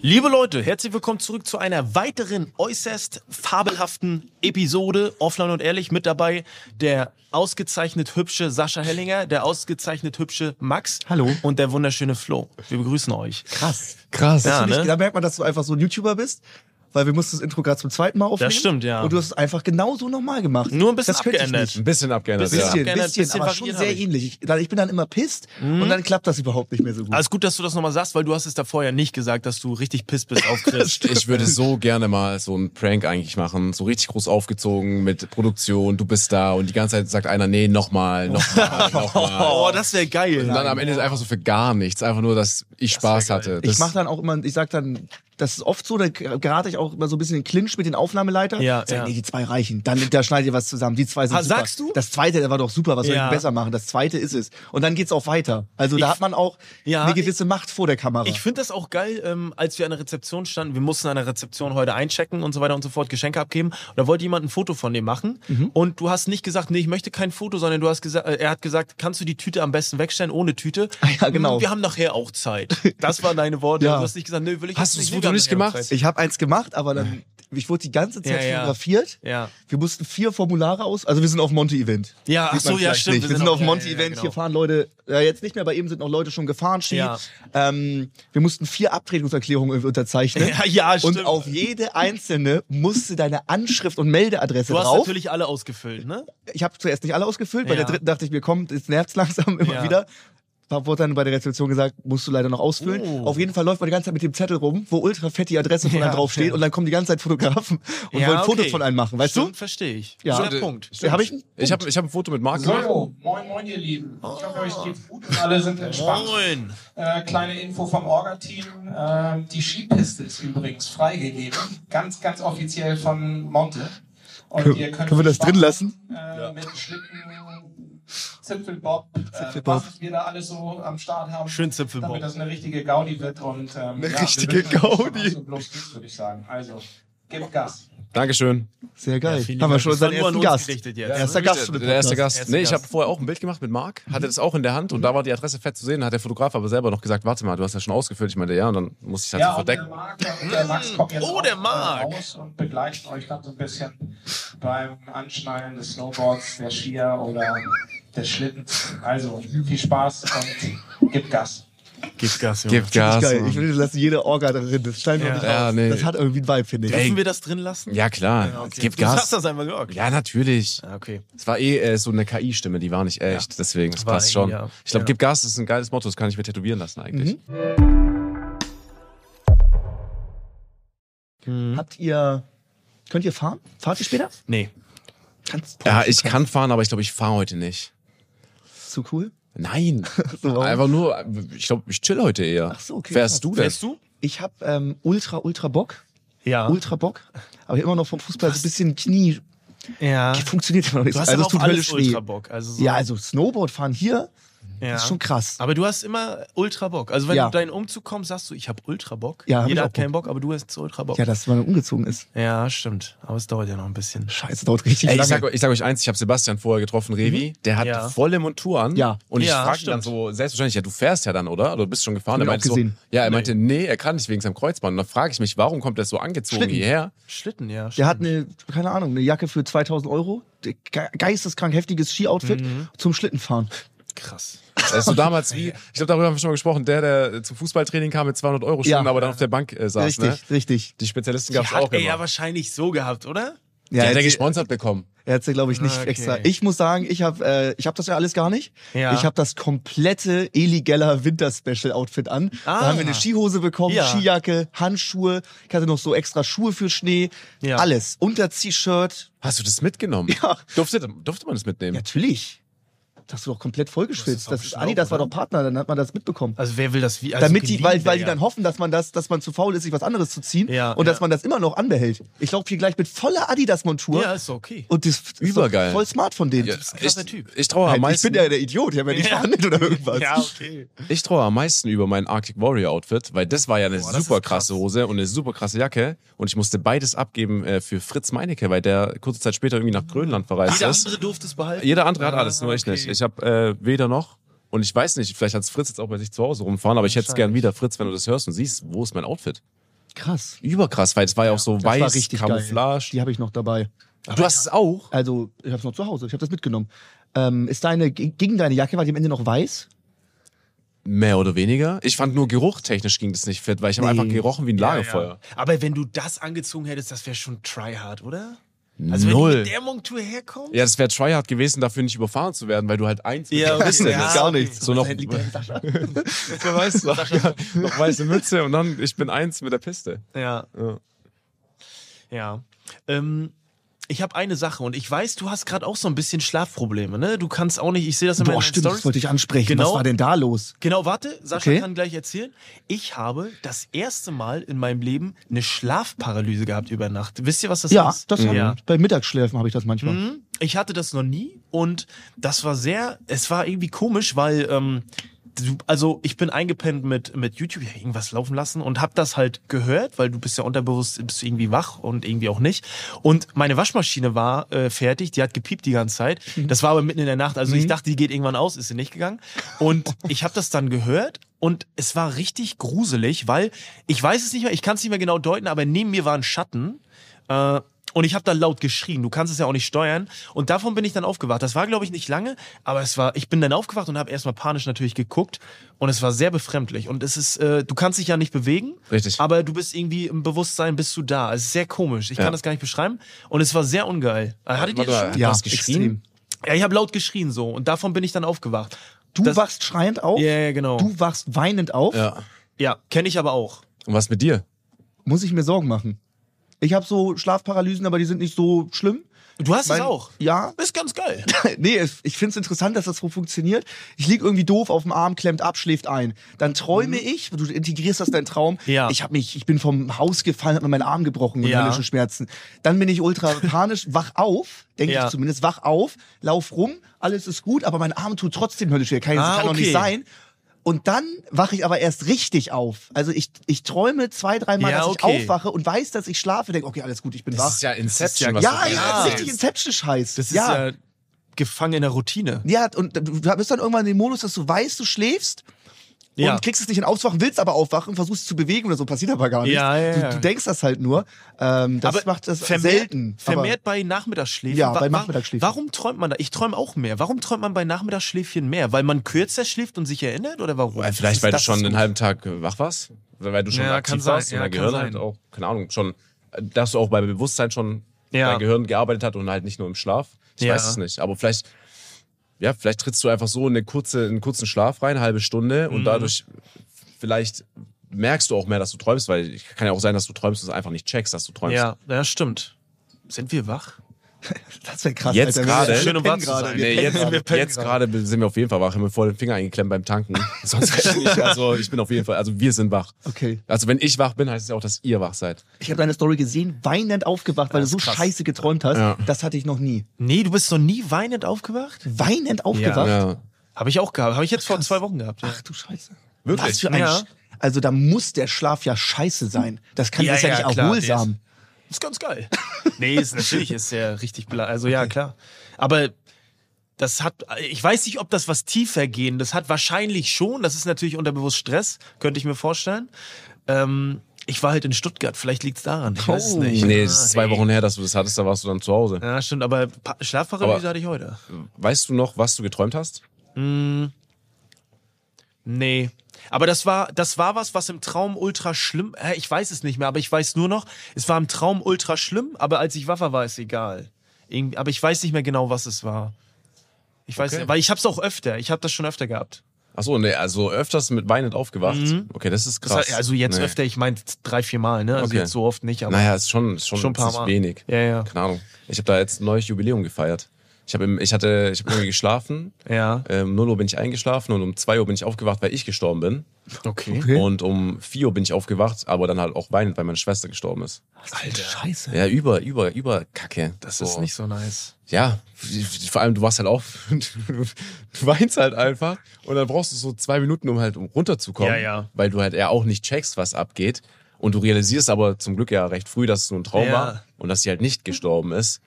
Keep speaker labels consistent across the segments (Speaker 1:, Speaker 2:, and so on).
Speaker 1: Liebe Leute, herzlich willkommen zurück zu einer weiteren äußerst fabelhaften Episode Offline und Ehrlich. Mit dabei der ausgezeichnet hübsche Sascha Hellinger, der ausgezeichnet hübsche Max.
Speaker 2: Hallo.
Speaker 1: Und der wunderschöne Flo. Wir begrüßen euch.
Speaker 2: Krass.
Speaker 3: Krass.
Speaker 1: Ja,
Speaker 2: Ja,
Speaker 1: ne?
Speaker 2: ne? Da merkt man, dass du einfach so ein YouTuber bist, weil wir mussten das Intro gerade zum zweiten Mal aufnehmen.
Speaker 1: stimmt, ja.
Speaker 2: Und du hast es einfach genauso nochmal gemacht.
Speaker 1: Nur ein bisschen
Speaker 2: das könnte
Speaker 1: abgeändert.
Speaker 2: Ich
Speaker 3: Ein
Speaker 2: nicht.
Speaker 3: bisschen abgeändert,
Speaker 1: Bisschen.
Speaker 3: ja.
Speaker 2: Bisschen,
Speaker 1: Abgeändert,
Speaker 2: bisschen,
Speaker 1: bisschen
Speaker 2: aber schon
Speaker 1: variiert
Speaker 2: sehr
Speaker 1: hab ich. Mhm.
Speaker 2: ähnlich. Ich, dann- ich bin dann immer pisst und dann klappt das überhaupt nicht mehr so gut.
Speaker 1: Alles gut, dass du das nochmal sagst, weil du hast es da vorher nicht gesagt, dass du richtig piss bist auf Chris.
Speaker 3: Ich würde so gerne mal so einen Prank eigentlich machen. So richtig groß aufgezogen mit Produktion, du bist da und die ganze Zeit sagt einer, nee, nochmal, nochmal, nochmal.
Speaker 1: oh, das wäre geil.
Speaker 3: Und dann am Ende ist einfach so für gar nichts. Einfach nur, dass ich Spaß hatte. Das,
Speaker 2: ich mache dann auch immer, ich sag dann, das ist oft so, da gerate ich auch immer so ein bisschen in Clinch mit den Aufnahmeleitern.
Speaker 1: Ja,
Speaker 2: sag,
Speaker 1: ja.
Speaker 2: nee, die zwei reichen. Dann da schneidet ihr was zusammen. Die zwei sind
Speaker 1: Ah,
Speaker 2: super.
Speaker 1: sagst du?
Speaker 2: Das zweite, der war doch super, was soll ich
Speaker 1: Ja.
Speaker 2: denn besser machen? Das zweite ist es. Und dann geht's auch weiter. Also da
Speaker 1: Ich-
Speaker 2: hat man auch
Speaker 1: Ja,
Speaker 2: eine gewisse Macht vor der Kamera.
Speaker 1: Ich finde das auch geil, ähm, als wir an der Rezeption standen, wir mussten an der Rezeption heute einchecken und so weiter und so fort, Geschenke abgeben. Und da wollte jemand ein Foto von dem machen.
Speaker 2: Mhm.
Speaker 1: Und du hast nicht gesagt, nee, ich möchte kein Foto, sondern du hast gesagt, äh, er hat gesagt, kannst du die Tüte am besten wegstellen ohne Tüte?
Speaker 2: ja, genau.
Speaker 1: "Hm, Wir haben nachher auch Zeit. Das waren deine Worte.
Speaker 2: Ja.
Speaker 1: Du hast nicht gesagt, nee, will ich jetzt
Speaker 3: Hast du das
Speaker 1: nee, wir haben
Speaker 3: Foto
Speaker 1: nachher auch
Speaker 3: nicht gemacht?
Speaker 1: Zeit.
Speaker 2: Ich habe eins gemacht, aber dann, ich wurde die ganze Zeit
Speaker 1: Ja, ja.
Speaker 2: fotografiert.
Speaker 1: Ja.
Speaker 2: Wir mussten vier Formulare aus. Also wir sind auf dem Monte-Event.
Speaker 1: Ja, ach
Speaker 2: Sieht
Speaker 1: so,
Speaker 2: man
Speaker 1: ja,
Speaker 2: vielleicht
Speaker 1: stimmt.
Speaker 2: Nicht. Wir sind auf
Speaker 1: ja,
Speaker 2: dem Monte-Event.
Speaker 1: ja, ja, genau.
Speaker 2: Hier fahren Leute, ja, jetzt nicht mehr, bei eben sind noch Leute schon gefahren, Ski.
Speaker 1: Ja.
Speaker 2: Ähm, wir mussten vier Abtretungserklärungen irgendwie unterzeichnen.
Speaker 1: Ja, ja,
Speaker 2: und
Speaker 1: stimmt.
Speaker 2: auf jede einzelne musste deine Anschrift und Meldeadresse
Speaker 1: Du hast
Speaker 2: drauf.
Speaker 1: natürlich alle ausgefüllt, ne?
Speaker 2: Ich habe zuerst nicht alle ausgefüllt, bei
Speaker 1: Ja.
Speaker 2: der dritten dachte ich mir, komm, jetzt nervt's langsam immer
Speaker 1: Ja.
Speaker 2: wieder. Da Wurde dann bei der Rezeption gesagt, musst du leider noch ausfüllen.
Speaker 1: Oh.
Speaker 2: Auf jeden Fall läuft man die ganze Zeit mit dem Zettel rum, wo ultra fett die Adresse von
Speaker 1: Ja,
Speaker 2: einem draufsteht
Speaker 1: okay.
Speaker 2: und dann kommen die ganze Zeit Fotografen und
Speaker 1: Ja,
Speaker 2: wollen
Speaker 1: okay.
Speaker 2: Fotos von einem machen, weißt
Speaker 1: Stimmt,
Speaker 2: du?
Speaker 1: verstehe ich.
Speaker 2: Ja.
Speaker 1: Guter Punkt.
Speaker 2: Da hab ich einen
Speaker 3: ich habe ich hab ein Foto mit Marc gemacht.
Speaker 4: So, moin, moin, ihr Lieben. Ich hoffe, euch geht's gut und alle sind entspannt.
Speaker 1: Moin.
Speaker 4: Äh, kleine Info vom Orga-Team. Ähm, die Skipiste ist übrigens freigegeben. Ganz, ganz offiziell von Monte. Und
Speaker 2: Können- können wir das
Speaker 4: spannen,
Speaker 2: drin lassen?
Speaker 4: Äh, Mit Schlitten, Zipfelbob, äh,
Speaker 2: Zipfelbob.
Speaker 4: was wir da alles so am Start haben.
Speaker 1: Schön Zipfelbob.
Speaker 4: Damit das eine richtige Gaudi wird. Und, ähm, eine
Speaker 2: richtige Gaudi.
Speaker 4: Bloß geht's, würde ich sagen. Also, gib Gas.
Speaker 3: Dankeschön.
Speaker 2: Sehr geil.
Speaker 1: vielen
Speaker 2: Haben wir
Speaker 1: Dank.
Speaker 2: schon
Speaker 1: Das war
Speaker 2: unseren
Speaker 1: nur an
Speaker 2: ersten
Speaker 1: uns
Speaker 2: Gast.
Speaker 1: gerichtet jetzt.
Speaker 2: Erster Gast schon im
Speaker 3: Der erste
Speaker 2: Podcast.
Speaker 3: Gast.
Speaker 1: Erster
Speaker 3: Nee, ich
Speaker 1: Gast.
Speaker 3: habe vorher auch ein Bild gemacht mit Marc, hatte das auch in der Hand und da war die Adresse fett zu sehen, hat der Fotograf aber selber noch gesagt, warte mal, du hast ja schon ausgefüllt. Ich meinte, ja, und dann musste ich halt so
Speaker 4: und
Speaker 3: verdecken.
Speaker 4: Der Marc, und der Max kommt jetzt
Speaker 1: Oh,
Speaker 4: auch,
Speaker 1: der
Speaker 4: äh,
Speaker 1: Marc.
Speaker 4: raus und begleitet euch dann so ein bisschen beim Anschnallen des Snowboards, der Skier oder des Schlittens. Also viel Spaß und gib Gas.
Speaker 1: Gib Gas, Junge.
Speaker 3: Gib Gas.
Speaker 2: Geil.
Speaker 3: Mann.
Speaker 2: Ich finde, lassen jede Orga drin. Das scheint
Speaker 1: Ja.
Speaker 2: noch nicht
Speaker 3: Ja,
Speaker 2: raus.
Speaker 3: nee.
Speaker 2: Das hat irgendwie einen Vibe, finde ich.
Speaker 1: Dürfen wir das drin lassen?
Speaker 3: Ja, klar. Gib
Speaker 1: Du hast
Speaker 3: Gas.
Speaker 1: das einfach gesagt.
Speaker 3: Ja, natürlich.
Speaker 1: Ah, Okay.
Speaker 3: Es war eh äh, so eine KI-Stimme, die war nicht echt. Deswegen, das
Speaker 1: War
Speaker 3: passt
Speaker 1: eh,
Speaker 3: schon.
Speaker 1: ja.
Speaker 3: Ich glaube,
Speaker 1: Ja.
Speaker 3: gib Gas ist ein geiles Motto, das kann ich mir tätowieren lassen eigentlich.
Speaker 1: Mhm.
Speaker 2: Habt ihr. Könnt ihr fahren? Fahrt ihr später?
Speaker 1: Nee.
Speaker 2: Kannst
Speaker 3: Ja, ich kann fahren, aber ich glaube, ich fahre heute nicht.
Speaker 2: Zu cool.
Speaker 3: Nein.
Speaker 2: So, warum?
Speaker 3: Einfach nur, ich glaube, ich chill heute eher.
Speaker 2: Ach so, okay, krass.
Speaker 3: Wärst du denn?
Speaker 1: Wärst du?
Speaker 2: Ich habe ähm, ultra, ultra Bock.
Speaker 1: Ja.
Speaker 2: Ultra Bock. Aber immer noch vom Fußball so ein bisschen Knie.
Speaker 1: ja.
Speaker 2: Funktioniert immer noch nicht.
Speaker 1: Ah. Du hast
Speaker 2: also,
Speaker 1: aber
Speaker 2: es tut
Speaker 1: auf alles
Speaker 2: höllisch weh.
Speaker 1: ultra Bock. Also so,
Speaker 2: Ja, also Snowboard fahren hier
Speaker 1: ja.
Speaker 2: ist schon krass.
Speaker 1: Aber du hast immer ultra Bock. Also wenn
Speaker 2: Ja.
Speaker 1: du deinen Umzug kommst, sagst du, ich habe ultra Bock.
Speaker 2: Ja, hab ich
Speaker 1: Jeder
Speaker 2: auch
Speaker 1: hat keinen Bock, aber du hast ultra Bock.
Speaker 2: Ja, dass man umgezogen ist.
Speaker 1: Ja, stimmt. Aber es dauert ja noch ein bisschen.
Speaker 2: Scheiße, dauert richtig
Speaker 3: Ey, ich,
Speaker 2: lange.
Speaker 3: sag, eu- ich sag euch eins, ich habe Sebastian vorher getroffen, Revi, der hat
Speaker 1: Ja.
Speaker 3: volle Montur an.
Speaker 2: Ja.
Speaker 3: Und ich
Speaker 1: Ja,
Speaker 3: fragte dann
Speaker 1: stimmt.
Speaker 3: so, selbstverständlich, ja, du fährst ja dann, oder? Oder du bist schon
Speaker 2: Hab
Speaker 3: gefahren. Er
Speaker 2: ich auch
Speaker 3: meinte so,
Speaker 2: gesehen.
Speaker 3: ja, er meinte, nee, er kann nicht wegen seinem Kreuzband. Und dann frage ich mich, warum kommt er so angezogen
Speaker 2: Schlitten.
Speaker 3: hierher?
Speaker 1: Schlitten, ja. Stimmt.
Speaker 2: Der hat eine, keine Ahnung, eine Jacke für 2000 Euro, ge- geisteskrank heftiges Ski-Outfit
Speaker 1: Mhm.
Speaker 2: zum Schlittenfahren.
Speaker 1: krass.
Speaker 3: Das ist so Also damals wie, ich glaube, darüber haben wir schon mal gesprochen, der, der zum Fußballtraining kam mit 200 Euro Stunden,
Speaker 2: Ja.
Speaker 3: aber dann auf der Bank äh, saß.
Speaker 2: richtig,
Speaker 3: Ne?
Speaker 2: richtig.
Speaker 3: Die Spezialisten
Speaker 1: Die
Speaker 3: gab's
Speaker 1: hat
Speaker 3: auch
Speaker 1: er
Speaker 3: immer.
Speaker 1: ja wahrscheinlich so gehabt, oder?
Speaker 3: die hat er
Speaker 2: jetzt-
Speaker 3: gesponsert bekommen.
Speaker 2: Er hat's ja, glaube ich, nicht
Speaker 1: Ah, Okay.
Speaker 2: extra. Ich muss sagen, ich habe äh, ich hab das ja alles gar nicht.
Speaker 1: Ja.
Speaker 2: Ich habe das komplette Eli Geller Winter-Special-Outfit an.
Speaker 1: Ah.
Speaker 2: Da haben wir eine Skihose bekommen,
Speaker 1: Ja.
Speaker 2: Skijacke, Handschuhe. Ich hatte noch so extra Schuhe für Schnee.
Speaker 1: Ja.
Speaker 2: Alles. Unter-T-Shirt.
Speaker 3: Hast du das mitgenommen?
Speaker 2: Ja.
Speaker 3: Durfte, durfte man das mitnehmen?
Speaker 2: Natürlich. Das hast du doch komplett
Speaker 1: Das ist
Speaker 2: vollgeschwitzt.
Speaker 1: doch
Speaker 2: Das ist,
Speaker 1: geschnaubt,
Speaker 2: Adi, das war
Speaker 1: oder?
Speaker 2: doch Partner, dann hat man das mitbekommen.
Speaker 1: Also wer will das wie? Also
Speaker 2: Damit die, weil,
Speaker 1: geliehen,
Speaker 2: weil die
Speaker 1: Digga.
Speaker 2: dann hoffen, dass man das, dass man zu faul ist, sich was anderes zu ziehen
Speaker 1: Ja,
Speaker 2: und
Speaker 1: ja.
Speaker 2: dass man das immer noch anbehält. Ich laufe hier gleich mit voller Adidas-Montur
Speaker 1: Ja, ist doch okay.
Speaker 2: und das ist doch
Speaker 3: Übergeil.
Speaker 2: voll smart von denen.
Speaker 3: Ja,
Speaker 1: ist ein
Speaker 3: ich,
Speaker 1: krasser Typ.
Speaker 3: ich traue am
Speaker 2: ich bin
Speaker 3: meisten,
Speaker 2: ja der Idiot, ich habe ja nicht verhandelt oder irgendwas.
Speaker 1: ja, okay.
Speaker 3: ich traue am meisten über mein Arctic Warrior Outfit, weil das war ja eine
Speaker 1: Boah, das
Speaker 3: super
Speaker 1: ist krass.
Speaker 3: krasse Hose und eine super krasse Jacke und ich musste beides abgeben äh, für Fritz Meinecke, weil der kurze Zeit später irgendwie nach Grönland verreist
Speaker 1: Jeder
Speaker 3: ist.
Speaker 1: andere durfte es behalten.
Speaker 3: Jeder andere hat
Speaker 1: Ah,
Speaker 3: alles, nur ich
Speaker 1: okay.
Speaker 3: nicht. Ich habe äh, weder noch und ich weiß nicht, vielleicht hat Fritz jetzt auch bei sich zu Hause rumfahren, aber ich hätte es gern wieder. Fritz, wenn du das hörst und siehst, wo ist mein Outfit?
Speaker 2: krass.
Speaker 3: Überkrass, weil es war ja auch so
Speaker 2: Das war
Speaker 3: weiß,
Speaker 2: richtig Geil.
Speaker 3: Camouflage.
Speaker 2: Die habe ich noch dabei.
Speaker 3: Du hast es auch?
Speaker 2: Also, ich habe es noch zu Hause. Ich habe das mitgenommen. Ähm, ist deine, gegen deine Jacke, war die am Ende noch weiß?
Speaker 3: Mehr oder weniger. Ich fand nur geruchtechnisch ging das nicht fit, weil ich habe
Speaker 2: Nee.
Speaker 3: einfach gerochen wie ein Lagerfeuer.
Speaker 1: Aber wenn du das angezogen hättest, das wäre schon tryhard, oder? Also wenn du
Speaker 3: Null.
Speaker 1: mit der Montur herkommst.
Speaker 3: Ja, das wäre tryhard gewesen, dafür nicht überfahren zu werden, weil du halt eins mit dem Wissen hättest.
Speaker 2: gar nichts.
Speaker 3: So noch,
Speaker 2: liegt da in der Tasche.
Speaker 3: Wer weiß, ja, noch weiße Mütze und dann ich bin eins mit der Piste.
Speaker 1: Ja. Ja. Ähm, ich habe eine Sache und ich weiß, du hast gerade auch so ein bisschen Schlafprobleme, ne? Du kannst auch nicht, ich sehe das immer
Speaker 2: Boah,
Speaker 1: in deinen
Speaker 2: stimmt, das
Speaker 1: Stories.
Speaker 2: wollte ich ansprechen.
Speaker 1: Genau.
Speaker 2: Was war denn da los?
Speaker 1: Genau, warte, Sascha
Speaker 2: Okay.
Speaker 1: kann gleich erzählen. Ich habe das erste Mal in meinem Leben eine Schlafparalyse gehabt über Nacht. Wisst ihr, was das
Speaker 2: Ja,
Speaker 1: ist?
Speaker 2: das hab
Speaker 1: ja.
Speaker 2: ich. Bei Mittagsschläfen habe ich das manchmal.
Speaker 1: Mhm. Ich hatte das noch nie und das war sehr, es war irgendwie komisch, weil ähm, du, also ich bin eingepennt mit mit YouTube ja, irgendwas laufen lassen und habe das halt gehört, weil du bist ja unterbewusst bist du irgendwie wach und irgendwie auch nicht und meine Waschmaschine war äh, fertig, die hat gepiept die ganze Zeit. Das war aber mitten in der Nacht, also ich dachte, die geht irgendwann aus, ist sie nicht gegangen und ich habe das dann gehört und es war richtig gruselig, weil ich weiß es nicht mehr, ich kann es nicht mehr genau deuten, aber neben mir war ein Schatten äh, und ich habe da laut geschrien. Du kannst es ja auch nicht steuern. Und davon bin ich dann aufgewacht. Das war, glaube ich, nicht lange, aber es war. Ich bin dann aufgewacht und habe erstmal panisch natürlich geguckt. Und es war sehr befremdlich. Und es ist, äh, du kannst dich ja nicht bewegen.
Speaker 3: Richtig.
Speaker 1: Aber du bist irgendwie im Bewusstsein, bist du da. Es ist sehr komisch. Ich
Speaker 3: Ja.
Speaker 1: kann das gar nicht beschreiben. Und es war sehr ungeil. Äh, Hattet ihr das schon?
Speaker 3: Warte,
Speaker 2: Ja,
Speaker 3: hast du geschrien?
Speaker 2: extrem.
Speaker 1: Ja, ich habe laut geschrien so. Und davon bin ich dann aufgewacht.
Speaker 2: Du
Speaker 1: Das-
Speaker 2: wachst schreiend auf,
Speaker 1: Ja, ja, genau.
Speaker 2: du wachst weinend auf.
Speaker 3: Ja.
Speaker 1: Ja, kenne ich aber auch.
Speaker 3: Und was mit dir?
Speaker 2: Muss ich mir Sorgen machen. Ich habe so Schlafparalysen, aber die sind nicht so schlimm.
Speaker 1: Du hast
Speaker 2: Mein-
Speaker 1: es auch.
Speaker 2: Ja,
Speaker 1: Ist ganz geil.
Speaker 2: nee, es, ich find's interessant, dass das so funktioniert. Ich lieg irgendwie doof auf dem Arm, klemmt ab, schläft ein. Dann träume ich, du integrierst das in deinen Traum.
Speaker 1: Mhm. Ja.
Speaker 2: Ich hab mich, ich bin vom Haus gefallen, hab mir meinen Arm gebrochen mit
Speaker 1: Ja.
Speaker 2: höllischen Schmerzen. Dann bin ich ultra panisch, wach auf, denke
Speaker 1: Ja.
Speaker 2: ich zumindest, wach auf, lauf rum, alles ist gut, aber mein Arm tut trotzdem höllisch weh. Kann,
Speaker 1: Ah,
Speaker 2: das kann doch
Speaker 1: okay.
Speaker 2: nicht sein. Und dann wache ich aber erst richtig auf. Also ich, ich träume zwei, dreimal,
Speaker 1: Ja,
Speaker 2: dass
Speaker 1: okay.
Speaker 2: ich aufwache und weiß, dass ich schlafe, denke, okay, alles gut, ich bin wach.
Speaker 3: ja Inception.
Speaker 2: ja, ja,
Speaker 3: du
Speaker 1: ja.
Speaker 2: das ist richtig Inception-Scheiß.
Speaker 1: Das ist
Speaker 2: ja.
Speaker 1: ja, gefangen in der Routine.
Speaker 2: Ja, und du bist dann irgendwann in dem Modus, dass du weißt, du schläfst
Speaker 1: Ja.
Speaker 2: und kriegst es nicht in Aufwachen, willst aber aufwachen, versuchst es zu bewegen oder so, passiert aber gar nichts.
Speaker 1: Ja, ja, ja.
Speaker 2: Du, du denkst das halt nur. Ähm, das
Speaker 1: Aber
Speaker 2: macht das
Speaker 1: vermehrt,
Speaker 2: selten.
Speaker 1: Vermehrt bei Nachmittagsschläfen.
Speaker 2: Ja,
Speaker 1: Wa-
Speaker 2: bei
Speaker 1: wa-
Speaker 2: Nachmittagsschläfen.
Speaker 1: Warum träumt man da? Ich träume auch mehr. Warum träumt man bei Nachmittagsschläfchen mehr? Weil man kürzer schläft und sich erinnert oder warum?
Speaker 3: Weil Vielleicht,
Speaker 1: Das-
Speaker 3: weil du
Speaker 1: das
Speaker 3: schon
Speaker 1: ist
Speaker 3: einen
Speaker 1: gut.
Speaker 3: halben Tag äh, wach warst? Weil weil du schon
Speaker 1: Ja, kann
Speaker 3: aktiv
Speaker 1: sein,
Speaker 3: warst
Speaker 1: ja,
Speaker 3: und dein
Speaker 1: kann
Speaker 3: Gehirn
Speaker 1: sein.
Speaker 3: halt auch, keine Ahnung, schon, äh, dass du auch bei Bewusstsein schon
Speaker 1: Ja.
Speaker 3: dein Gehirn gearbeitet hat und halt nicht nur im Schlaf. Ich
Speaker 1: Ja.
Speaker 3: weiß es nicht. Aber vielleicht, ja, vielleicht trittst du einfach so in eine kurze, in einen kurzen Schlaf rein, eine halbe Stunde
Speaker 1: Mhm.
Speaker 3: und dadurch vielleicht merkst du auch mehr, dass du träumst, weil es kann ja auch sein, dass du träumst und es einfach nicht checkst, dass du träumst.
Speaker 1: Ja, ja, stimmt. Sind wir wach?
Speaker 2: Das wäre krass.
Speaker 3: Jetzt
Speaker 2: Alter, wir-
Speaker 3: gerade?
Speaker 2: wir
Speaker 1: Schön, um
Speaker 2: pennen
Speaker 1: wahr zu
Speaker 2: gerade.
Speaker 1: sein.
Speaker 2: Wir
Speaker 3: Nee,
Speaker 2: pennen
Speaker 3: jetzt,
Speaker 2: gerade.
Speaker 3: jetzt gerade sind wir auf jeden Fall wach. Ich habe mir vor den Finger eingeklemmt beim Tanken. Sonst hätte ich nicht. Also ich bin auf jeden Fall, also wir sind wach.
Speaker 2: Okay.
Speaker 3: Also wenn ich wach bin, heißt es ja auch, dass ihr wach seid.
Speaker 2: Ich habe deine Story gesehen, weinend aufgewacht, weil du so scheiße geträumt hast.
Speaker 3: Ja.
Speaker 2: Das hatte ich noch nie.
Speaker 1: Nee, du bist noch nie weinend aufgewacht?
Speaker 2: Weinend aufgewacht?
Speaker 3: Ja.
Speaker 1: Habe ich auch gehabt. Habe ich jetzt vor zwei Wochen gehabt. Ja.
Speaker 2: Ach du Scheiße.
Speaker 3: Wirklich?
Speaker 2: Was für ein
Speaker 1: Ja.
Speaker 2: Sch- Also da muss der Schlaf ja scheiße sein. Das kann
Speaker 1: Ja,
Speaker 2: das ist ja,
Speaker 1: ja,
Speaker 2: nicht
Speaker 1: klar,
Speaker 2: erholsam.
Speaker 1: der ist- Ist ganz geil. nee, ist natürlich ist ja richtig bla. Also ja, klar. Aber das hat, ich weiß nicht, ob das was tiefer gehen. Das hat wahrscheinlich schon. Das ist natürlich unterbewusst Stress, könnte ich mir vorstellen. Ähm, ich war halt in Stuttgart. Vielleicht liegt's daran. Ich weiß es
Speaker 2: Oh.
Speaker 1: nicht.
Speaker 3: Nee, es ist zwei
Speaker 1: Ey.
Speaker 3: Wochen her, dass du das hattest, da warst du dann zu Hause.
Speaker 1: Ja, stimmt. Aber Pa- Schlafparalyse
Speaker 3: Aber-
Speaker 1: hatte ich heute.
Speaker 3: Weißt du noch, was du geträumt hast?
Speaker 1: Nee. Aber das war, das war was, was im Traum ultra schlimm. Äh, Ich weiß es nicht mehr, aber ich weiß nur noch, es war im Traum ultra schlimm, aber als ich Waffe war, ist egal. Irgendwie, aber ich weiß nicht mehr genau, was es war. Ich weiß,
Speaker 3: Okay.
Speaker 1: weil ich hab's auch öfter. Ich hab das schon öfter gehabt.
Speaker 3: Achso, nee, also öfters mit weinend aufgewacht. Okay, das ist
Speaker 1: Mhm. Das
Speaker 3: krass.
Speaker 1: hat- also jetzt
Speaker 3: nee.
Speaker 1: öfter, ich meine drei, vier Mal, ne? Also
Speaker 3: Okay.
Speaker 1: jetzt so oft nicht, aber
Speaker 3: Naja, ist schon, ist schon,
Speaker 1: Schon ein paar
Speaker 3: ist
Speaker 1: Mal.
Speaker 3: wenig.
Speaker 1: Ja, ja.
Speaker 3: Keine Ahnung. Ich habe da jetzt ein neues Jubiläum gefeiert. Ich habe ich hatte, ich habe irgendwie geschlafen.
Speaker 1: ja.
Speaker 3: Ähm, Um 0 Uhr bin ich eingeschlafen und um 2 Uhr bin ich aufgewacht, weil ich gestorben bin.
Speaker 1: Okay.
Speaker 2: Okay.
Speaker 3: Und um 4 Uhr bin ich aufgewacht, aber dann halt auch weinend, weil meine Schwester gestorben ist.
Speaker 1: Alter.
Speaker 2: Scheiße.
Speaker 3: Ja, über, über, über Kacke.
Speaker 1: Das ist nicht so nice.
Speaker 3: Ja, vor allem du wachst halt auf und du, du weinst halt einfach und dann brauchst du so zwei Minuten, um halt um runterzukommen,
Speaker 1: Ja, ja.
Speaker 3: weil du halt ja auch nicht checkst, was abgeht. Und du realisierst aber zum Glück ja recht früh, dass es nur ein Traum
Speaker 1: Ja.
Speaker 3: war und dass sie halt nicht gestorben ist.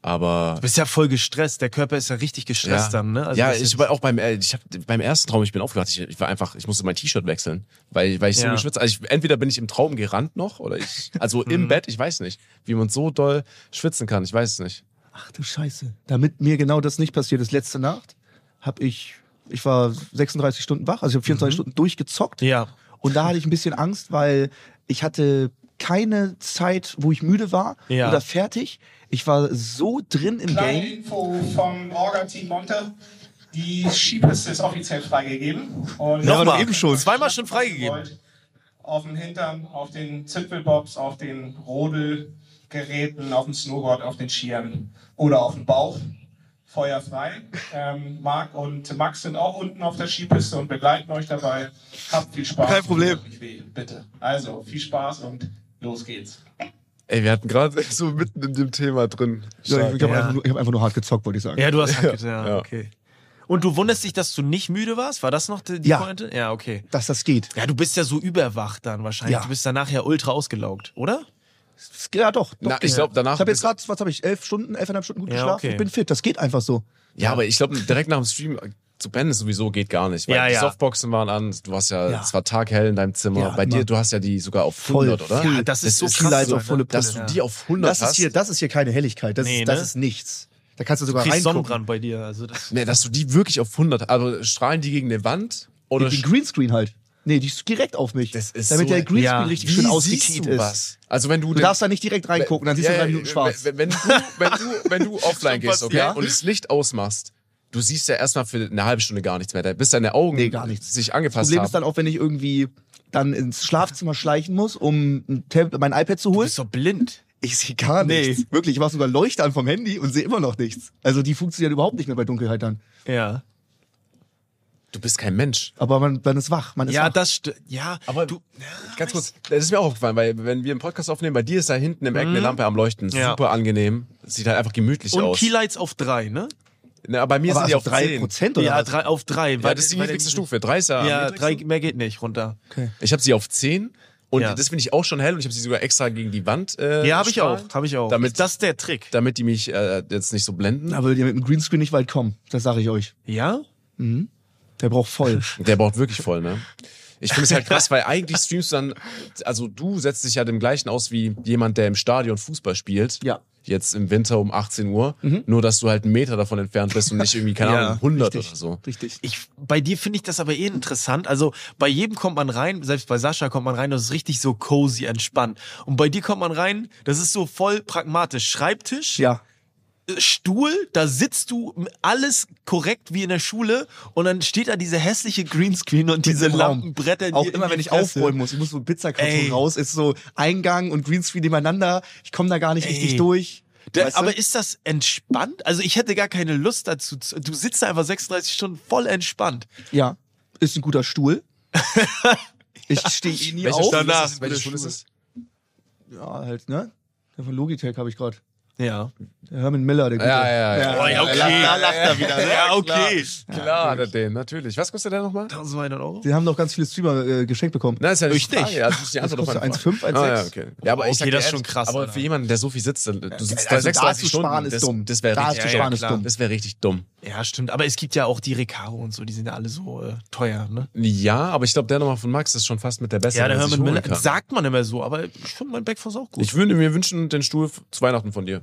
Speaker 3: Aber
Speaker 1: Du bist ja voll gestresst. Der Körper ist ja richtig gestresst dann, ne? Also
Speaker 3: ja,
Speaker 1: das ist-
Speaker 3: ich war auch beim, äh, ich hab, beim ersten Traum, ich bin aufgewacht, ich, ich war einfach, ich musste mein T-Shirt wechseln, weil, weil ich so
Speaker 1: Ja.
Speaker 3: geschwitzt Also ich, entweder bin ich im Traum gerannt noch oder ich, also im
Speaker 1: Mhm.
Speaker 3: Bett, ich weiß nicht, wie man so doll schwitzen kann, ich weiß es nicht.
Speaker 2: Ach du Scheiße. Damit mir genau das nicht passiert ist, letzte Nacht habe ich, ich war 36 Stunden wach, also ich habe 24 Stunden durchgezockt.
Speaker 1: Mhm. ja.
Speaker 2: Und da hatte ich ein bisschen Angst, weil ich hatte keine Zeit, wo ich müde war
Speaker 1: Ja.
Speaker 2: oder fertig. Ich war so drin im
Speaker 4: Kleine
Speaker 2: Game.
Speaker 4: Info vom Orga-Team Monte. Die Skipiste ist offiziell freigegeben. Und
Speaker 2: Ja, aber doch eben schon.
Speaker 1: Zweimal schon freigegeben.
Speaker 4: Auf dem Hintern, auf den Zipfelbobs, auf den Rodelgeräten, auf dem Snowboard, auf den Skiern oder auf dem Bauch. Feuerfrei. Ähm, Marc und Max sind auch unten auf der Skipiste und begleiten euch dabei. Habt viel Spaß.
Speaker 2: Kein Problem.
Speaker 4: Tut euch weh, Bitte. Also viel Spaß und los geht's.
Speaker 3: Ey, wir hatten gerade so mitten in dem Thema drin.
Speaker 2: Ja, ich habe
Speaker 1: Ja.
Speaker 2: einfach, nur- ich hab einfach nur hart gezockt, wollte ich sagen.
Speaker 1: Ja, du hast ja, ja,
Speaker 3: Ja.
Speaker 1: okay. Und du wunderst dich, dass du nicht müde warst? War das noch die, die
Speaker 2: Ja.
Speaker 1: Pointe? Ja, okay.
Speaker 2: Dass das geht.
Speaker 1: Ja, du bist ja so überwacht dann wahrscheinlich.
Speaker 2: Ja.
Speaker 1: Du bist danach ja ultra ausgelaugt, oder?
Speaker 2: Ja, doch. doch
Speaker 3: Na,
Speaker 2: geht.
Speaker 3: ich glaube, danach
Speaker 2: Ich habe jetzt
Speaker 3: ist-
Speaker 2: gerade, was habe ich, elf Stunden, elfeinhalb Stunden gut
Speaker 1: Ja,
Speaker 2: geschlafen.
Speaker 1: okay.
Speaker 2: Ich bin fit. Das geht einfach so.
Speaker 3: Ja, aber ich glaube, direkt nach dem Stream zu pennen ist sowieso geht gar nicht. Weil
Speaker 1: Ja,
Speaker 3: die
Speaker 1: ja.
Speaker 3: Softboxen waren an, du hast ja,
Speaker 2: Ja.
Speaker 3: es war taghell in deinem Zimmer.
Speaker 2: Ja,
Speaker 3: Bei dir,
Speaker 2: Mann.
Speaker 3: du hast ja die sogar auf
Speaker 2: Voll,
Speaker 3: 100, oder?
Speaker 2: voll.
Speaker 1: das ist so
Speaker 2: krass,
Speaker 3: krass,
Speaker 2: Leute, volle
Speaker 3: dass du
Speaker 1: Pulle,
Speaker 3: die
Speaker 1: ja.
Speaker 3: auf 100
Speaker 2: Das
Speaker 3: hast.
Speaker 2: ist hier, das ist hier keine Helligkeit. Das,
Speaker 1: Nee,
Speaker 2: ist, das
Speaker 1: ne?
Speaker 2: ist nichts. Da kannst du sogar
Speaker 1: Kriegst
Speaker 2: reingucken.
Speaker 1: Sonnenbrand bei dir. Also das
Speaker 3: Nee, dass du die wirklich auf 100, also strahlen die gegen eine Wand oder
Speaker 2: Den den Greenscreen halt. Nee, die ist direkt auf mich.
Speaker 3: Das ist
Speaker 2: damit
Speaker 3: so-
Speaker 2: der Greenscreen
Speaker 1: ja.
Speaker 2: richtig
Speaker 3: Wie
Speaker 2: schön
Speaker 3: siehst
Speaker 2: ausgekiet
Speaker 3: du
Speaker 2: ist.
Speaker 3: was? Also wenn du,
Speaker 2: Du darfst da nicht direkt reingucken, dann siehst du drei Minuten schwarz.
Speaker 3: Wenn, wenn, du, wenn, du, wenn du offline gehst, okay,
Speaker 2: passiert.
Speaker 3: und das Licht ausmachst, du siehst ja erstmal für eine halbe Stunde gar nichts mehr, da- bis deine Augen
Speaker 2: Nee, gar nichts.
Speaker 3: sich angefasst
Speaker 2: Problem
Speaker 3: haben.
Speaker 2: ist dann auch, wenn ich irgendwie dann ins Schlafzimmer schleichen muss, um ein Tab mein iPad zu
Speaker 1: du
Speaker 2: holen.
Speaker 1: bist doch blind.
Speaker 2: Ich sehe gar
Speaker 1: Nee.
Speaker 2: nichts. Wirklich, ich war sogar Leuchte an vom Handy und sehe immer noch nichts. Also die funktioniert überhaupt nicht mehr bei Dunkelheit dann.
Speaker 1: Ja.
Speaker 3: du bist kein Mensch.
Speaker 2: Aber man, man ist wach. Man ist
Speaker 1: Ja,
Speaker 2: wach.
Speaker 1: das st- Ja,
Speaker 3: Aber
Speaker 1: du.
Speaker 3: du, ganz kurz, das ist mir auch aufgefallen, weil wenn wir einen Podcast aufnehmen, bei dir ist da hinten im Eck eine Lampe am Leuchten,
Speaker 1: Ja.
Speaker 3: super angenehm, sieht halt einfach gemütlich
Speaker 1: Und
Speaker 3: aus.
Speaker 1: Keylights auf drei, ne?
Speaker 3: Na, bei mir
Speaker 2: Aber
Speaker 3: sind die auf
Speaker 2: also
Speaker 3: 3
Speaker 2: 3% oder
Speaker 1: Ja,
Speaker 2: was?
Speaker 1: drei, auf drei.
Speaker 3: Ja, das ist die niedrigste Stufe, 3 ist ja, am
Speaker 1: Ja,
Speaker 3: niedrigsten.
Speaker 1: drei, mehr geht nicht runter.
Speaker 3: Ich habe sie auf 10 und
Speaker 1: Ja.
Speaker 3: das finde ich auch schon hell und ich habe sie sogar extra gegen die Wand. Äh,
Speaker 1: Ja, habe ich auch.
Speaker 3: gestrahlt,
Speaker 1: Habe ich auch.
Speaker 3: Damit,
Speaker 1: ist das der Trick?
Speaker 3: damit die mich äh, jetzt nicht so blenden.
Speaker 2: Da würdet ihr mit dem Greenscreen nicht weit kommen. Das sage ich euch.
Speaker 1: Ja?
Speaker 2: Der braucht voll.
Speaker 3: Der braucht wirklich voll, ne? Ich finde es halt krass, weil eigentlich streamst du dann, also du setzt dich ja dem gleichen aus wie jemand, der im Stadion Fußball spielt.
Speaker 2: Ja. Mhm.
Speaker 3: Jetzt im Winter um 18 Uhr. Nur, dass du halt einen Meter davon entfernt bist und nicht irgendwie, keine
Speaker 1: Ja,
Speaker 3: Ahnung, 100
Speaker 2: richtig.
Speaker 3: oder so.
Speaker 2: Richtig.
Speaker 1: Ich, bei dir finde ich das aber eh interessant. Also bei jedem kommt man rein, selbst bei Sascha kommt man rein, das ist richtig so cozy, entspannt. Und bei dir kommt man rein, das ist so voll pragmatisch. Schreibtisch,
Speaker 2: Ja.
Speaker 1: äh, Stuhl, da sitzt du alles korrekt wie in der Schule und dann steht da diese hässliche Greenscreen und diese
Speaker 2: im Raum.
Speaker 1: Lampenbretter.
Speaker 2: Auch
Speaker 1: dir in
Speaker 2: immer,
Speaker 1: die
Speaker 2: wenn ich
Speaker 1: Fresse.
Speaker 2: aufräumen muss. Ich muss so ein
Speaker 1: Ey.
Speaker 2: Pizzakarton raus. Ist so Eingang und Greenscreen nebeneinander. Ich komme da gar nicht
Speaker 1: Ey.
Speaker 2: richtig durch.
Speaker 1: Da,
Speaker 2: Weißt du?
Speaker 1: aber ist das entspannt? Also ich hätte gar keine Lust dazu. zu- Du sitzt da einfach 36 Stunden voll entspannt.
Speaker 2: ja. Ist ein guter Stuhl. ich stehe eh nie
Speaker 3: Welche
Speaker 2: auf.
Speaker 3: Schule
Speaker 1: Danach.
Speaker 3: ist es? Welche Schule ist es?
Speaker 2: Ja, halt, ne? Der von Logitech habe ich gerade.
Speaker 1: Ja.
Speaker 2: Der Herman Miller, der
Speaker 3: Ja, ja, ja.
Speaker 1: Oh, ja, okay. Da lacht er wieder. ne? Ja, okay.
Speaker 3: Klar, hat er den, natürlich. Was kostet der nochmal?
Speaker 1: 1200 Euro?
Speaker 2: Wir haben doch ganz viele Streamer äh, geschenkt bekommen.
Speaker 3: Na, ist ja
Speaker 1: Richtig.
Speaker 3: die Frage. Also, das ist die Antwort auf
Speaker 2: kostet
Speaker 3: meine
Speaker 2: 1,5,
Speaker 3: Frage.
Speaker 2: 1,6.
Speaker 3: Ah, ja, okay. ja, aber
Speaker 1: Okay,
Speaker 3: ich sag dir
Speaker 1: das ist
Speaker 3: ehrlich,
Speaker 1: schon krass,
Speaker 3: Aber
Speaker 1: Alter.
Speaker 3: für jemanden, der so viel sitzt, dann- du sitzt da
Speaker 2: Also
Speaker 3: 36
Speaker 2: da zu
Speaker 3: Stunden.
Speaker 2: sparen ist
Speaker 3: das,
Speaker 2: dumm.
Speaker 3: Das wäre
Speaker 2: Da
Speaker 3: richtig,
Speaker 2: zu
Speaker 1: ja,
Speaker 2: sparen ist
Speaker 1: klar.
Speaker 2: dumm.
Speaker 3: das wäre richtig dumm.
Speaker 1: Ja, stimmt. Aber es gibt ja auch die Recaro und so, die sind ja alle so äh, teuer, ne?
Speaker 3: Ja, aber ich glaube, der nochmal von Max ist schon fast mit der besseren. die sich holen kann.
Speaker 1: Sagt man immer so, aber ich finde mein Backfuss auch gut.
Speaker 3: Ich würde mir wünschen, den Stuhl f- zu Weihnachten von dir.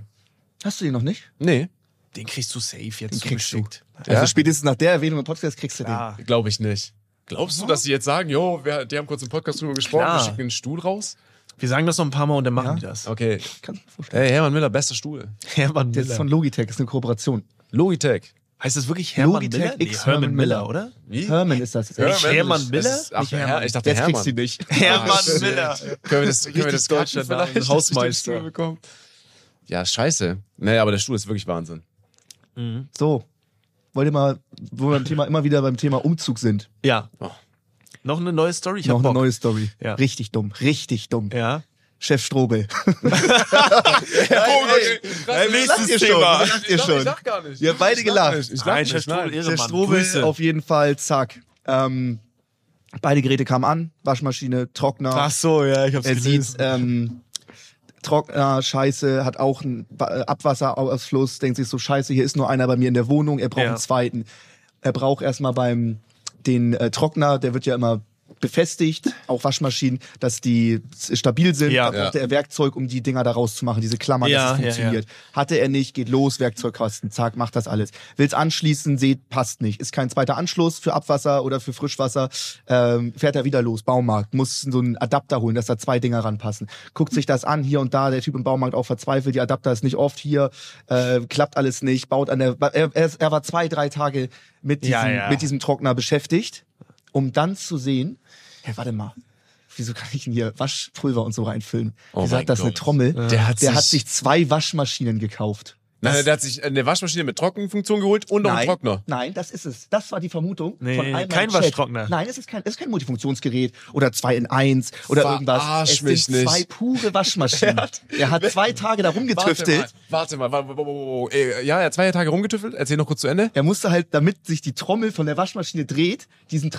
Speaker 2: Hast du den noch nicht?
Speaker 3: Nee,
Speaker 1: den kriegst du safe jetzt
Speaker 2: Den kriegst du.
Speaker 1: zugeschickt.
Speaker 3: Ja?
Speaker 2: Also spätestens nach der Erwähnung im Podcast kriegst du
Speaker 1: Klar.
Speaker 3: glaube ich nicht. Glaubst du, dass sie jetzt sagen, jo, wir, die haben kurz im Podcast drüber gesprochen,
Speaker 1: Klar.
Speaker 3: wir schicken den Stuhl raus?
Speaker 1: Wir sagen das noch ein paar Mal und dann machen
Speaker 2: Ja.
Speaker 1: die das.
Speaker 3: Okay.
Speaker 2: den. Kannst du mir vorstellen.
Speaker 3: Hey, Hermann Miller, bester Stuhl.
Speaker 1: Hermann
Speaker 2: Der ist von Logitech, ist eine Kooperation.
Speaker 3: Logitech.
Speaker 1: heißt das wirklich Hermann
Speaker 2: Logitech
Speaker 1: Miller?
Speaker 2: X
Speaker 1: Herman
Speaker 2: Herman
Speaker 1: Miller,
Speaker 2: Miller.
Speaker 1: oder?
Speaker 3: Wie?
Speaker 2: Herman ist das.
Speaker 3: Hermann?
Speaker 1: Hermann
Speaker 3: Es
Speaker 1: Miller?
Speaker 3: Ist, ach,
Speaker 1: Nicht Hermann.
Speaker 3: Herr, ich dachte
Speaker 2: Jetzt
Speaker 3: Hermann.
Speaker 2: kriegst du ihn nicht.
Speaker 3: Ah, shit.
Speaker 1: Miller.
Speaker 3: Können wir das, können wir das
Speaker 2: Richtig deutscher
Speaker 3: quatschen
Speaker 2: Name.
Speaker 3: vielleicht? dass ich den
Speaker 1: Hausmeister.
Speaker 3: Stuhl bekomme? Ja, scheiße. Nee, aber der Stuhl ist wirklich Wahnsinn.
Speaker 2: So. Wollt ihr mal, wo wir beim Thema immer wieder beim Thema Umzug sind,
Speaker 1: Ja.
Speaker 3: Oh.
Speaker 1: Noch eine neue Story? Ich
Speaker 2: noch
Speaker 1: hab
Speaker 2: eine
Speaker 1: Bock.
Speaker 2: neue Story.
Speaker 1: Ja.
Speaker 2: Richtig dumm, richtig dumm.
Speaker 1: Ja.
Speaker 2: Chef Strobel. Oh,
Speaker 1: Ey,
Speaker 2: lacht ihr schon, das lacht ihr schon.
Speaker 3: gar nicht.
Speaker 2: Ihr habt beide gelacht.
Speaker 3: Ich
Speaker 1: Nein,
Speaker 3: lach
Speaker 1: Chef
Speaker 3: nicht,
Speaker 1: Strobel,
Speaker 3: nein.
Speaker 1: Ehrenmann.
Speaker 2: Der Strobel
Speaker 1: Grüße.
Speaker 2: auf jeden Fall, zack. Ähm, beide Geräte kamen an, Waschmaschine, Trockner.
Speaker 1: Ach so, ja, ich hab's
Speaker 2: er sieht
Speaker 1: gelesen.
Speaker 2: ähm, trockener Scheiße, hat auch einen Ba- äh, Abwasserausfluss, denkt sich so, scheiße, hier ist nur einer bei mir in der Wohnung, er braucht
Speaker 1: Ja.
Speaker 2: einen zweiten. Er braucht erstmal beim den äh, Trockner, der wird ja immer befestigt, auch Waschmaschinen, dass die s- stabil sind.
Speaker 1: Ja.
Speaker 2: da braucht er Werkzeug, um die Dinger da rauszumachen, diese Klammern,
Speaker 1: Ja,
Speaker 2: dass es
Speaker 1: ja,
Speaker 2: funktioniert. Hatte er nicht, geht los, Werkzeugkosten, zack, macht das alles. Will's anschließen, seht, passt nicht. Ist kein zweiter Anschluss für Abwasser oder für Frischwasser. Ähm, fährt er wieder los, Baumarkt, muss so einen Adapter holen, dass da zwei Dinger ranpassen. Guckt sich das an, hier und da, der Typ im Baumarkt auch verzweifelt, die Adapter ist nicht oft hier, äh, klappt alles nicht, baut an der, er, er er war zwei, drei Tage mit diesem,
Speaker 1: Ja, ja.
Speaker 2: Mit diesem Trockner beschäftigt, um dann zu sehen, hey, warte mal, wieso kann ich denn hier Waschpulver und so reinfüllen?
Speaker 3: Oh
Speaker 2: Wieso
Speaker 3: mein
Speaker 2: hat das eine
Speaker 3: Gott.
Speaker 2: Trommel?
Speaker 3: Der hat
Speaker 2: der
Speaker 3: sich-
Speaker 2: hat sich zwei Waschmaschinen gekauft.
Speaker 3: Nein, der hat sich eine Waschmaschine mit Trockenfunktion geholt und noch einen Trockner.
Speaker 2: Nein, das ist es. Das war die Vermutung
Speaker 1: Nee,
Speaker 2: von einmal
Speaker 1: kein
Speaker 2: Chat.
Speaker 1: Waschtrockner.
Speaker 2: Nein, es ist kein, es ist kein Multifunktionsgerät oder zwei in eins oder
Speaker 3: Verarsch
Speaker 2: irgendwas. Es
Speaker 3: mich
Speaker 2: sind
Speaker 3: nicht.
Speaker 2: zwei pure Waschmaschinen. er hat zwei Tage da rumgetüftelt.
Speaker 3: Warte mal, warte mal. wa- wa- wa- wa- wa- Ja, er hat zwei Tage rumgetüftelt. Erzähl noch kurz zu Ende.
Speaker 2: Er musste halt, damit sich die Trommel von der Waschmaschine dreht, diesen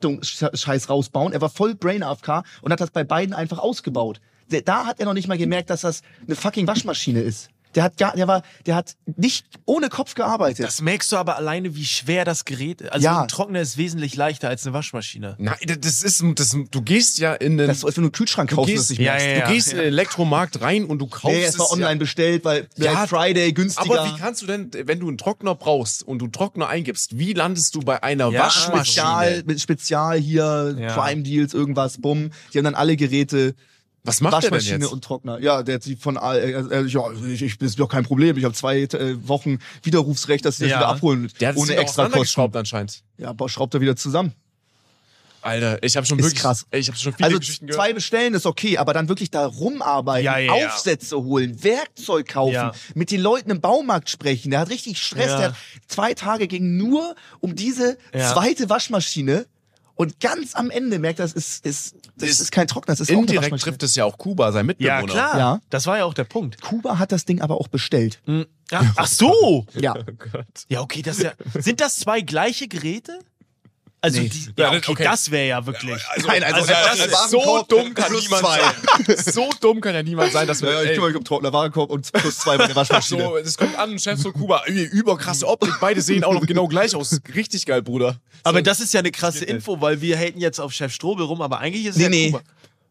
Speaker 2: Transportscheiß rausbauen. Er war voll Brain AFK und hat das bei beiden einfach ausgebaut. Der- Da hat er noch nicht mal gemerkt, dass das eine fucking Waschmaschine ist. Der hat gar, der war, der hat nicht ohne Kopf gearbeitet.
Speaker 1: Das merkst du aber alleine, wie schwer das Gerät ist. Also
Speaker 2: Ja.
Speaker 1: ein Trockner ist wesentlich leichter als eine Waschmaschine.
Speaker 3: Nein, das ist, das, du gehst ja in den,
Speaker 2: das ist so, als wenn du einen Kühlschrank kaufst. und das nicht
Speaker 1: ja,
Speaker 2: merkst.
Speaker 1: ja,
Speaker 3: du gehst in den Elektromarkt rein und du kaufst
Speaker 2: Nee,
Speaker 3: es
Speaker 2: es war online
Speaker 3: ja.
Speaker 2: bestellt, weil Black
Speaker 3: Ja,
Speaker 2: Friday günstiger.
Speaker 3: Aber wie kannst du denn, wenn du einen Trockner brauchst und du Trockner eingibst, wie landest du bei einer
Speaker 1: Ja,
Speaker 2: Spezial,
Speaker 3: Waschmaschine?
Speaker 2: mit Spezial hier,
Speaker 1: Ja.
Speaker 2: Prime Deals, irgendwas, bumm. Die haben dann alle Geräte,
Speaker 3: Was macht er denn
Speaker 2: Waschmaschine
Speaker 3: jetzt?
Speaker 2: und Trockner. Ja, der hat sie von, all- äh, äh, ja, ich, ich ist doch kein Problem. Ich habe zwei äh, Wochen Widerrufsrecht, dass sie das
Speaker 1: Ja.
Speaker 2: wieder abholen.
Speaker 3: Der hat es
Speaker 2: ohne
Speaker 3: wieder
Speaker 2: extra Kosten.
Speaker 3: auseinandergeschraubt anscheinend.
Speaker 2: Ja, boah, schraubt er wieder zusammen.
Speaker 3: Alter, ich habe schon
Speaker 2: Ist
Speaker 3: wirklich,
Speaker 2: krass.
Speaker 3: ich habe schon viele
Speaker 2: Also
Speaker 3: Geschichten gehört.
Speaker 2: zwei bestellen ist okay, aber dann wirklich da rumarbeiten,
Speaker 1: Ja, ja, ja.
Speaker 2: Aufsätze holen, Werkzeug kaufen,
Speaker 1: Ja.
Speaker 2: mit den Leuten im Baumarkt sprechen. Der hat richtig Stress.
Speaker 1: Ja.
Speaker 2: Der hat zwei Tage ging nur um diese
Speaker 1: Ja.
Speaker 2: zweite Waschmaschine. Und ganz am Ende merkt er, das ist, ist, das ist,
Speaker 3: Ist
Speaker 2: kein Trockner, das ist auch eine
Speaker 3: Indirekt
Speaker 2: Waschmaschine.
Speaker 3: trifft es ja auch Kuba, sein Mitbewohner.
Speaker 1: Ja, klar.
Speaker 2: Ja. Mhm.
Speaker 1: Das war ja auch der Punkt.
Speaker 2: Kuba hat das Ding aber auch bestellt.
Speaker 1: Hm. Ja, ach so.
Speaker 2: Ja.
Speaker 3: Oh Gott.
Speaker 1: Ja, okay, das ist ja. Sind das zwei gleiche Geräte? Also,
Speaker 2: Nee.
Speaker 1: die, ja,
Speaker 3: Ja,
Speaker 1: okay,
Speaker 3: okay.
Speaker 1: das wäre ja wirklich.
Speaker 3: Nein, also,
Speaker 1: Also das
Speaker 3: das
Speaker 1: ist
Speaker 3: ist so
Speaker 2: Warenkorb
Speaker 3: dumm kann
Speaker 2: plus
Speaker 3: niemand
Speaker 2: zwei.
Speaker 3: sein. So dumm kann ja niemand sein, dass wir.
Speaker 2: Ja, ja, ich
Speaker 3: ey,
Speaker 2: kümmere mich um Trockner, Warenkorb und plus zwei bei der Waschmaschine.
Speaker 3: so, es kommt an, Chef so Kuba, ey, überkrasse Optik, beide sehen auch noch genau gleich aus. Richtig geil, Bruder.
Speaker 1: Aber
Speaker 3: so,
Speaker 1: das ist ja eine krasse
Speaker 3: geht nicht.
Speaker 1: Info, weil wir haten jetzt auf Chef Strobel rum, aber eigentlich ist es
Speaker 2: Nee,
Speaker 1: ja
Speaker 2: nee.
Speaker 1: Kuba.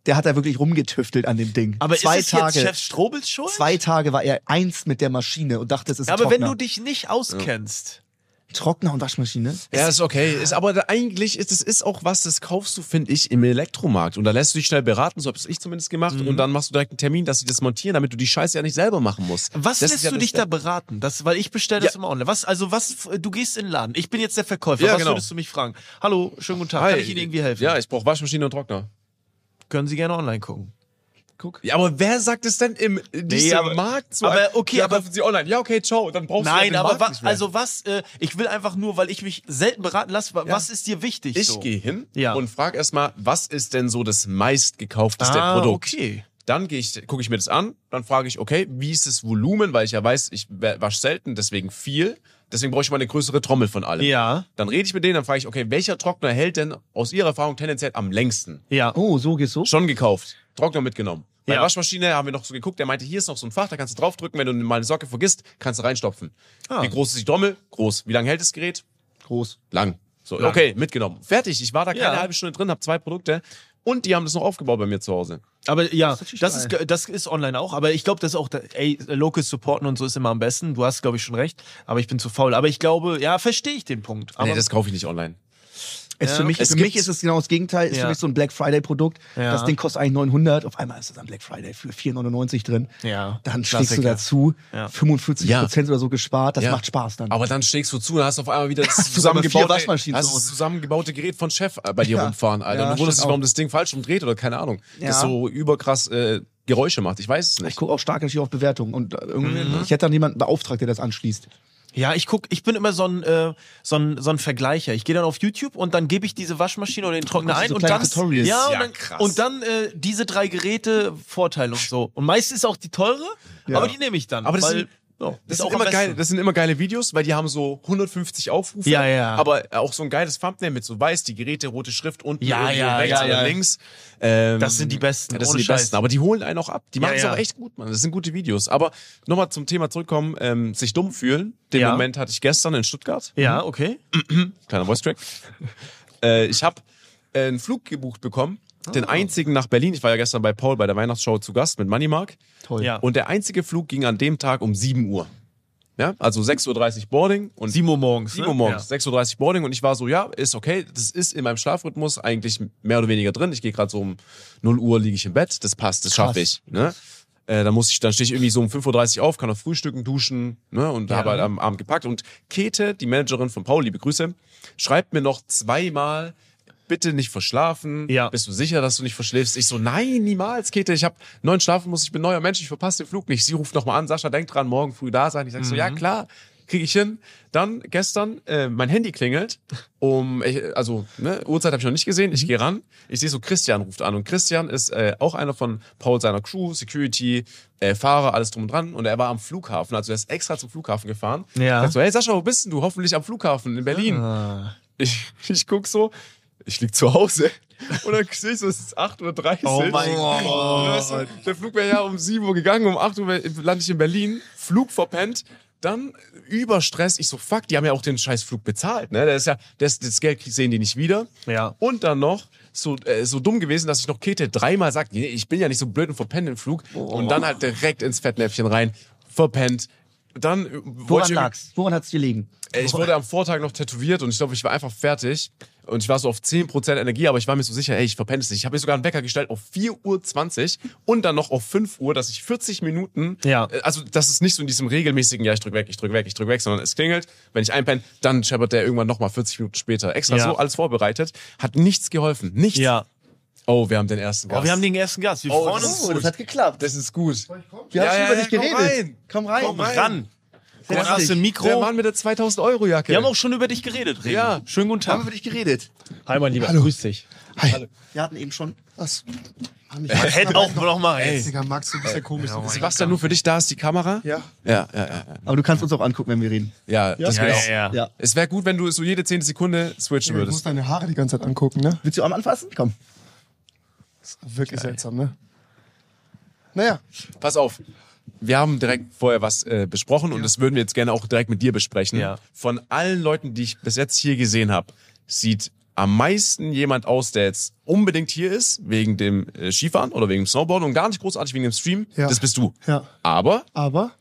Speaker 2: Der hat da wirklich rumgetüftelt an dem Ding.
Speaker 1: Aber
Speaker 2: zwei
Speaker 1: ist es
Speaker 2: Tage,
Speaker 1: jetzt Chef Strobels Schuld?
Speaker 2: zwei Tage war er eins mit der Maschine und dachte, es ist
Speaker 1: Ja,
Speaker 2: ein
Speaker 1: aber wenn
Speaker 2: Trockner.
Speaker 1: du dich nicht auskennst.
Speaker 2: Trockner und Waschmaschine?
Speaker 3: Ja, ist okay. Ist, aber da eigentlich ist es ist auch was, das kaufst du, finde ich, im Elektromarkt. Und da lässt du dich schnell beraten, so habe ich zumindest gemacht. Und dann machst du direkt einen Termin, dass sie das montieren, damit du die Scheiße ja nicht selber machen musst.
Speaker 1: Was
Speaker 3: das ist
Speaker 1: lässt
Speaker 3: ja
Speaker 1: du
Speaker 3: das-
Speaker 1: dich da beraten? Das, weil ich bestelle das immer online. Was, also was, du gehst in den Laden. Ich bin jetzt der Verkäufer.
Speaker 3: Ja,
Speaker 1: was
Speaker 3: genau.
Speaker 1: würdest du mich fragen? Hallo, schönen guten Tag.
Speaker 3: Hi,
Speaker 1: Kann ich Ihnen irgendwie helfen?
Speaker 3: Ja, ich brauche Waschmaschine und Trockner.
Speaker 1: Können Sie gerne online gucken.
Speaker 2: Guck.
Speaker 3: Ja, aber wer sagt es denn im diesem
Speaker 1: aber-
Speaker 3: Markt zu?
Speaker 1: aber
Speaker 3: einem-
Speaker 1: okay,
Speaker 3: ja,
Speaker 1: aber-
Speaker 3: kaufen sie online. Ja, okay, ciao. Dann brauchst du ja
Speaker 1: Nein,
Speaker 3: den
Speaker 1: aber
Speaker 3: Markt
Speaker 1: wa
Speaker 3: nicht mehr.
Speaker 1: also was, äh, ich will einfach nur, weil ich mich selten beraten lasse, wa- was ist dir wichtig?
Speaker 3: ich
Speaker 1: so?
Speaker 3: gehe hin
Speaker 1: Ja.
Speaker 3: und frage erstmal, was ist denn so das meistgekaufteste
Speaker 1: Ah,
Speaker 3: Produkt?
Speaker 1: okay.
Speaker 3: Dann gehe ich, gucke ich mir das an, dann frage ich, okay, wie ist das Volumen, weil ich ja weiß, ich wa- wasche selten, deswegen viel. Deswegen brauche ich mal eine größere Trommel von allem.
Speaker 1: Ja,
Speaker 3: Dann rede ich mit denen, dann frage ich, okay, welcher Trockner hält denn aus Ihrer Erfahrung tendenziell am längsten?
Speaker 1: ja.
Speaker 2: Oh, so geht's so?
Speaker 3: Schon gekauft. Trockner mitgenommen. Bei
Speaker 1: Ja.
Speaker 3: der Waschmaschine haben wir noch so geguckt, der meinte, hier ist noch so ein Fach, da kannst du draufdrücken, wenn du mal eine Socke vergisst, kannst du reinstopfen.
Speaker 1: Ah.
Speaker 3: Wie groß ist die Trommel? Groß. Wie lange hält das Gerät?
Speaker 2: Groß.
Speaker 3: Lang. So,
Speaker 1: Lang.
Speaker 3: okay, mitgenommen. Fertig. Ich war da keine
Speaker 1: Ja.
Speaker 3: halbe Stunde drin, habe zwei Produkte und die haben das noch aufgebaut bei mir zu Hause.
Speaker 1: Aber ja,
Speaker 2: Das ist natürlich
Speaker 1: das ist, ge- das ist online auch, aber ich glaube, das ist auch, da- ey, Local supporten und so ist immer am besten. Du hast, glaube ich, schon recht, aber ich bin zu faul. Aber ich glaube, ja, verstehe ich den Punkt. Aber
Speaker 3: nee, das kaufe ich nicht online.
Speaker 2: Es
Speaker 1: Ja,
Speaker 2: für mich,
Speaker 3: es
Speaker 2: für
Speaker 3: gibt-
Speaker 2: mich ist es genau das Gegenteil. Ist
Speaker 1: Ja.
Speaker 2: für mich so ein Black Friday Produkt.
Speaker 1: Ja.
Speaker 2: Das Ding kostet eigentlich 900. Auf einmal ist es am Black Friday für 4,99 drin.
Speaker 1: Ja,
Speaker 2: Dann schlägst
Speaker 1: Klassiker.
Speaker 2: du dazu.
Speaker 1: Ja.
Speaker 2: 45
Speaker 3: Ja.
Speaker 2: Prozent oder so gespart. Das
Speaker 3: Ja.
Speaker 2: macht Spaß dann.
Speaker 3: Aber dann schlägst du zu und hast auf einmal wieder das
Speaker 2: auf einmal vier
Speaker 3: zusammengebaute,
Speaker 2: Waschmaschinen
Speaker 3: hast
Speaker 2: zu
Speaker 3: das
Speaker 2: Hause.
Speaker 3: zusammengebaute Gerät von Chef äh, bei dir
Speaker 2: Ja.
Speaker 3: rumfahren, Alter.
Speaker 2: Ja,
Speaker 3: und du wunderst
Speaker 2: stimmt
Speaker 3: dich, warum
Speaker 2: auch.
Speaker 3: das Ding falsch umdreht oder keine Ahnung.
Speaker 2: Ja.
Speaker 3: Das so überkrass äh, Geräusche macht. Ich weiß es nicht.
Speaker 2: ich gucke auch stark natürlich auf Bewertungen. Und äh, irgendwie, ich hätte dann jemanden beauftragt, der das anschließt.
Speaker 1: Ja, ich guck, ich bin immer so ein, äh, so ein, so ein Vergleicher. Ich gehe dann auf YouTube und dann gebe ich diese Waschmaschine oder den Trockner
Speaker 2: guckst
Speaker 1: ein
Speaker 2: so
Speaker 1: und
Speaker 2: kleine
Speaker 1: dann,
Speaker 2: Tutorials.
Speaker 1: ja,
Speaker 3: Ja,
Speaker 1: und dann,
Speaker 3: krass.
Speaker 1: und dann äh, diese drei Geräte Vorteile und so. Und meist ist auch die teure, aber die nehme ich dann.
Speaker 3: Aber das
Speaker 1: weil,
Speaker 3: sind
Speaker 1: Ja,
Speaker 3: Das
Speaker 1: ist
Speaker 3: sind,
Speaker 1: auch
Speaker 3: immer
Speaker 1: am
Speaker 3: geile,
Speaker 1: besten.
Speaker 3: das sind immer geile Videos, weil die haben so 150 Aufrufe.
Speaker 1: Ja, ja.
Speaker 3: Aber auch so ein geiles Thumbnail mit so weiß, die Geräte, rote Schrift unten,
Speaker 1: Ja,
Speaker 3: irgendwo
Speaker 1: ja,
Speaker 3: rechts
Speaker 1: ja,
Speaker 3: oder
Speaker 1: ja.
Speaker 3: links. Ähm,
Speaker 1: Das sind die besten,
Speaker 3: ja, Das
Speaker 1: ohne
Speaker 3: sind die
Speaker 1: Scheiß.
Speaker 3: besten. Aber die holen einen auch ab. Die machen es
Speaker 1: ja.
Speaker 3: auch echt gut, Mann. Das sind gute Videos. Aber nochmal zum Thema zurückkommen, ähm, sich dumm fühlen. Den
Speaker 1: Ja.
Speaker 3: Moment hatte ich gestern in Stuttgart.
Speaker 1: Ja, okay.
Speaker 3: Kleiner Voice Track. äh, ich habe äh, einen Flug gebucht bekommen. Den
Speaker 1: Ah.
Speaker 3: einzigen nach Berlin. Ich war ja gestern bei Paul bei der Weihnachtsshow zu Gast mit Moneymark.
Speaker 2: Toll.
Speaker 1: Ja.
Speaker 3: Und der einzige Flug ging an dem Tag um 7 Uhr. Ja, also 6.30 Uhr Boarding und
Speaker 1: 7 Uhr morgens. ne?
Speaker 3: 7 Uhr morgens, 6.30 Uhr Boarding und ich war so, ja, ist okay, das ist in meinem Schlafrhythmus eigentlich mehr oder weniger drin. Ich gehe gerade so um 0 Uhr liege ich im Bett, das passt, das schaffe ich. Ne? Äh, dann muss ich, dann stehe ich irgendwie so um 5.30 Uhr auf, kann noch frühstücken, duschen ne? und habe halt am Abend gepackt. Und Kete, die Managerin von Paul, liebe Grüße, schreibt mir noch zweimal, bitte nicht verschlafen.
Speaker 1: Ja.
Speaker 3: Bist du sicher, dass du nicht verschläfst? Ich so, nein, niemals, Kete, ich habe neuen Schlafrhythmus, ich bin neuer Mensch, ich verpasse den Flug nicht. Sie ruft nochmal an, Sascha, denk dran, morgen früh da sein. Ich sag so, ja klar, kriege ich hin. Dann gestern, äh, mein Handy klingelt. Um, ich, also, ne, Uhrzeit habe ich noch nicht gesehen. Ich gehe ran. Ich sehe so, Christian ruft an. Und Christian ist äh, auch einer von Paul seiner Crew, Security, äh, Fahrer, alles drum und dran. Und er war am Flughafen, also er ist extra zum Flughafen gefahren.
Speaker 1: Ja.
Speaker 3: Sagt so, hey Sascha, wo bist denn du? Hoffentlich am Flughafen in Berlin. Ich, ich guck so, ich lieg zu Hause. Und dann sehe ich so, es ist 8.30 Uhr.
Speaker 1: Oh mein
Speaker 3: Und weißt du, Der Flug wäre ja um 7 Uhr gegangen, um 8 Uhr wär- lande ich in Berlin, Flug verpennt, dann Überstress. Ich so, fuck, die haben ja auch den scheiß Flug bezahlt. Ne? Der ist ja, das, das Geld sehen die nicht wieder.
Speaker 1: Ja.
Speaker 3: Und dann noch so, äh, so dumm gewesen, dass ich noch Kete dreimal sagt, nee, ich bin ja nicht so blöd und verpennt den Flug. Und dann halt direkt ins Fettnäpfchen rein, verpennt. Dann äh, wollte
Speaker 2: Woran
Speaker 3: ich irgendwie-
Speaker 2: lag's? Woran hat's gelegen?
Speaker 3: Ey, Ich wurde am Vortag noch tätowiert und ich glaube, ich war einfach fertig. Und ich war so auf 10% Energie, aber ich war mir so sicher, ey, ich verpenne es nicht. Ich habe mir sogar einen Wecker gestellt auf 4.20 Uhr und dann noch auf 5 Uhr, dass ich 40 Minuten,
Speaker 1: Ja.
Speaker 3: äh, also das ist nicht so in diesem regelmäßigen, ja, ich drück weg, ich drück weg, ich drück weg, sondern es klingelt. Wenn ich einpenne, dann scheppert der irgendwann nochmal 40 Minuten später. Extra
Speaker 1: Ja.
Speaker 3: so alles vorbereitet. Hat nichts geholfen. Nichts.
Speaker 1: Ja.
Speaker 3: Oh, wir haben den ersten Gast.
Speaker 1: Oh, wir haben den ersten Gast. Wir
Speaker 3: Oh,
Speaker 1: freuen
Speaker 3: das
Speaker 1: uns.
Speaker 3: ist gut.
Speaker 2: geklappt.
Speaker 3: das ist gut.
Speaker 2: Wir
Speaker 3: Ja,
Speaker 2: haben
Speaker 3: ja,
Speaker 2: schon über
Speaker 3: ja,
Speaker 2: dich
Speaker 3: komm
Speaker 2: geredet.
Speaker 3: rein.
Speaker 2: Komm rein.
Speaker 1: Komm ran. Komm
Speaker 2: Setz
Speaker 1: ran, hast
Speaker 2: dich.
Speaker 1: du ein
Speaker 3: Der
Speaker 1: Mikro.
Speaker 3: Mann mit der 2000-Euro-Jacke.
Speaker 1: Wir haben auch schon über dich geredet, Regen.
Speaker 3: Ja.
Speaker 1: Schönen guten
Speaker 2: Wir haben
Speaker 1: Tag.
Speaker 2: über dich geredet.
Speaker 1: Hi, mein Lieber. Hallo. Grüß dich.
Speaker 2: Wir hatten eben schon was.
Speaker 1: Hätte auch noch mal. Ey.
Speaker 5: Digga, Max, du bist ja komisch. du bist
Speaker 3: Sebastian, nur für dich da ist die Kamera.
Speaker 5: Ja.
Speaker 3: Ja, ja, ja.
Speaker 2: Aber du kannst uns auch angucken, wenn wir reden.
Speaker 3: Ja, das
Speaker 1: Ja,
Speaker 3: wäre
Speaker 1: ja, ja.
Speaker 2: Ja.
Speaker 3: Es wäre gut, wenn du so jede zehnte Sekunde switchen
Speaker 5: ja, du
Speaker 3: würdest.
Speaker 5: musst deine Haare die ganze Zeit angucken, ne?
Speaker 2: Willst du am anfassen? Komm.
Speaker 5: Das ist wirklich seltsam, ne? Naja,
Speaker 3: Pass auf. Wir haben direkt vorher was äh, besprochen und das würden wir jetzt gerne auch direkt mit dir besprechen.
Speaker 1: Ja.
Speaker 3: Von allen Leuten, die ich bis jetzt hier gesehen habe, sieht am meisten jemand aus, der jetzt unbedingt hier ist, wegen dem äh, Skifahren oder wegen dem Snowboarden und gar nicht großartig wegen dem Stream.
Speaker 5: Ja.
Speaker 3: Das bist du.
Speaker 5: Ja.
Speaker 3: Aber
Speaker 5: aber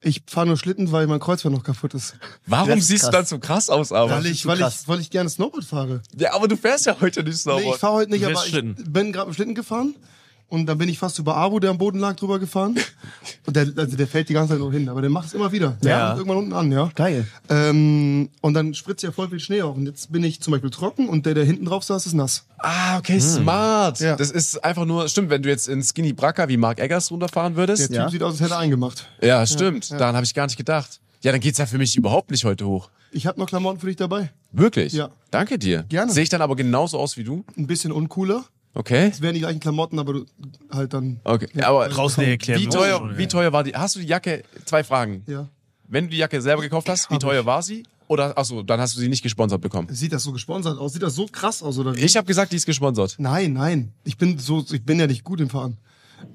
Speaker 5: ich fahre nur Schlitten, weil mein Kreuzband noch kaputt ist.
Speaker 3: warum
Speaker 2: Das ist
Speaker 3: siehst
Speaker 2: krass.
Speaker 3: du dann so krass aus? Aber?
Speaker 5: Weil ich,
Speaker 2: so
Speaker 5: weil,
Speaker 2: krass.
Speaker 5: ich, weil ich gerne Snowboard fahre.
Speaker 3: Ja, aber du fährst ja heute nicht
Speaker 5: Nee, ich
Speaker 3: Snowboard.
Speaker 5: fahre heute nicht,
Speaker 1: Du fährst
Speaker 5: aber ich
Speaker 1: Schlitten.
Speaker 5: bin gerade mit Schlitten gefahren. Und dann bin ich fast über Abo, der am Boden lag, drüber gefahren. Und der, also der fällt die ganze Zeit nur hin, aber der macht es immer wieder. Der
Speaker 1: Ja.
Speaker 5: kommt irgendwann unten an, ja.
Speaker 2: Geil.
Speaker 5: Ähm, und dann spritzt ja voll viel Schnee auf. Und jetzt bin ich zum Beispiel trocken und der, der hinten drauf saß, ist nass.
Speaker 3: ah, okay, smart.
Speaker 5: Ja.
Speaker 3: Das ist einfach nur, stimmt, wenn du jetzt in Skinny Bracker wie Mark Eggers runterfahren würdest.
Speaker 5: Der Typ
Speaker 2: Ja.
Speaker 5: sieht aus, als hätte er eingemacht.
Speaker 3: Ja, stimmt. Daran habe ich gar nicht gedacht. Ja, dann geht's ja für mich überhaupt nicht heute hoch.
Speaker 5: Ich habe noch Klamotten für dich dabei.
Speaker 3: Wirklich?
Speaker 5: Ja.
Speaker 3: Danke dir.
Speaker 5: Gerne.
Speaker 3: Sehe ich dann aber genauso aus wie du?
Speaker 5: Ein bisschen uncooler.
Speaker 3: Okay.
Speaker 5: Es wären die gleichen Klamotten, aber du, halt dann.
Speaker 3: Okay. aber
Speaker 1: Draußen erklären.
Speaker 3: wie
Speaker 1: wir uns schon,
Speaker 3: teuer,
Speaker 1: ey.
Speaker 3: wie teuer war die? Hast du die Jacke? Zwei Fragen.
Speaker 5: Ja.
Speaker 3: Wenn du die Jacke selber gekauft hast, wie
Speaker 5: Hab
Speaker 3: teuer war sie? Oder achso, dann hast du sie nicht gesponsert bekommen.
Speaker 5: Sieht das so gesponsert aus? Sieht das so krass aus, oder wie?
Speaker 3: Ich habe gesagt, die ist gesponsert.
Speaker 5: Nein, nein. Ich bin so, ich bin ja nicht gut im Fahren.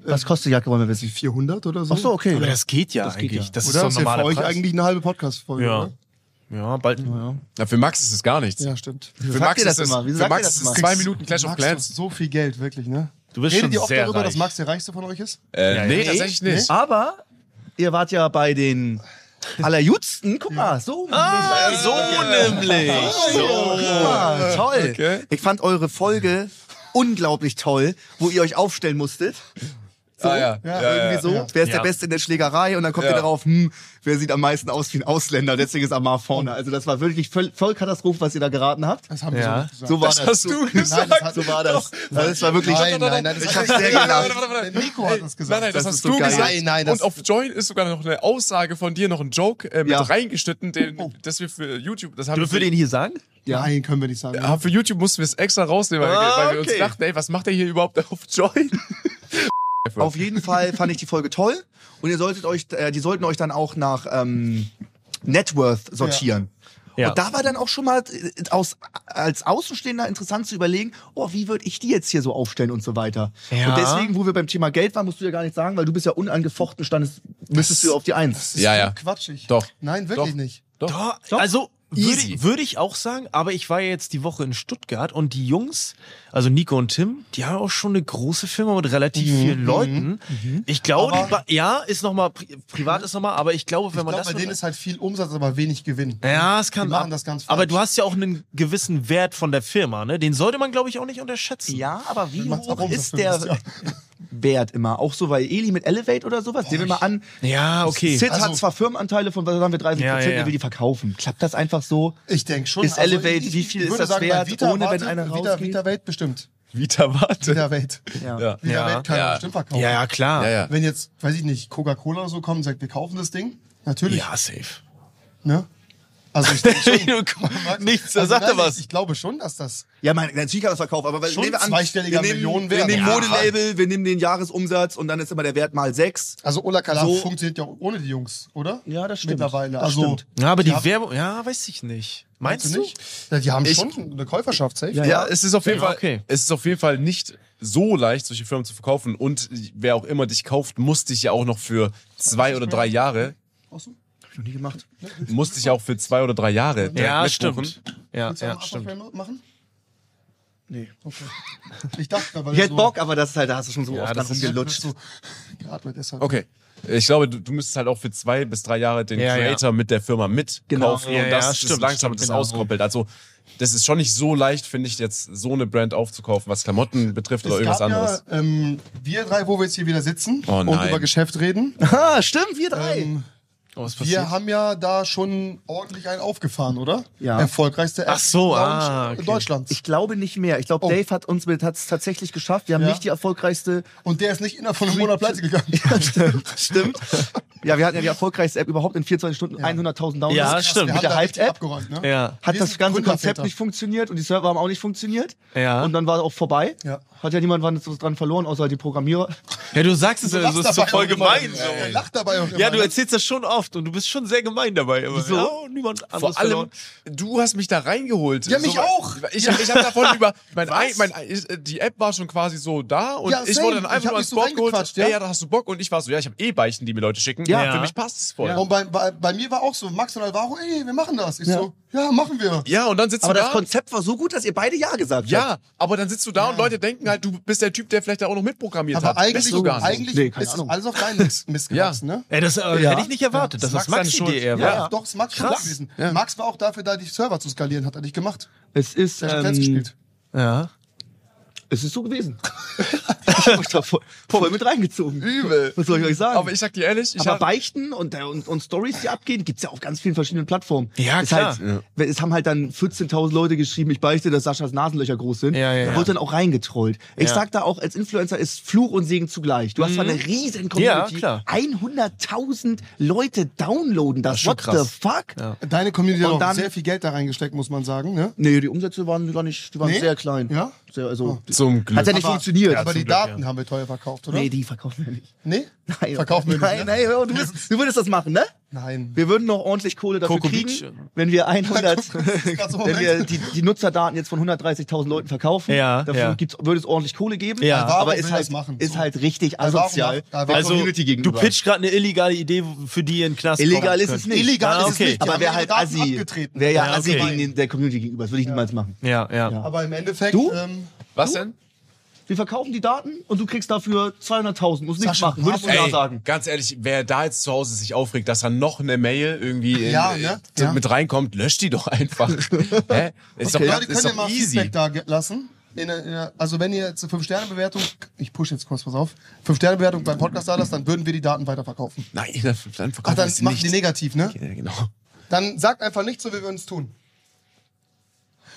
Speaker 2: Was kostet die Jacke, wollen wir wissen?
Speaker 5: 400 oder so?
Speaker 2: Ach so, okay.
Speaker 1: Aber das geht ja
Speaker 2: Das geht
Speaker 1: eigentlich.
Speaker 2: ja.
Speaker 1: Das ist
Speaker 5: Oder?
Speaker 1: doch
Speaker 5: Das
Speaker 1: ein
Speaker 5: ist ja für
Speaker 1: normaler
Speaker 5: euch
Speaker 1: Preis.
Speaker 5: eigentlich eine halbe Podcast-Folge,
Speaker 1: Ja.
Speaker 5: oder?
Speaker 1: Ja, bald. Ja.
Speaker 3: Ja, für Max ist es gar nichts.
Speaker 5: Ja, stimmt.
Speaker 3: Für
Speaker 2: sagt
Speaker 3: Max
Speaker 2: ihr das
Speaker 3: ist es,
Speaker 2: immer? Wieso
Speaker 3: für
Speaker 2: sagt ihr
Speaker 3: Max
Speaker 2: das
Speaker 3: ist es
Speaker 2: immer?
Speaker 3: zwei Minuten Clash of
Speaker 5: Max
Speaker 3: Clans.
Speaker 5: kostet so viel Geld, wirklich, ne?
Speaker 1: Du bist
Speaker 5: Redet
Speaker 1: schon
Speaker 5: ihr oft
Speaker 1: sehr
Speaker 5: darüber,
Speaker 1: reich.
Speaker 5: dass Max der reichste von euch ist?
Speaker 3: Äh, nee,
Speaker 1: Nee.
Speaker 3: tatsächlich nicht.
Speaker 2: Aber ihr wart ja bei den allerjüngsten. Guck mal, so.
Speaker 1: Ah, so nämlich.
Speaker 2: Guck mal, toll.
Speaker 3: Okay.
Speaker 2: Ich fand eure Folge unglaublich toll, wo ihr euch aufstellen musstet. So,
Speaker 3: Ah, ja. Ja, ja,
Speaker 2: irgendwie
Speaker 3: ja.
Speaker 2: so. Wer ist
Speaker 1: Ja.
Speaker 2: der Beste in der Schlägerei? Und dann kommt
Speaker 3: Ja.
Speaker 2: ihr darauf, hm, wer sieht am meisten aus wie ein Ausländer? Deswegen ist Amar vorne. Also das war wirklich voll, voll Katastrophe, was ihr da geraten habt.
Speaker 5: Das haben wir
Speaker 1: Ja.
Speaker 5: so nicht gesagt.
Speaker 2: So war das.
Speaker 3: hast du gesagt.
Speaker 2: Nein, das, hat- so war das. Also das war wirklich.
Speaker 5: Nein, nein, nein, das
Speaker 2: ich
Speaker 5: hat-
Speaker 2: hab sehr gelacht.
Speaker 3: Warte, warte, warte.
Speaker 5: Der Nico hat das gesagt.
Speaker 3: Ah, Nein, nein, das,
Speaker 2: Das
Speaker 3: hast
Speaker 2: ist so
Speaker 3: du
Speaker 2: geil.
Speaker 3: gesagt.
Speaker 5: Nein, nein, das-
Speaker 3: und auf Join ist sogar noch eine Aussage von dir, noch ein Joke äh, mit
Speaker 2: Ja.
Speaker 3: reingeschnitten, den, dass wir für YouTube, das haben
Speaker 1: Dürfen wir
Speaker 3: für,
Speaker 1: den hier sagen?
Speaker 5: Nein, können wir nicht sagen.
Speaker 3: haben für YouTube mussten wir es extra rausnehmen, weil, wir-
Speaker 1: Ah,
Speaker 3: weil wir uns
Speaker 1: okay.
Speaker 3: dachten, ey, was macht der hier überhaupt auf Join? wird.
Speaker 2: Auf jeden Fall fand ich die Folge toll und ihr solltet euch, äh, die sollten euch dann auch nach ähm, Net Worth sortieren.
Speaker 1: Ja.
Speaker 2: Und da war dann auch schon mal äh, aus, als Außenstehender interessant zu überlegen, oh, wie würde ich die jetzt hier so aufstellen und so weiter.
Speaker 1: Ja.
Speaker 2: Und deswegen, wo wir beim Thema Geld waren, musst du ja gar nichts sagen, weil du bist ja unangefochten, standest, müsstest du auf die Eins.
Speaker 3: Ja, ja.
Speaker 5: Quatschig.
Speaker 3: Doch.
Speaker 5: Nein, wirklich
Speaker 3: Doch.
Speaker 5: nicht.
Speaker 1: Doch, also würde
Speaker 3: Easy.
Speaker 1: ich- würde ich auch sagen, aber ich war ja jetzt die Woche in Stuttgart und die Jungs, also Nico und Tim, die haben auch schon eine große Firma mit relativ vielen Leuten. Ich glaube, die, ba- ja, ist nochmal, pri privat ist nochmal, aber ich glaube, wenn
Speaker 5: Ich
Speaker 1: man
Speaker 5: glaube,
Speaker 1: das...
Speaker 5: bei denen ist halt viel Umsatz, aber wenig Gewinn.
Speaker 1: ja, es kann
Speaker 5: Die machen das ganz
Speaker 1: Aber
Speaker 5: falsch.
Speaker 1: du hast ja auch einen gewissen Wert von der Firma, ne? Den sollte man, glaube ich, auch nicht unterschätzen.
Speaker 2: Ja, aber wie
Speaker 5: macht's auch
Speaker 2: hoch
Speaker 5: um, das
Speaker 2: ist der
Speaker 5: fünftes Jahr.
Speaker 2: Wert immer? Auch so bei Eli mit Elevate oder sowas? Nehmen wir mal an,
Speaker 1: Ja, okay.
Speaker 2: Sid
Speaker 5: Also-
Speaker 2: hat zwar Firmenanteile von, was sagen wir, 30
Speaker 1: Ja,
Speaker 2: Prozent,
Speaker 1: ja, ja.
Speaker 2: er will die verkaufen. Klappt das einfach so?
Speaker 5: Ich denke schon.
Speaker 2: Ist Elevate, wie viel ist
Speaker 5: würde
Speaker 2: das
Speaker 5: bei
Speaker 2: wert, ohne wenn
Speaker 5: Warte,
Speaker 2: einer
Speaker 5: Vita,
Speaker 2: rausgeht?
Speaker 5: Vita Welt bestimmt.
Speaker 3: Vita warte.
Speaker 5: Vita Welt.
Speaker 2: Ja.
Speaker 3: Ja.
Speaker 5: Vita
Speaker 1: Ja.
Speaker 5: Welt kann
Speaker 3: Ja.
Speaker 5: er bestimmt verkaufen.
Speaker 1: ja, ja, klar.
Speaker 3: Ja, ja.
Speaker 5: Wenn jetzt, weiß ich nicht, Coca-Cola oder so kommt und sagt, wir kaufen das Ding, natürlich.
Speaker 1: Ja, safe.
Speaker 5: Ne? Also ich denke schon.
Speaker 1: Nichts, da
Speaker 5: Also
Speaker 1: sagt er
Speaker 5: ehrlich,
Speaker 1: was.
Speaker 5: Ich glaube schon, dass das.
Speaker 2: Ja, man, natürlich kann das verkaufen, aber weil-
Speaker 5: Schon
Speaker 2: nehmen wir an,
Speaker 5: zweistelliger
Speaker 2: wir nehmen,
Speaker 5: Millionenwert.
Speaker 2: Wir nehmen
Speaker 5: Ja.
Speaker 2: Modelabel, wir nehmen den Jahresumsatz und dann ist immer der Wert mal sechs.
Speaker 5: Also Ola Kalaf
Speaker 2: So-
Speaker 5: funktioniert ja auch ohne die Jungs, oder?
Speaker 2: Ja, das stimmt.
Speaker 5: Mittlerweile.
Speaker 2: Das
Speaker 5: also,
Speaker 2: stimmt.
Speaker 1: Ja, aber die
Speaker 5: Ja.
Speaker 1: Werbung, ja, weiß ich nicht. Meinst,
Speaker 5: Meinst
Speaker 1: du?
Speaker 5: du nicht? Ja, die haben
Speaker 3: Ich-
Speaker 5: schon eine Käuferschaft, safe.
Speaker 2: Ja,
Speaker 3: Ja, es ist auf jeden
Speaker 1: Ja,
Speaker 3: Fall,
Speaker 1: okay.
Speaker 3: es ist auf jeden Fall nicht so leicht, solche Firmen zu verkaufen. Und wer auch immer dich kauft, muss dich ja auch noch für zwei oder drei Jahre,
Speaker 2: Noch nie gemacht.
Speaker 3: muss dich ja auch für zwei oder drei Jahre. direkt
Speaker 1: Ja,
Speaker 3: mitbuchen.
Speaker 1: stimmt. Ja,
Speaker 5: Willst du
Speaker 1: ja,
Speaker 5: noch einen
Speaker 1: stimmt.
Speaker 5: Upper Frame machen?
Speaker 2: Nee.
Speaker 5: Okay. Ich dachte, weil
Speaker 2: Ich
Speaker 5: du
Speaker 2: hätte
Speaker 5: so
Speaker 2: Bock, aber das ist halt, da hast du schon so
Speaker 1: Ja,
Speaker 2: oft dran
Speaker 1: das ist-
Speaker 2: rumgelutscht.
Speaker 5: geatmet ist halt.
Speaker 3: Okay. Ich glaube, du, du müsstest halt auch für zwei bis drei Jahre den
Speaker 1: Ja, ja.
Speaker 3: Creator mit der Firma mitkaufen
Speaker 2: Genau.
Speaker 1: Ja,
Speaker 3: und
Speaker 1: ja,
Speaker 3: das ist
Speaker 1: stimmt,
Speaker 3: langsam
Speaker 1: stimmt,
Speaker 3: das
Speaker 1: genau.
Speaker 3: auskoppelt. Also das ist schon nicht so leicht, finde ich, jetzt so eine Brand aufzukaufen, was Klamotten betrifft oder
Speaker 5: Es
Speaker 3: irgendwas
Speaker 5: gab
Speaker 3: anderes.
Speaker 5: Ja, ähm, wir drei, wo wir jetzt hier wieder sitzen
Speaker 3: Oh
Speaker 5: und
Speaker 3: nein.
Speaker 5: über Geschäft reden,
Speaker 2: Ah, stimmt, wir drei.
Speaker 5: ähm,
Speaker 1: Oh, was passiert?
Speaker 5: wir haben ja da schon ordentlich einen aufgefahren, oder?
Speaker 2: Ja.
Speaker 5: Erfolgreichste
Speaker 1: Ach so,
Speaker 5: App-Launch
Speaker 1: ah, okay.
Speaker 5: Deutschlands.
Speaker 2: Ich glaube nicht mehr. Ich glaube,
Speaker 5: Oh.
Speaker 2: Dave hat uns mit, hat's tatsächlich geschafft. Wir haben
Speaker 5: Ja.
Speaker 2: nicht die erfolgreichste.
Speaker 5: und der ist nicht innerhalb von einem Monat pleite gegangen.
Speaker 2: stimmt, stimmt. Ja, wir hatten ja die erfolgreichste App überhaupt in 24 Stunden 100.000 Downloads.
Speaker 1: Ja,
Speaker 2: Das ist krass.
Speaker 1: stimmt.
Speaker 2: Mit der
Speaker 5: da richtig
Speaker 2: Hyped-App
Speaker 5: abgeräumt, ne?
Speaker 1: Ja.
Speaker 2: hat
Speaker 5: Wir
Speaker 2: das
Speaker 5: sind
Speaker 2: ganze Konzept
Speaker 5: Gründerväter.
Speaker 2: nicht funktioniert und die Server haben auch nicht funktioniert.
Speaker 1: Ja.
Speaker 2: Und dann war es auch vorbei.
Speaker 5: Ja.
Speaker 2: Hat ja niemand was dran verloren, außer halt die Programmierer.
Speaker 1: Ja, du sagst es ja,
Speaker 5: Lacht
Speaker 1: das ist so
Speaker 5: dabei
Speaker 1: voll
Speaker 5: auch immer.
Speaker 1: gemein.
Speaker 5: Ja, Er
Speaker 1: So.
Speaker 5: lacht dabei auch immer. ne?
Speaker 1: Ja, du erzählst das schon oft und du bist schon sehr gemein dabei. Aber
Speaker 2: Wieso?
Speaker 1: Ja, niemand anderes
Speaker 3: Vor allem,
Speaker 1: verloren.
Speaker 3: du hast mich da reingeholt.
Speaker 5: Ja, mich auch.
Speaker 3: Ich, ich habe davon über. Mein, Ei- mein, Ei- ich, äh, die App war schon quasi so da und
Speaker 5: Ja,
Speaker 3: ich
Speaker 5: same.
Speaker 3: wurde dann
Speaker 5: Ich
Speaker 3: einfach
Speaker 5: hab
Speaker 3: nur
Speaker 5: mich
Speaker 3: ans
Speaker 5: so
Speaker 3: Board geholt.
Speaker 5: reingequatscht,
Speaker 3: Ja.
Speaker 5: ja.
Speaker 3: ja, da hast du Bock. Und ich war so, ja, ich habe eh Beichten, die mir Leute schicken.
Speaker 2: Ja.
Speaker 3: Für mich passt es voll.
Speaker 5: Und bei, bei, bei mir war auch so, Max und Alvaro, ey, wir machen das. Ich
Speaker 2: Ja.
Speaker 5: so, ja, machen wir.
Speaker 3: Ja, und dann sitzt
Speaker 2: Aber
Speaker 3: du
Speaker 2: das
Speaker 3: da.
Speaker 2: Konzept war so gut, dass ihr beide Ja gesagt habt.
Speaker 3: ja, aber dann sitzt du da und Leute denken halt, du bist der Typ, der vielleicht da auch noch mitprogrammiert
Speaker 5: Aber
Speaker 3: hat.
Speaker 5: eigentlich,
Speaker 3: bist du gar nicht.
Speaker 5: eigentlich
Speaker 2: Nee, keine
Speaker 5: ist
Speaker 2: Ahnung.
Speaker 5: alles auf deinen Mist, Mist gewachsen, ne?
Speaker 1: Ey, das äh,
Speaker 2: Ja.
Speaker 1: hätte ich nicht erwartet, dass das
Speaker 3: Max seine
Speaker 1: Maxi
Speaker 3: Schuld.
Speaker 1: dir eher
Speaker 5: Ja,
Speaker 1: war.
Speaker 5: doch, es ist Max Krass. gewesen. Max war auch dafür da, die Server zu skalieren, hat er nicht gemacht.
Speaker 2: Es ist,
Speaker 5: Der hat Plants
Speaker 2: ähm,
Speaker 5: gespielt.
Speaker 1: Ja.
Speaker 2: es ist so gewesen. ich hab euch da voll, voll mit reingezogen.
Speaker 3: Übel.
Speaker 2: Was soll ich euch sagen?
Speaker 3: Aber ich sag dir ehrlich, ich
Speaker 2: Aber
Speaker 3: hab-
Speaker 2: Beichten und, äh, und, und Stories, die abgehen, gibt's ja auf ganz vielen verschiedenen Plattformen.
Speaker 1: Ja,
Speaker 2: Es
Speaker 1: klar.
Speaker 2: Halt, Es haben halt dann 14.000 Leute geschrieben, ich beichte, dass Saschas Nasenlöcher groß sind.
Speaker 1: Ja, ja,
Speaker 2: da
Speaker 1: ja.
Speaker 2: wird dann auch reingetrollt. Ich
Speaker 1: Ja. Mhm.
Speaker 2: sag da auch, als Influencer ist Fluch und Segen zugleich. Du hast zwar eine riesen Community.
Speaker 1: Ja, klar.
Speaker 2: 100.000 Leute downloaden das.
Speaker 1: schon
Speaker 2: What
Speaker 1: krass.
Speaker 2: the fuck?
Speaker 1: Ja.
Speaker 5: Deine Community hat
Speaker 2: Und
Speaker 5: auch
Speaker 2: dann-
Speaker 5: sehr viel Geld da reingesteckt, muss man sagen, ne?
Speaker 2: Nee, die Umsätze waren gar nicht, die waren
Speaker 5: Nee?
Speaker 2: sehr klein.
Speaker 5: Ja? Oh.
Speaker 2: Sehr, also,
Speaker 3: Zum Glück.
Speaker 2: Hat ja nicht
Speaker 5: Aber-
Speaker 2: funktioniert.
Speaker 5: Aber die
Speaker 1: Glück,
Speaker 5: Daten haben wir teuer verkauft, oder?
Speaker 2: nee,
Speaker 5: Nee?
Speaker 2: die verkaufen wir nicht.
Speaker 5: Nein, verkaufen wir nicht.
Speaker 2: Nein,
Speaker 5: ne?
Speaker 2: nein, hör, du, würdest, du würdest das machen, ne?
Speaker 5: Nein.
Speaker 2: Wir würden noch ordentlich Kohle dafür
Speaker 1: Coco Beach.
Speaker 2: kriegen, wenn wir 100,
Speaker 5: grad so
Speaker 2: wenn wir die, die Nutzerdaten jetzt von 130.000 Leuten verkaufen.
Speaker 1: Ja,
Speaker 2: dafür
Speaker 1: ja.
Speaker 2: Gibt's, würde es ordentlich Kohle geben.
Speaker 1: Ja. Alvaro
Speaker 2: aber
Speaker 5: will
Speaker 2: ist
Speaker 5: das
Speaker 2: halt,
Speaker 5: machen.
Speaker 2: ist
Speaker 5: So.
Speaker 2: halt richtig
Speaker 5: Alvaro
Speaker 2: asozial.
Speaker 5: macht- Alvaro-
Speaker 2: der
Speaker 1: Also,
Speaker 2: Community
Speaker 1: du
Speaker 2: gegenüber.
Speaker 1: pitcht gerade eine illegale Idee, für die ihr in den Knast
Speaker 2: Illegal
Speaker 1: kommen
Speaker 2: ist es
Speaker 1: könnt.
Speaker 2: nicht.
Speaker 5: genau. Illegal
Speaker 1: Ah,
Speaker 5: ist es
Speaker 1: okay.
Speaker 5: nicht. die
Speaker 2: aber
Speaker 5: haben
Speaker 2: wer
Speaker 5: ihre
Speaker 2: halt
Speaker 5: Daten
Speaker 2: Assi,
Speaker 5: abgetreten.
Speaker 2: wer ja,
Speaker 1: Ja,
Speaker 2: Assi
Speaker 1: okay.
Speaker 2: gegen den, der Community gegenüber, das würde ich niemals machen.
Speaker 1: Ja, ja.
Speaker 2: Ja.
Speaker 5: Aber im Endeffekt,
Speaker 2: Du?
Speaker 5: ähm,
Speaker 3: Was denn?
Speaker 2: Wir verkaufen die Daten und du kriegst dafür 200.000, musst nichts
Speaker 5: Sascha,
Speaker 2: machen, würdest du
Speaker 5: Ey.
Speaker 2: ja sagen.
Speaker 3: ganz ehrlich, wer da jetzt zu Hause sich aufregt, dass da noch eine Mail irgendwie in,
Speaker 5: Ja, ne?
Speaker 3: äh,
Speaker 5: Ja.
Speaker 3: mit reinkommt, löscht die doch einfach. Hä? Ist
Speaker 5: okay.
Speaker 3: doch,
Speaker 5: Leute,
Speaker 3: ganz, ist
Speaker 5: könnt ihr
Speaker 3: doch
Speaker 5: mal
Speaker 3: easy.
Speaker 5: Feedback da ge- lassen? In, der- in, der- also wenn ihr zur 5-Sterne-Bewertung, ich push jetzt kurz, pass auf, 5-Sterne-Bewertung beim Podcast da lasst, dann würden wir die Daten weiterverkaufen.
Speaker 3: Nein, dann verkaufen
Speaker 5: Ach, dann
Speaker 3: wir's
Speaker 5: machen
Speaker 3: nicht.
Speaker 5: die negativ, ne?
Speaker 3: Ja, genau.
Speaker 5: Dann sagt einfach nicht so, wie wir uns tun.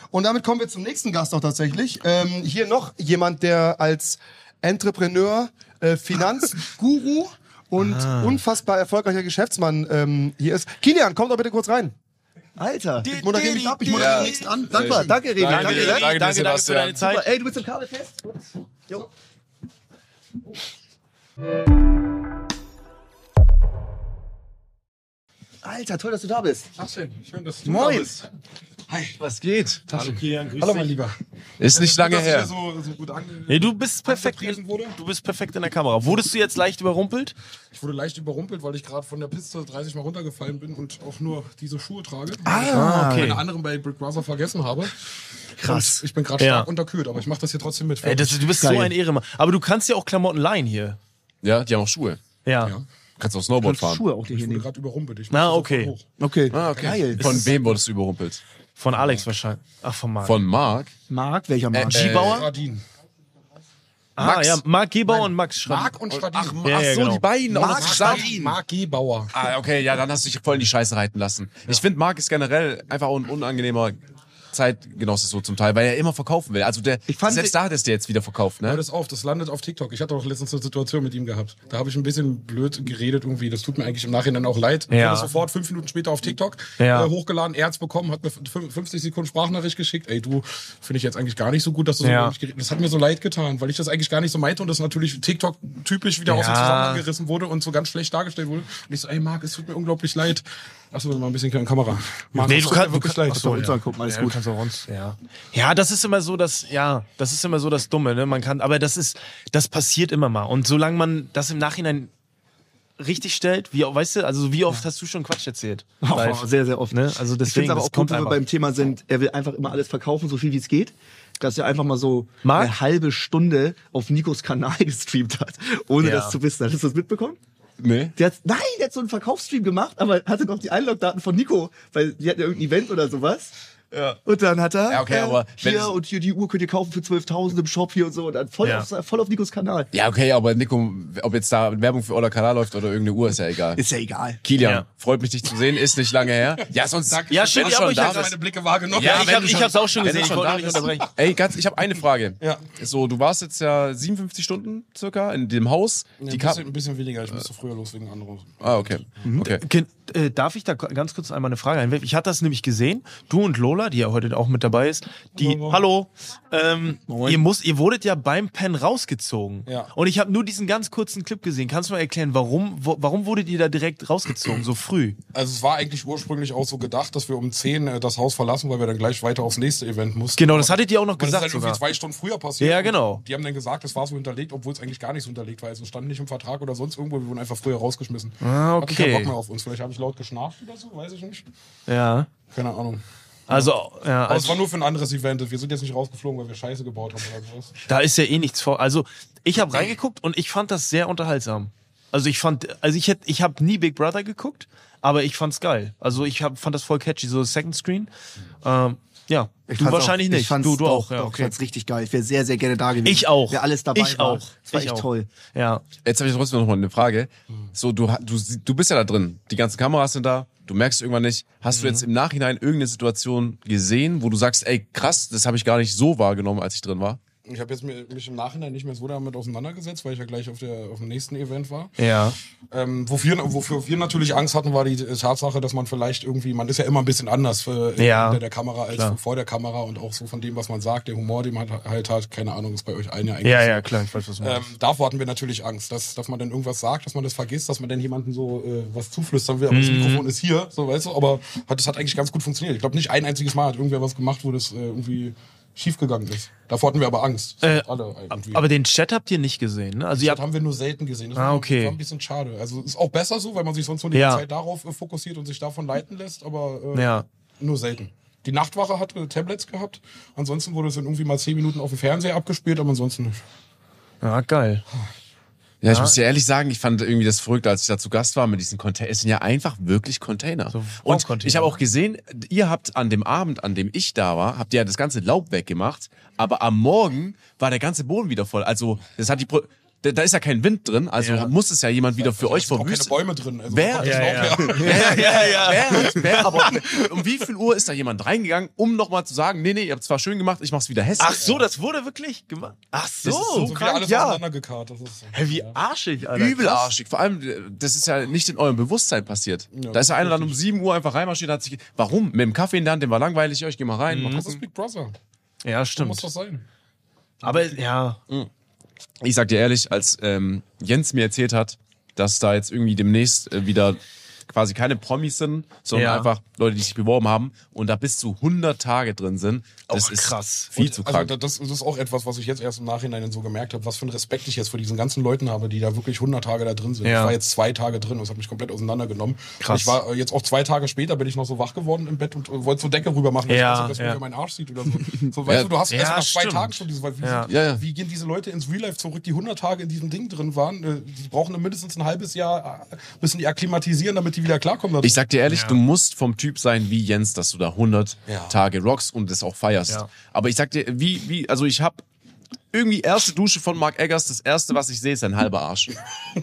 Speaker 5: Und damit kommen wir zum nächsten Gast auch tatsächlich. Ähm, hier noch jemand, der als Entrepreneur, äh, Finanzguru und
Speaker 1: Ah.
Speaker 5: unfassbar erfolgreicher Geschäftsmann ähm, hier ist. Kilian, komm doch bitte kurz rein.
Speaker 2: Alter.
Speaker 5: Ich moderiere mich ab, ich moderiere den nächsten an.
Speaker 2: Super,
Speaker 5: Dankbar,
Speaker 2: danke, René.
Speaker 3: Danke,
Speaker 2: Danke, danke.
Speaker 3: dir, danke, dir,
Speaker 1: danke, danke für
Speaker 3: Sebastian.
Speaker 1: deine Zeit.
Speaker 2: Ey, du bist im Kabelfest? Gut. Jo. Alter, toll, dass du da bist.
Speaker 6: Schön, dass du
Speaker 2: Moin.
Speaker 3: Was geht?
Speaker 6: Hallo, Kilian, grüß
Speaker 5: Hallo,
Speaker 6: dich.
Speaker 5: mein Lieber.
Speaker 3: Ist nicht lange her.
Speaker 6: Dass ich hier so, so gut ange
Speaker 1: Nee, du bist perfekt.
Speaker 6: Angepriesen wurde?
Speaker 1: Du bist perfekt in der Kamera. Wurdest du jetzt leicht überrumpelt?
Speaker 6: ich wurde leicht überrumpelt, weil ich gerade von der Piste 30 Mal runtergefallen bin und auch nur diese Schuhe trage.
Speaker 1: Ah, okay.
Speaker 6: Meine anderen bei Brick Brother vergessen habe.
Speaker 2: Krass.
Speaker 6: Und Ich bin gerade stark
Speaker 1: Ja.
Speaker 6: unterkühlt, aber ich mache das hier trotzdem mit.
Speaker 1: Ey, das, du bist
Speaker 2: Geil.
Speaker 1: so ein Ehrenmann. Aber du kannst ja auch Klamotten leihen hier.
Speaker 3: Ja, die haben auch Schuhe.
Speaker 1: Ja.
Speaker 6: Ja.
Speaker 3: Kannst auch Snowboard fahren.
Speaker 2: Schuhe auch dir
Speaker 6: ich
Speaker 2: hier
Speaker 6: wurde
Speaker 2: nehmen.
Speaker 6: gerade überrumpelt. Ich
Speaker 1: Na,
Speaker 6: muss
Speaker 1: okay.
Speaker 6: sofort hoch.
Speaker 2: Okay.
Speaker 3: Ah, okay.
Speaker 2: Geil.
Speaker 3: Von wem wurdest du überrumpelt?
Speaker 1: Von Alex wahrscheinlich. Ach, von Marc.
Speaker 3: Von Marc?
Speaker 2: Marc, welcher Marc?
Speaker 3: Äh,
Speaker 1: Gibauer?
Speaker 6: Radin.
Speaker 1: ah,
Speaker 3: Max.
Speaker 1: ja. Marc Gebauer und Max Schramm.
Speaker 6: Marc und Stadin.
Speaker 3: Ach,
Speaker 1: Ja,
Speaker 3: Äh, ach
Speaker 1: ja,
Speaker 3: so,
Speaker 1: genau.
Speaker 3: die beiden. Oh, auch noch
Speaker 2: Marc
Speaker 3: zusammen.
Speaker 2: Stadin.
Speaker 6: Marc Gebauer.
Speaker 3: Ah, okay, ja, dann hast du dich voll in die Scheiße reiten lassen. Ich finde, Marc ist generell einfach ein unangenehmer Zeitgenosse so zum Teil, weil er immer verkaufen will. Also der,
Speaker 2: Ich fand-
Speaker 3: selbst da hat es dir jetzt wieder verkauft,
Speaker 6: Hör
Speaker 3: ne?
Speaker 6: das auf, das landet auf TikTok. Ich hatte auch letztens eine Situation mit ihm gehabt. Da habe ich ein bisschen blöd geredet irgendwie. Das tut mir eigentlich im Nachhinein auch leid. Ich
Speaker 1: Ja.
Speaker 6: habe das sofort fünf Minuten später auf TikTok
Speaker 1: Ja.
Speaker 6: äh, hochgeladen, er hat's bekommen, hat mir fün- 50 Sekunden Sprachnachricht geschickt. Ey, du, finde ich jetzt eigentlich gar nicht so gut, dass du so
Speaker 1: Ja.
Speaker 6: über mich geredet hast. Das hat mir so leid getan, weil ich das eigentlich gar nicht so meinte und das natürlich TikTok typisch wieder aus dem
Speaker 1: Ja.
Speaker 6: Zusammenhang gerissen wurde und so ganz schlecht dargestellt wurde. Und ich so, ey Marc, es tut mir unglaublich leid. Achso, mal ein bisschen in Kamera. Marc,
Speaker 1: Nee,
Speaker 6: es
Speaker 1: du
Speaker 6: tut
Speaker 1: kannst-
Speaker 6: mir wirklich
Speaker 1: du-
Speaker 6: leid.
Speaker 2: Achso, uns angucken, alles gut.
Speaker 1: Ja. ja, das ist immer so das, ja, das ist immer so das Dumme, ne? Man kann, aber das ist, das passiert immer mal. Und solange man das im Nachhinein richtig stellt, wie, weißt du, also wie oft hast du schon Quatsch erzählt?
Speaker 2: Oh,
Speaker 1: Live?
Speaker 2: sehr, sehr oft.
Speaker 1: Ne? Also
Speaker 2: Ich finde
Speaker 1: deswegen,
Speaker 2: aber
Speaker 1: das
Speaker 2: auch gut,
Speaker 1: kommt
Speaker 2: wenn wir
Speaker 1: einfach.
Speaker 2: beim Thema sind, er will einfach immer alles verkaufen, so viel wie es geht. Dass er einfach mal so
Speaker 1: Marc?
Speaker 2: eine halbe Stunde auf Nikos Kanal gestreamt hat, ohne
Speaker 1: Ja.
Speaker 2: das zu wissen. Hattest du das mitbekommen?
Speaker 3: Nee.
Speaker 2: Der hat, nein, der hat so einen Verkaufsstream gemacht, aber hatte noch die Einlogdaten von Nico, weil die hatten ja irgendein Event oder sowas. Ja. Und dann hat er
Speaker 3: Ja, okay,
Speaker 2: äh,
Speaker 3: aber wenn es-
Speaker 2: hier und hier die Uhr könnt ihr kaufen für 12.000 im Shop hier und so und dann voll,
Speaker 1: Ja.
Speaker 2: auf, voll auf Nikos Kanal.
Speaker 3: Ja, okay, aber Nico, ob jetzt da Werbung für Ola Kanal läuft oder irgendeine Uhr, ist ja egal.
Speaker 2: Ist ja egal.
Speaker 3: Kilian,
Speaker 1: Ja.
Speaker 3: freut mich, dich zu sehen, ist nicht lange her. Ja, sonst
Speaker 1: Ja, stimmt,
Speaker 3: wenn
Speaker 1: ja,
Speaker 3: du
Speaker 1: aber
Speaker 3: schon
Speaker 1: ich
Speaker 3: da
Speaker 1: hab
Speaker 3: bist.
Speaker 6: Meine Blicke wahrgenommen.
Speaker 1: Ja,
Speaker 3: Ja,
Speaker 1: ich,
Speaker 3: wenn
Speaker 1: hab,
Speaker 3: du
Speaker 1: ich
Speaker 3: schon-
Speaker 1: hab's auch schon
Speaker 3: wenn du
Speaker 1: gesehen, ich
Speaker 3: schon
Speaker 1: wollte
Speaker 3: da
Speaker 1: auch nicht
Speaker 3: bist.
Speaker 1: unterbrechen.
Speaker 3: Ey, ganz, ich habe eine Frage.
Speaker 6: Ja.
Speaker 3: So, du warst jetzt ja 57 Stunden circa in dem Haus.
Speaker 6: Ein
Speaker 3: die Kap
Speaker 6: bisschen, ein bisschen weniger, ich musste früher los wegen anderen.
Speaker 3: Ah, okay. okay.
Speaker 1: Kind, äh, darf ich da ko- ganz kurz einmal eine Frage einwerfen? Ich hatte das nämlich gesehen. Du und Lola, die ja heute auch mit dabei ist, die, hallo, ähm, ihr, muss, ihr wurdet ja beim Pen rausgezogen.
Speaker 6: Ja.
Speaker 1: Und ich habe nur diesen ganz kurzen Clip gesehen. Kannst du mal erklären, warum, wo, warum wurdet ihr da direkt rausgezogen, so früh?
Speaker 6: Also es war eigentlich ursprünglich auch so gedacht, dass wir um 10 äh, das Haus verlassen, weil wir dann gleich weiter aufs nächste Event mussten.
Speaker 1: Genau, das hattet ihr auch noch
Speaker 6: Aber das ist
Speaker 1: gesagt
Speaker 6: dann halt irgendwie
Speaker 1: sogar.
Speaker 6: zwei Stunden früher passiert.
Speaker 1: Ja,
Speaker 6: Und
Speaker 1: genau.
Speaker 6: Die haben dann gesagt, das war so hinterlegt, obwohl es eigentlich gar nicht so hinterlegt war. Also es stand nicht im Vertrag oder sonst irgendwo, wir wurden einfach früher rausgeschmissen.
Speaker 1: Ah,
Speaker 6: Hatten keinen
Speaker 1: okay.
Speaker 6: Bock mehr auf uns. Vielleicht habe ich laut geschnarcht oder so, weiß ich nicht.
Speaker 1: Ja.
Speaker 6: Keine Ahnung.
Speaker 1: Also, ja,
Speaker 6: Aber es
Speaker 1: also
Speaker 6: war nur für ein anderes Event. Wir sind jetzt nicht rausgeflogen, weil wir Scheiße gebaut haben oder sowas.
Speaker 1: da ist ja eh nichts vor. Also, ich habe reingeguckt und ich fand das sehr unterhaltsam. Also ich fand, also ich hätte, ich habe nie Big Brother geguckt, aber ich fand's geil. Also ich hab, fand das voll catchy, so Second Screen. Ähm, ja,
Speaker 2: Ich
Speaker 1: du
Speaker 2: fand's
Speaker 1: wahrscheinlich
Speaker 2: auch,
Speaker 1: nicht.
Speaker 2: Ich fand's
Speaker 1: du, du
Speaker 2: doch,
Speaker 1: auch. Ja,
Speaker 2: doch, Ich
Speaker 1: okay.
Speaker 2: fand's richtig geil. Ich wäre sehr, sehr gerne da gewesen.
Speaker 1: Ich auch.
Speaker 2: Wäre alles dabei.
Speaker 1: Ich
Speaker 2: war.
Speaker 1: auch.
Speaker 2: Das war
Speaker 1: Ich
Speaker 2: echt
Speaker 1: auch.
Speaker 2: toll.
Speaker 1: Ja.
Speaker 3: Jetzt habe ich trotzdem noch mal eine Frage. So, du, ha- du, sie- du bist ja da drin. Die ganzen Kameras sind da. Du merkst irgendwann nicht. Hast du jetzt im Nachhinein irgendeine Situation gesehen, wo du sagst, ey, krass, das habe ich gar nicht so wahrgenommen, als ich drin war?
Speaker 6: Ich habe jetzt mir- mich im Nachhinein nicht mehr so damit auseinandergesetzt, weil ich ja gleich auf, der, auf dem nächsten Event war.
Speaker 1: Ja.
Speaker 6: Ähm, wofür, wofür wir natürlich Angst hatten, war die Tatsache, dass man vielleicht irgendwie, man ist ja immer ein bisschen anders äh,
Speaker 1: Ja.
Speaker 6: hinter der Kamera als
Speaker 1: Klar.
Speaker 6: vor der Kamera und auch so von dem, was man sagt, der Humor, den man halt hat, keine Ahnung, ist bei euch allen ja eigentlich.
Speaker 1: Ja,
Speaker 6: so.
Speaker 1: ja, klar, ich weiß, was du
Speaker 6: Ähm,
Speaker 1: meinst.
Speaker 6: davor hatten wir natürlich Angst, dass, dass man dann irgendwas sagt, dass man das vergisst, dass man dann jemandem so äh, was zuflüstern will, aber
Speaker 1: Mhm.
Speaker 6: das Mikrofon ist hier, so weißt du, aber hat, das hat eigentlich ganz gut funktioniert. Ich glaube, nicht ein einziges Mal hat irgendwer was gemacht, wo das äh, irgendwie schiefgegangen ist. Davor hatten wir aber Angst. Das
Speaker 1: Äh,
Speaker 6: hatten alle irgendwie.
Speaker 1: aber den Chat habt ihr nicht gesehen, ne? Also ihr
Speaker 6: Das
Speaker 1: habt,
Speaker 6: haben wir nur selten gesehen. Das
Speaker 1: Ah,
Speaker 6: war-
Speaker 1: okay.
Speaker 6: war ein bisschen schade. Also ist auch besser so, weil man sich sonst nur die
Speaker 1: Ja.
Speaker 6: Zeit darauf äh, fokussiert und sich davon leiten lässt, aber äh,
Speaker 1: Ja.
Speaker 6: nur selten. Die Nachtwache hat äh, Tablets gehabt. Ansonsten wurde es dann irgendwie mal zehn Minuten auf dem Fernseher abgespielt, aber ansonsten nicht.
Speaker 1: ja, Ah, geil.
Speaker 3: Ja, ich muss dir ehrlich sagen, ich fand irgendwie das verrückt, als ich da zu Gast war mit diesen Containern. Es sind ja einfach wirklich Container. und
Speaker 1: Baucontainer.
Speaker 3: ich habe auch gesehen, ihr habt an dem Abend, an dem ich da war, habt ihr ja das ganze Laub weggemacht, aber am Morgen war der ganze Boden wieder voll. Also, das hat die Pro da, da ist ja kein Wind drin, also
Speaker 1: Ja.
Speaker 3: muss es ja jemand wieder für euch
Speaker 6: Auch keine
Speaker 3: verwüsten.
Speaker 6: Bäume drin. Also
Speaker 3: Wer-
Speaker 6: macht
Speaker 3: Ja,
Speaker 6: das Laub her.
Speaker 3: Ja, ja, ja. Wer, hat- wer, aber um wie viel Uhr ist da jemand reingegangen, um nochmal zu sagen, nee, nee, ihr habt zwar schön gemacht, ich mach's wieder hässlich.
Speaker 1: Ach so, das wurde wirklich gemacht. Ach so,
Speaker 3: Das ist
Speaker 6: So wieder alles
Speaker 1: Oh, ja.
Speaker 6: auseinandergekarrt. Das ist,
Speaker 1: Hä, wie arschig, Alter.
Speaker 3: Übel
Speaker 1: Krass.
Speaker 3: arschig. Vor allem, äh, das ist ja nicht in eurem Bewusstsein passiert. da ist ja einer dann um 7 Uhr einfach reinmarschiert, hat sich, ge- warum? Mit dem Kaffee in der Hand, dem war langweilig, ich geh
Speaker 1: Mhm.
Speaker 3: mal rein. Mal
Speaker 6: das
Speaker 3: gucken.
Speaker 6: ist Big Brother.
Speaker 1: Ja,
Speaker 6: Muss
Speaker 1: stimmt.
Speaker 6: das sein?
Speaker 1: Aber ja.
Speaker 3: ich sag dir ehrlich, als ähm, Jens mir erzählt hat, dass da jetzt irgendwie demnächst äh, wieder quasi keine Promis sind, sondern
Speaker 1: Ja.
Speaker 3: einfach Leute, die sich beworben haben und da bis zu 100 Tage drin sind. Das
Speaker 1: Och,
Speaker 3: ist
Speaker 1: krass.
Speaker 3: Viel
Speaker 6: Und,
Speaker 3: zu
Speaker 6: also,
Speaker 3: krank.
Speaker 6: da- das, das ist auch etwas, was ich jetzt erst im Nachhinein dann so gemerkt habe, was für einen Respekt ich jetzt vor diesen ganzen Leuten habe, die da wirklich 100 Tage da drin sind.
Speaker 1: Ja.
Speaker 6: Ich war jetzt zwei Tage drin und es hat mich komplett auseinandergenommen.
Speaker 1: Krass.
Speaker 6: Und Ich war äh, jetzt auch zwei Tage später, bin ich noch so wach geworden im Bett und äh, wollte so Decke rüber machen, weil
Speaker 1: Ja,
Speaker 6: ich dachte, dass
Speaker 1: ja.
Speaker 6: mir mein Arsch sieht oder so. so weißt
Speaker 3: Ja.
Speaker 6: du, du hast
Speaker 1: Ja,
Speaker 6: erst nach zwei
Speaker 1: stimmt.
Speaker 6: Tagen schon diese, weil wie,
Speaker 1: Ja.
Speaker 3: Ja, ja.
Speaker 6: wie gehen diese Leute ins Real Life zurück, die 100 Tage in diesem Ding drin waren? Äh, Die brauchen dann mindestens ein halbes Jahr, äh, müssen die akklimatisieren, damit die wieder klarkommen. da drin.
Speaker 3: Ich sag dir ehrlich, du musst vom Typ sein wie Jens, dass du da 100
Speaker 6: Ja.
Speaker 3: Tage rockst und das auch feierst.
Speaker 1: Ja.
Speaker 3: Aber ich sag dir, wie, wie, also ich hab irgendwie erste Dusche von Mark Eggers, das erste, was ich sehe, ist ein halber Arsch.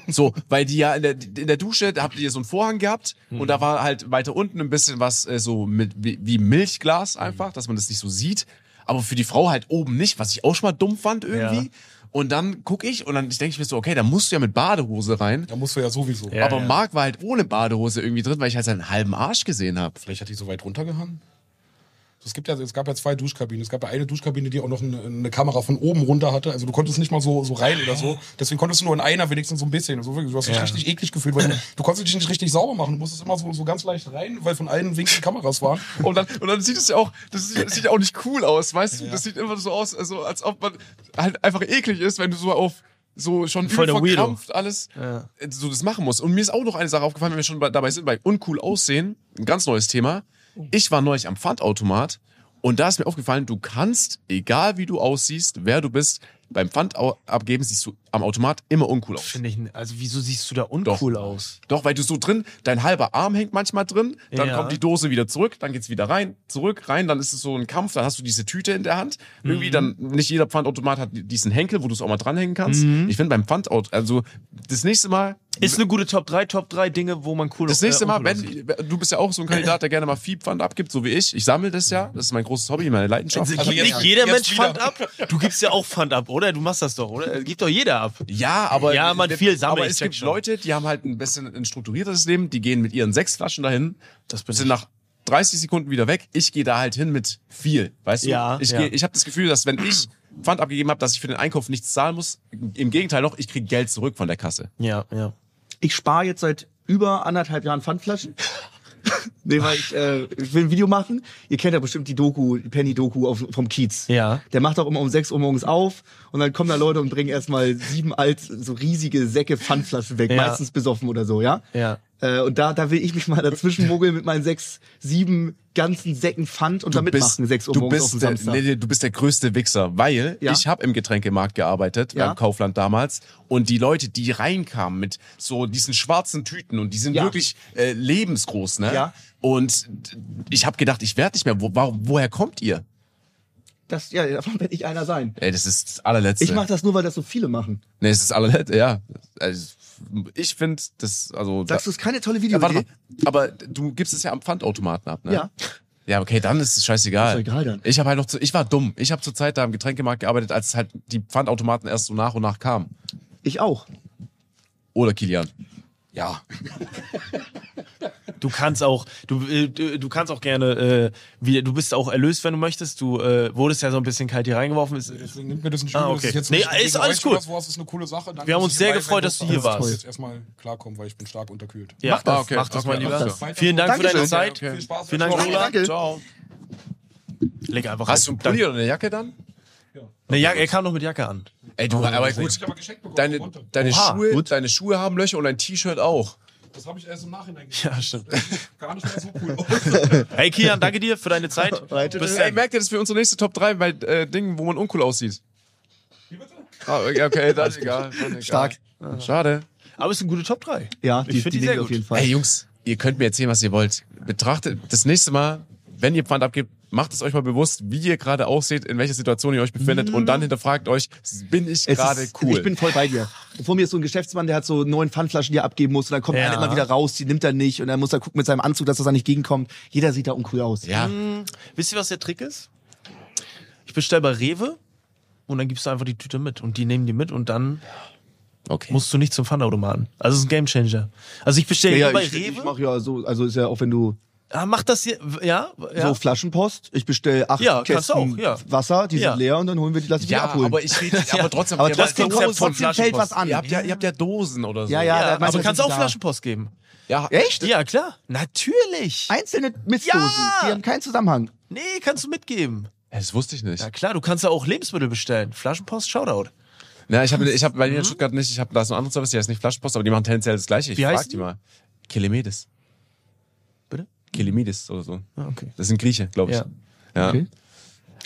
Speaker 3: so, weil die ja in der, in der Dusche, da habt ihr so einen Vorhang gehabt und da war halt weiter unten ein bisschen was äh, so mit, wie, wie Milchglas einfach, dass man das nicht so sieht. Aber für die Frau halt oben nicht, was ich auch schon mal dumm fand irgendwie.
Speaker 1: Ja.
Speaker 3: Und dann guck ich und dann denke ich mir so, okay, da musst du ja mit Badehose rein.
Speaker 6: da musst du ja sowieso.
Speaker 1: Ja,
Speaker 3: aber
Speaker 1: ja.
Speaker 3: Marc war halt ohne Badehose irgendwie drin, weil ich halt seinen halben Arsch gesehen habe.
Speaker 6: Vielleicht hat die so weit runtergehangen. Es, gibt ja, es gab ja zwei Duschkabinen. Es gab ja eine Duschkabine, die auch noch eine, eine Kamera von oben runter hatte. Also du konntest nicht mal so, so rein oder so. Deswegen konntest du nur in einer wenigstens so ein bisschen. Also wirklich, du hast dich richtig eklig gefühlt, weil du, du konntest dich nicht richtig sauber machen. Du musstest immer so, so ganz leicht rein, weil von allen Winkeln Kameras waren.
Speaker 3: Und dann, und dann sieht es ja auch, das, sieht- das sieht ja auch nicht cool aus, weißt du? Das sieht immer so aus, also, als ob man halt einfach eklig ist, wenn du so auf so schon
Speaker 1: Voll
Speaker 3: übel
Speaker 1: der Weirdo.
Speaker 3: verkrampft alles äh, so das machen musst. Und mir ist auch noch eine Sache aufgefallen, wenn wir schon bei- dabei sind, bei uncool aussehen, ein ganz neues Thema.
Speaker 1: Oh.
Speaker 3: Ich war neulich am Pfandautomat und da ist mir aufgefallen, du kannst, egal wie du aussiehst, wer du bist, beim Pfandabgeben siehst du am Automat immer uncool aus.
Speaker 1: Finde ich, n- also wieso siehst du da uncool aus?
Speaker 3: Doch, weil du so drin, dein halber Arm hängt manchmal drin, dann
Speaker 1: Ja.
Speaker 3: kommt die Dose wieder zurück, dann geht's wieder rein, zurück, rein, dann ist es so ein Kampf, dann hast du diese Tüte in der Hand.
Speaker 1: Mhm.
Speaker 3: Irgendwie dann, nicht jeder Pfandautomat hat diesen Henkel, wo du es auch mal dranhängen kannst.
Speaker 1: Mhm.
Speaker 3: Ich finde beim Pfandautomat, also das nächste Mal,
Speaker 1: Ist eine gute Top 3, Top 3 Dinge, wo man cool
Speaker 3: das nächste
Speaker 1: äh,
Speaker 3: Mal,
Speaker 1: uncool aussieht.
Speaker 3: wenn, du bist ja auch so ein Kandidat, der gerne mal Viehpfand abgibt, so wie ich. Ich sammle das ja, das ist mein großes Hobby, meine Leidenschaft.
Speaker 1: Also,
Speaker 6: Also
Speaker 1: gibt
Speaker 6: jetzt-
Speaker 1: nicht jeder
Speaker 6: jetzt
Speaker 1: Mensch
Speaker 6: wieder.
Speaker 1: Pfand ab? Du gibst ja auch Pfand ab, oder? Du machst das doch, oder? Gibt doch jeder ab.
Speaker 3: Ja, aber
Speaker 1: Ja, man, viel sammelt,
Speaker 3: Aber
Speaker 1: ich
Speaker 3: es
Speaker 1: check
Speaker 3: gibt
Speaker 1: schon.
Speaker 3: Leute, die haben halt ein bisschen ein strukturiertes Leben, die gehen mit ihren sechs Flaschen dahin, das sind nach 30 Sekunden wieder weg. Ich gehe da halt hin mit viel, weißt du?
Speaker 1: Ja,
Speaker 3: ich
Speaker 1: ja.
Speaker 3: gehe- ich habe das Gefühl, dass wenn ich Pfand abgegeben habe, dass ich für den Einkauf nichts zahlen muss. Im Gegenteil noch, ich krieg Geld zurück von der Kasse.
Speaker 1: Ja, ja.
Speaker 2: Ich spare jetzt seit über anderthalb Jahren Pfandflaschen. nee, weil ich, äh, ich will ein Video machen. Ihr kennt ja bestimmt die Doku, die Penny-Doku auf- vom Kiez.
Speaker 1: Ja.
Speaker 2: Der macht auch immer um 6 Uhr morgens auf und dann kommen da Leute und bringen erstmal sieben alt, so riesige Säcke Pfandflaschen weg,
Speaker 1: Ja.
Speaker 2: meistens besoffen oder so, ja?
Speaker 1: Ja.
Speaker 2: Äh, und da, da will ich mich mal dazwischen mogeln mit meinen sechs, sieben ganzen Säcken Pfand und da mitmachen, 6 Uhr
Speaker 3: du
Speaker 2: morgens
Speaker 3: bist
Speaker 2: auf dem
Speaker 3: der,
Speaker 2: Samstag.
Speaker 3: nee, nee, du bist der größte Wichser, weil
Speaker 2: Ja.
Speaker 3: ich habe im Getränkemarkt gearbeitet,
Speaker 2: Ja.
Speaker 3: beim Kaufland damals, und die Leute, die reinkamen mit so diesen schwarzen Tüten und die sind
Speaker 2: Ja.
Speaker 3: wirklich äh, lebensgroß, ne?
Speaker 2: Ja.
Speaker 3: Und ich habe gedacht, ich werde nicht mehr. Wo, warum- woher kommt ihr?
Speaker 2: Das, ja, davon werde ich einer sein.
Speaker 3: Ey, das ist das allerletzte.
Speaker 2: Ich mache das nur, weil das so viele machen.
Speaker 3: nee, das ist das allerletzte, ja. Also, ich finde, das, also.
Speaker 2: Sagst du, es ist keine tolle
Speaker 3: ja,
Speaker 2: Videoidee?
Speaker 3: warte mal. Aber du gibst es ja am Pfandautomaten ab, ne?
Speaker 2: Ja.
Speaker 3: Ja, okay, dann ist es scheißegal.
Speaker 2: Ist doch egal dann.
Speaker 3: Ich habe halt noch zu, ich war dumm. Ich habe zur Zeit da im Getränkemarkt gearbeitet, als halt die Pfandautomaten erst so nach und nach kamen.
Speaker 2: Ich auch.
Speaker 3: Oder Kilian.
Speaker 6: Ja.
Speaker 1: Du kannst auch, du, äh, du du kannst auch gerne, äh, wie, du bist auch erlöst, wenn du möchtest. Du äh, wurdest ja so ein bisschen kalt hier reingeworfen. Ist,
Speaker 6: Deswegen nimmt mir das nicht
Speaker 1: Ah,
Speaker 6: übel,
Speaker 1: okay.
Speaker 6: dass ich jetzt
Speaker 1: Nee,
Speaker 6: nicht
Speaker 1: ist
Speaker 6: gegen
Speaker 1: alles
Speaker 6: euch
Speaker 1: gut.
Speaker 6: oder sowas, ist eine coole Sache. Danke,
Speaker 1: Wir haben
Speaker 6: dass
Speaker 1: uns
Speaker 6: ich
Speaker 1: sehr
Speaker 6: dabei
Speaker 1: gefreut,
Speaker 6: sein
Speaker 1: dass du hier
Speaker 6: durfte. Aber Ich muss
Speaker 1: warst.
Speaker 6: jetzt erstmal klarkommen, weil ich bin stark unterkühlt.
Speaker 1: ja,
Speaker 3: das. Ah, okay.
Speaker 1: mach das, mein
Speaker 3: Okay,
Speaker 1: Lieber.
Speaker 3: mach das.
Speaker 1: Vielen Dank für deine
Speaker 2: Dankeschön.
Speaker 1: Zeit.
Speaker 3: Okay.
Speaker 6: Viel Spaß.
Speaker 1: Vielen Dank,
Speaker 6: Danke,
Speaker 1: Lola.
Speaker 2: danke.
Speaker 3: Ciao.
Speaker 1: Leg einfach
Speaker 3: Hast du einen
Speaker 1: rein.
Speaker 3: Pulli oder eine Jacke dann?
Speaker 1: Eine Jacke, er kam noch mit Jacke an.
Speaker 3: Ey, du, aber gut.
Speaker 6: Ich habe aber geschenkt bekommen.
Speaker 3: Deine,
Speaker 6: runter.
Speaker 3: deine,
Speaker 1: Oha,
Speaker 3: Schuhe, deine Schuhe haben Löcher und dein T-Shirt auch.
Speaker 6: Das habe ich erst im Nachhinein gesehen.
Speaker 1: Ja, stimmt.
Speaker 6: Das sieht Gar nicht mehr so cool. aus.
Speaker 1: Hey Kian, danke dir für deine Zeit. Bis
Speaker 3: Ey,
Speaker 1: dann.
Speaker 3: merkt ihr das für unsere nächste Top 3 bei äh, Dingen, wo man uncool aussieht? Ah, okay, okay, dann ist egal. dann egal.
Speaker 2: Stark.
Speaker 3: Schade.
Speaker 1: Aber es sind gute Top 3.
Speaker 2: Ja,
Speaker 1: ich finde die
Speaker 2: Dinge
Speaker 1: sehr
Speaker 2: auf jeden
Speaker 1: gut.
Speaker 2: Fall.
Speaker 3: Ey Jungs, ihr könnt mir erzählen, was ihr wollt. Betrachtet das nächste Mal, wenn ihr Pfand abgebt, macht es euch mal bewusst, wie ihr gerade ausseht, in welcher Situation ihr euch befindet und dann hinterfragt euch, bin Mm. ich
Speaker 2: Es
Speaker 3: gerade
Speaker 2: ist-
Speaker 3: cool.
Speaker 2: Ich bin voll bei dir. Vor mir ist so ein Geschäftsmann, der hat so neun Pfandflaschen, die er abgeben muss. Und dann kommt
Speaker 1: Ja.
Speaker 2: einer immer wieder raus, die nimmt er nicht. Und dann muss er gucken mit seinem Anzug, dass das da nicht gegenkommt. Jeder sieht da uncool aus.
Speaker 3: ja,
Speaker 1: Wisst ihr, was der Trick ist? Ich bestelle bei Rewe und dann gibst du einfach die Tüte mit und die nehmen die mit und dann
Speaker 3: okay.
Speaker 1: musst du nicht zum Pfandautomaten. Also es ist ein Gamechanger. Also ich bestelle
Speaker 2: ja,
Speaker 1: bei
Speaker 2: ich,
Speaker 1: Rewe,
Speaker 2: ich mach ja so, also ist ja auch wenn du
Speaker 1: Ah, macht das hier, ja? ja.
Speaker 2: So Flaschenpost, ich bestelle acht
Speaker 1: Ja, kannst du
Speaker 2: Kästen
Speaker 1: auch, ja.
Speaker 2: Wasser, die
Speaker 1: Ja.
Speaker 2: sind leer und dann holen wir die, lassen wir die
Speaker 3: Ja,
Speaker 2: abholen.
Speaker 3: aber ich rede, aber trotzdem,
Speaker 2: Aber
Speaker 3: ihr-
Speaker 2: trotzdem,
Speaker 1: Konzept
Speaker 2: trotzdem,
Speaker 1: von
Speaker 2: fällt
Speaker 1: Flaschenpost.
Speaker 2: was an.
Speaker 3: ihr, habt ja, ihr habt ja Dosen oder so.
Speaker 2: Ja, ja,
Speaker 1: ja
Speaker 2: da-
Speaker 1: aber
Speaker 2: manchmal
Speaker 1: kannst
Speaker 2: sind
Speaker 1: auch
Speaker 2: die da.
Speaker 1: Flaschenpost geben.
Speaker 3: ja.
Speaker 2: Echt?
Speaker 1: Ja, klar. Natürlich.
Speaker 2: Einzelne Mistdosen,
Speaker 1: Ja.
Speaker 2: die haben keinen Zusammenhang.
Speaker 1: Nee, kannst du mitgeben.
Speaker 3: Das wusste ich nicht.
Speaker 1: Ja klar, du kannst ja auch Lebensmittel bestellen. Flaschenpost, Shoutout.
Speaker 3: Na, ich habe, ich hab bei mir in Stuttgart nicht, ich habe da ist ein anderes Service, die heißt nicht Flaschenpost, aber die machen tendenziell das Gleiche. Ich
Speaker 1: Mhm. Wie
Speaker 3: frag
Speaker 1: heißen
Speaker 3: die
Speaker 1: die?
Speaker 3: mal. Kelemedes.
Speaker 1: Bitte?
Speaker 3: Kelemedes oder so.
Speaker 1: Ah, okay.
Speaker 3: Das sind Grieche, glaube ich.
Speaker 1: Ja.
Speaker 3: Ja.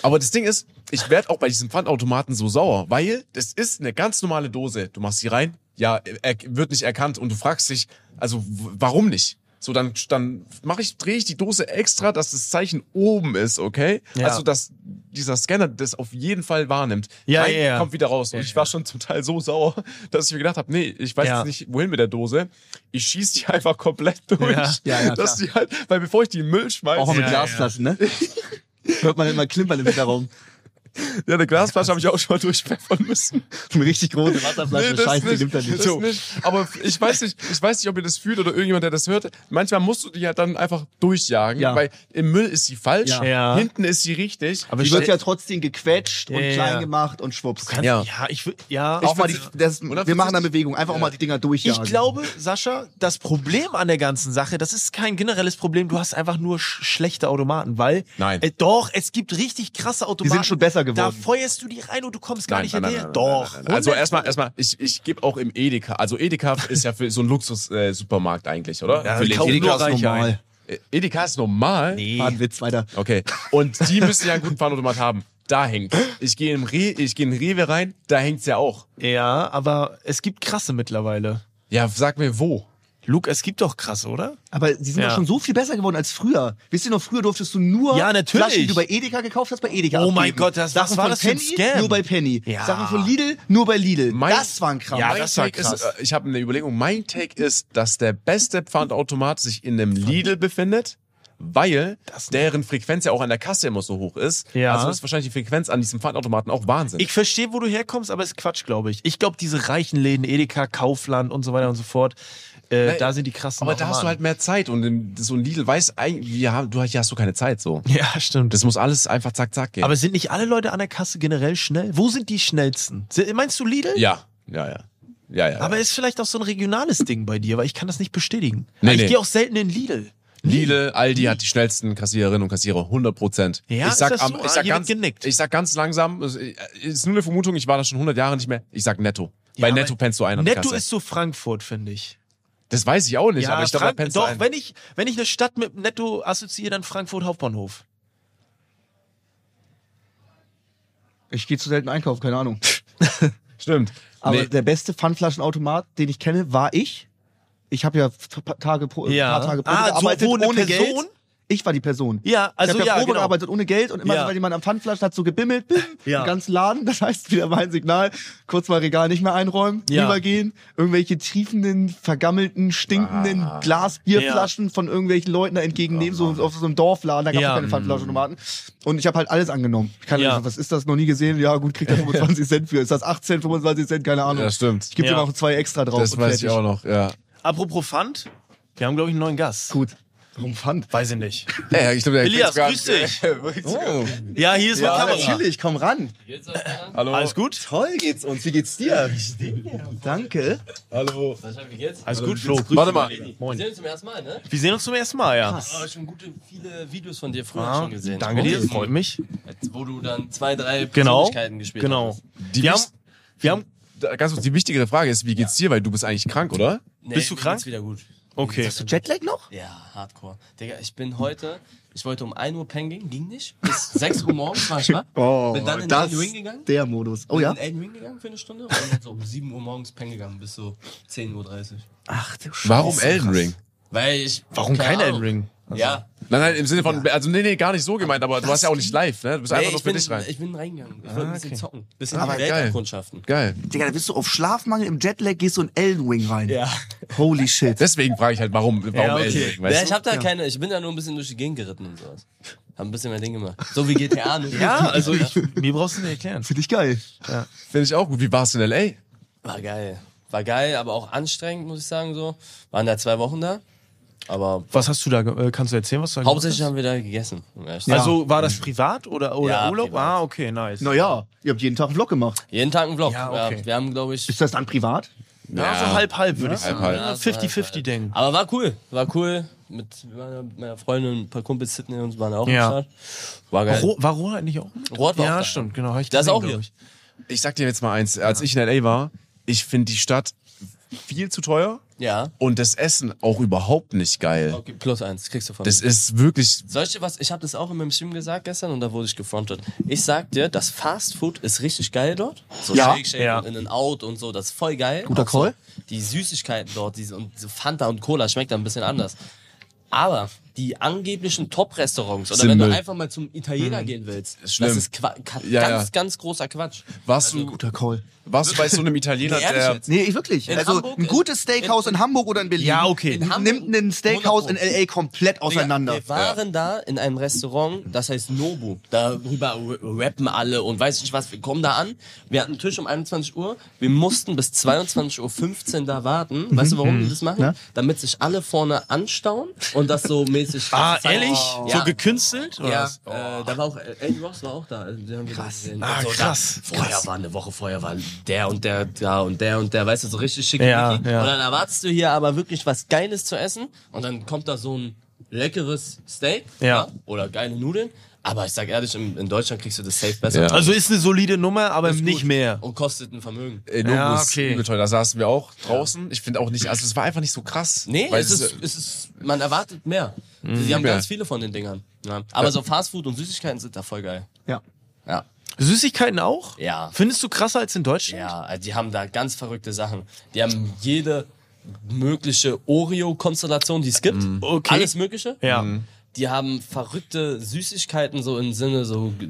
Speaker 3: Aber das Ding ist, ich werde auch bei diesem Pfandautomaten so sauer, weil das ist eine ganz normale Dose. Du machst sie rein, ja, er wird nicht erkannt und du fragst dich, also w- warum nicht? So, dann, dann mache ich, drehe ich die Dose extra, dass das Zeichen oben ist, okay?
Speaker 1: Ja.
Speaker 3: Also, dass dieser Scanner das auf jeden Fall wahrnimmt.
Speaker 1: Ja,
Speaker 3: Rein,
Speaker 1: ja, ja.
Speaker 3: kommt wieder raus. Und ich war schon zum Teil so sauer, dass ich mir gedacht habe, nee, ich weiß
Speaker 1: Ja.
Speaker 3: jetzt nicht, wohin mit der Dose. Ich schieß die einfach komplett durch.
Speaker 1: Ja,
Speaker 2: ja, ja,
Speaker 3: dass die halt, weil bevor ich die in den Müll schmeiße,
Speaker 2: Auch mit
Speaker 1: Ja,
Speaker 2: Glasflaschen, ne? Hört man immer klimpern im Hinterraum.
Speaker 3: ja, eine Glasflasche habe ich auch schon mal durchpfeffern müssen.
Speaker 2: Eine richtig große Wasserflasche,
Speaker 3: das
Speaker 2: Also scheiße, die nimmt er
Speaker 3: das
Speaker 2: nicht.
Speaker 3: nicht. Aber ich weiß nicht, ich weiß nicht, ob ihr das fühlt oder irgendjemand, der das hört. Manchmal musst du die ja dann einfach durchjagen,
Speaker 2: Ja.
Speaker 3: weil im Müll ist sie falsch,
Speaker 2: Ja.
Speaker 1: Ja.
Speaker 3: hinten ist sie richtig.
Speaker 1: Aber
Speaker 2: Die
Speaker 1: stell-
Speaker 2: wird ja trotzdem gequetscht und
Speaker 1: Ja, ja.
Speaker 2: klein gemacht und schwupps.
Speaker 1: kannst,
Speaker 3: Ja.
Speaker 1: ja. ich will, ja.
Speaker 2: Auch mal die, das, wir machen da
Speaker 3: 150
Speaker 2: Bewegung, einfach auch mal die Dinger
Speaker 1: Ich
Speaker 2: durchjagen.
Speaker 3: genau.
Speaker 1: glaube, Sascha, das Problem an der ganzen Sache, das ist kein generelles Problem. Du hast einfach nur sch schlechte Automaten, weil.
Speaker 3: Nein.
Speaker 1: Äh, doch, es gibt richtig krasse Automaten.
Speaker 2: schon besser geworden.
Speaker 1: Da feuerst du die rein und du kommst gar
Speaker 3: Nein,
Speaker 1: nicht
Speaker 3: nein, nein,
Speaker 1: hinterher.
Speaker 3: nein,
Speaker 1: Doch.
Speaker 3: nein, nein. Also erstmal, erstmal, ich, ich gebe auch im Edeka. Also Edeka ist ja für so ein Luxus-Supermarkt eigentlich, oder?
Speaker 1: Ja,
Speaker 3: für
Speaker 1: die
Speaker 3: Läden.
Speaker 1: kaufen
Speaker 2: Edeka
Speaker 1: nur
Speaker 2: ist
Speaker 1: Reiche
Speaker 2: normal.
Speaker 1: ein.
Speaker 3: Äh, Edeka ist normal.
Speaker 2: War ein Witz weiter.
Speaker 3: Okay. Und die müssen ja einen guten Pfandautomat haben. Da hängt. Ich gehe in, Re ich geh in Rewe rein, da hängt's ja auch.
Speaker 1: Ja, aber es gibt krasse mittlerweile.
Speaker 3: Ja, sag mir wo.
Speaker 1: Luke, es gibt doch krasse, oder?
Speaker 2: Aber sie sind
Speaker 1: Ja.
Speaker 2: doch schon so viel besser geworden als früher. Wisst ihr noch, früher durftest du nur
Speaker 1: Ja, natürlich.
Speaker 2: Flaschen, die du bei Edeka gekauft hast, bei Edeka
Speaker 1: Oh mein
Speaker 2: abgeben.
Speaker 1: Gott, das- was
Speaker 2: Sachen
Speaker 1: war
Speaker 2: von
Speaker 1: das für ein
Speaker 2: Penny,
Speaker 1: Scam?
Speaker 2: nur bei Penny.
Speaker 1: Ja.
Speaker 2: Sachen von Lidl, nur bei Lidl.
Speaker 3: Mein-
Speaker 2: das war ein Kram.
Speaker 1: Ja,
Speaker 3: mein
Speaker 1: das war
Speaker 3: Take ist,
Speaker 1: krass.
Speaker 3: äh, ich habe eine Überlegung. Mein Take ist, dass der beste Pfandautomat sich in einem Lidl befindet, weil deren Frequenz ja auch an der Kasse immer so hoch ist.
Speaker 1: Ja.
Speaker 3: Also ist wahrscheinlich die Frequenz an diesem Pfandautomaten auch Wahnsinn.
Speaker 1: Ich verstehe, wo du herkommst, aber es ist Quatsch, glaube ich. Ich glaube, diese reichen Läden, Edeka, Kaufland und so weiter und so fort, äh,
Speaker 3: Nein,
Speaker 1: da sind die krassen.
Speaker 3: aber da hast du halt
Speaker 1: Automaten.
Speaker 3: mehr Zeit und in, so ein Lidl weiß eigentlich, ja, du hast, hier hast du keine Zeit so.
Speaker 1: Ja, stimmt.
Speaker 3: halt- Das muss alles einfach zack, zack gehen.
Speaker 1: aber sind nicht alle Leute an der Kasse generell schnell? Wo sind die schnellsten? Se- Meinst du Lidl?
Speaker 3: ja, ja, ja. Ja, ja.
Speaker 1: Aber ist vielleicht auch so ein regionales Ding bei dir, weil ich kann das nicht bestätigen.
Speaker 3: Nee,
Speaker 1: ich
Speaker 3: nee.
Speaker 1: gehe auch selten in Lidl.
Speaker 3: Lidl, Aldi hat die schnellsten Kassiererinnen und Kassierer, 100 Prozent.
Speaker 1: Ja,
Speaker 3: ich sag,
Speaker 1: ist das
Speaker 3: am-
Speaker 1: so?
Speaker 3: ich
Speaker 1: Ah,
Speaker 3: sag
Speaker 1: hier wird
Speaker 3: ganz,
Speaker 1: genickt.
Speaker 3: ich sag ganz langsam, es äh, ist nur eine Vermutung, ich war da schon 100 Jahre nicht mehr. Ich sag Netto. Bei
Speaker 1: Ja,
Speaker 3: Netto
Speaker 1: aber
Speaker 3: pennst du einen an der
Speaker 1: Netto
Speaker 3: Kasse.
Speaker 1: ist so Frankfurt, finde ich.
Speaker 3: das weiß ich auch nicht, aber ich glaube, da
Speaker 1: Frank-
Speaker 3: pennst du
Speaker 1: doch,
Speaker 3: einen.
Speaker 1: wenn ich, wenn ich eine Stadt mit Netto assoziiere, dann Frankfurt Hauptbahnhof.
Speaker 2: Ich gehe zu selten einkaufen, keine Ahnung.
Speaker 3: Stimmt.
Speaker 2: Aber
Speaker 3: nee,
Speaker 2: der beste Pfandflaschenautomat, den ich kenne, war ich. Ich habe ja t- pa- Tage pro,
Speaker 1: Ja.
Speaker 2: paar Tage pro
Speaker 1: Ah, so
Speaker 2: gearbeitet
Speaker 1: wo eine
Speaker 2: ohne
Speaker 1: Person?
Speaker 2: Geld. Ich war die Person.
Speaker 1: Ja, also
Speaker 2: ich habe ja,
Speaker 1: ja,
Speaker 2: Probe
Speaker 1: genau.
Speaker 2: gearbeitet ohne Geld und immer,
Speaker 1: Ja.
Speaker 2: weil jemand am Pfandflaschen hat so gebimmelt, bim,
Speaker 1: Ja.
Speaker 2: im ganzen Laden. Das heißt, wieder mein Signal, kurz mal Regal nicht mehr einräumen,
Speaker 1: Ja.
Speaker 2: rübergehen, irgendwelche triefenden, vergammelten, stinkenden
Speaker 1: Ah.
Speaker 2: Glasbierflaschen von irgendwelchen Leuten da entgegennehmen, so auf so einem Dorfladen, da gab es
Speaker 1: Oh Ja.
Speaker 2: keine Pfandflaschenautomaten. Und ich habe halt alles angenommen. Ich kann
Speaker 1: Ja.
Speaker 2: nicht, was ist das, noch nie gesehen? Ja gut, kriegt er 25 Cent für. Ist das 18, 25 Cent, keine Ahnung.
Speaker 3: ja, stimmt.
Speaker 2: Ich gebe
Speaker 1: Ja.
Speaker 2: dir noch zwei extra drauf.
Speaker 3: Das
Speaker 2: und
Speaker 3: weiß ich
Speaker 2: fertig.
Speaker 3: auch noch, ja.
Speaker 1: Apropos Pfand, wir haben, glaube ich, einen neuen Gast.
Speaker 2: Gut. Warum Pfand?
Speaker 1: Weiß ich nicht.
Speaker 3: ja, ja ich glaub, der
Speaker 1: Elias,
Speaker 3: kriegt's gar-
Speaker 1: grüß
Speaker 2: Oh,
Speaker 1: Ja, hier ist
Speaker 2: ja,
Speaker 1: meine Kamera.
Speaker 2: natürlich, komm ran.
Speaker 3: Hallo.
Speaker 1: Alles gut?
Speaker 2: Toll geht's uns. Wie geht's dir? Danke.
Speaker 3: Hallo.
Speaker 7: Wahrscheinlich geht's.
Speaker 1: Alles gut, Flo. Grüß
Speaker 3: Warte
Speaker 1: dich.
Speaker 3: mal.
Speaker 7: Wir sehen uns zum ersten Mal, ne?
Speaker 1: Wir sehen uns zum ersten Mal, ja.
Speaker 7: Ich habe schon gute, viele Videos von dir früher
Speaker 1: Ah,
Speaker 7: schon gesehen.
Speaker 1: danke dir,
Speaker 7: Mhm.
Speaker 1: freut mich.
Speaker 7: Als Wo du dann zwei, drei
Speaker 1: Genau.
Speaker 7: Persönlichkeiten gespielt
Speaker 1: Genau.
Speaker 7: hast.
Speaker 3: Die
Speaker 1: Wir haben,
Speaker 3: wichtig-
Speaker 1: wir haben,
Speaker 3: da- ganz kurz, die wichtigere Frage ist, wie geht's dir? Weil du bist eigentlich krank, oder?
Speaker 7: Nee,
Speaker 1: Bist du
Speaker 7: mir
Speaker 1: krank?
Speaker 7: geht's wieder gut.
Speaker 1: okay.
Speaker 2: Jetlag noch?
Speaker 7: Ja, hardcore. Digga, ich bin heute, ich wollte um 1 Uhr pennen gehen, ging nicht. Bis 6 Uhr morgens war ich wach. bin dann in den Ring gegangen.
Speaker 2: der Modus. Oh
Speaker 7: bin
Speaker 2: ja?
Speaker 7: In Elden Ring gegangen für eine Stunde und dann so um 7 Uhr morgens pennen gegangen bis so 10.30 Uhr.
Speaker 2: Ach du Scheiße.
Speaker 3: Warum Elden Ring?
Speaker 7: Weil ich.
Speaker 1: Warum kein
Speaker 7: Ahnung.
Speaker 1: Elden Ring?
Speaker 7: Ja.
Speaker 3: Nein, nein, im Sinne von, also nee, nee, gar nicht so gemeint, aber du warst ja auch nicht live, ne? Du bist einfach
Speaker 7: Nee,
Speaker 3: nur
Speaker 7: ich,
Speaker 3: für
Speaker 7: bin,
Speaker 3: dich rein.
Speaker 7: ich bin reingegangen. Ich wollte ein bisschen zocken. Bisschen
Speaker 3: Aber
Speaker 7: die
Speaker 3: geil.
Speaker 7: Welterkundschaften.
Speaker 3: Geil.
Speaker 2: Digga, da bist du auf Schlafmangel im Jetlag, gehst du in Elden Ring rein.
Speaker 7: Ja.
Speaker 2: Holy shit.
Speaker 3: Deswegen frage ich halt, warum, warum
Speaker 1: Ja, okay.
Speaker 3: Elden Ring,
Speaker 7: Ja,
Speaker 3: weißt
Speaker 7: ich
Speaker 3: du?
Speaker 7: hab da keine, ich bin da nur ein bisschen durch die Gegend geritten und sowas. Hab ein bisschen mein Ding gemacht. So wie GTA. Nur
Speaker 1: Ja, also ich, mir brauchst du nicht erklären.
Speaker 2: Finde ich geil.
Speaker 3: Finde ich auch gut. Wie war's in L.A.?
Speaker 7: War geil. War geil, aber auch anstrengend, muss ich sagen, so. Waren da zwei Wochen da. Aber
Speaker 1: Was hast du da, ge- äh, kannst du erzählen, was du da gemacht
Speaker 7: hauptsächlich
Speaker 1: hast?
Speaker 7: haben wir da gegessen. um ehrlich zu sein.
Speaker 1: Also war das privat oder, oder
Speaker 7: Ja,
Speaker 1: Urlaub?
Speaker 7: privat.
Speaker 1: Ah, okay, nice.
Speaker 2: Naja, ihr habt jeden Tag einen Vlog gemacht.
Speaker 7: jeden Tag ein Vlog.
Speaker 1: Ja,
Speaker 7: Ja,
Speaker 1: okay.
Speaker 7: wir haben, glaube ich,
Speaker 2: Ist das dann privat?
Speaker 1: Ja, so halb-halb würde ich sagen.
Speaker 3: Halb-halb.
Speaker 1: Ja,
Speaker 7: Ja, so
Speaker 1: 50-50 denken.
Speaker 7: Aber war cool, war cool. Mit meiner, meiner Freundin und ein paar Kumpels Sydney und uns waren auch
Speaker 1: Ja.
Speaker 7: am Start. War geil.
Speaker 1: Ro war Roland nicht auch?
Speaker 7: Roland war auch
Speaker 1: ja,
Speaker 7: da.
Speaker 1: stimmt, genau. hab Ich
Speaker 7: das ist
Speaker 1: gesehen,
Speaker 7: auch hier.
Speaker 1: glaub ich.
Speaker 3: Ich sag dir jetzt mal eins, als ich in L.A. war, ich finde die Stadt viel zu teuer
Speaker 7: Ja.
Speaker 3: und das Essen auch überhaupt nicht geil.
Speaker 7: Okay, plus eins, kriegst du von mir.
Speaker 3: Das ist wirklich
Speaker 7: Solche was, ich habe das auch in meinem Stream gesagt gestern und da wurde ich gefrontet. Ich sag dir, das Fast Food ist richtig geil dort. So
Speaker 2: Ja.
Speaker 7: Shake Shack
Speaker 1: Ja.
Speaker 7: und in and out und so, das ist voll geil.
Speaker 2: Guter
Speaker 7: Auch so
Speaker 2: Call.
Speaker 7: Die Süßigkeiten dort, diese und diese Fanta und Cola schmeckt da ein bisschen anders. Aber die angeblichen Top-Restaurants oder
Speaker 3: Sind
Speaker 7: wenn du
Speaker 3: Müll.
Speaker 7: einfach mal zum Italiener gehen willst,
Speaker 3: schlimm.
Speaker 7: das ist Qua ka
Speaker 3: Ja, ja.
Speaker 7: ganz, ganz großer Quatsch.
Speaker 3: warst du
Speaker 2: Guter Call.
Speaker 3: warst du bei so einem Italiener
Speaker 7: Nee, ehrlich
Speaker 3: der
Speaker 7: jetzt.
Speaker 2: Nee, ich wirklich.
Speaker 7: In
Speaker 2: also
Speaker 7: Hamburg
Speaker 2: ein
Speaker 7: ist-
Speaker 2: gutes Steakhouse in, Hamburg oder in Berlin
Speaker 1: Ja, okay.
Speaker 7: In Hamburg-
Speaker 2: nimmt ein Steakhouse in L.A. komplett auseinander.
Speaker 7: Wir waren da in einem Restaurant, das heißt Nobu. Darüber r- rappen alle und weiß ich nicht was. Wir kommen da an. Wir hatten einen Tisch um 21 Uhr. Wir mussten bis 22.15 Uhr da warten. Weißt du, warum die das machen? Damit sich alle vorne anstauen und das so mäßig.
Speaker 1: Ah,
Speaker 7: zeigen.
Speaker 1: ehrlich? So
Speaker 7: Ja.
Speaker 1: gekünstelt? Oder
Speaker 7: ja,
Speaker 1: was?
Speaker 7: äh, da war auch, äh, Andy Ross war auch da. Also, die haben wir krass. Gesehen.
Speaker 1: Ah,
Speaker 7: Und so,
Speaker 1: krass.
Speaker 7: Da, vorher war eine Woche, vorher war der und der da und der und der, weißt du, so richtig schick.
Speaker 1: Ja,
Speaker 7: und
Speaker 1: ja.
Speaker 7: dann erwartest du hier aber wirklich was Geiles zu essen und dann kommt da so ein leckeres Steak
Speaker 1: Ja.
Speaker 7: oder geile Nudeln. Aber ich sag ehrlich, in, in Deutschland kriegst du das safe besser.
Speaker 3: Ja.
Speaker 7: Ist
Speaker 1: Also ist eine solide Nummer, aber
Speaker 7: gut.
Speaker 1: nicht mehr.
Speaker 7: Und kostet ein Vermögen.
Speaker 3: äh,
Speaker 1: Ja,
Speaker 3: Nobus
Speaker 1: okay.
Speaker 3: übel teuer. Da saßen wir auch draußen. Ich finde auch nicht, also es war einfach nicht so krass.
Speaker 7: Nee,
Speaker 3: weil
Speaker 7: es ist, es ist, man erwartet mehr. Sie haben
Speaker 3: Ja.
Speaker 7: ganz viele von den Dingern. Ja. Aber so Fastfood und Süßigkeiten sind da voll geil.
Speaker 2: Ja.
Speaker 7: Ja.
Speaker 1: Süßigkeiten auch?
Speaker 7: Ja.
Speaker 1: Findest du krasser als in Deutschland?
Speaker 7: Ja, also die haben da ganz verrückte Sachen. Die haben jede mögliche Oreo-Konstellation, die es gibt.
Speaker 2: Mhm.
Speaker 1: Okay.
Speaker 7: Alles Mögliche.
Speaker 1: Ja.
Speaker 7: Die haben verrückte Süßigkeiten, so im Sinne so g-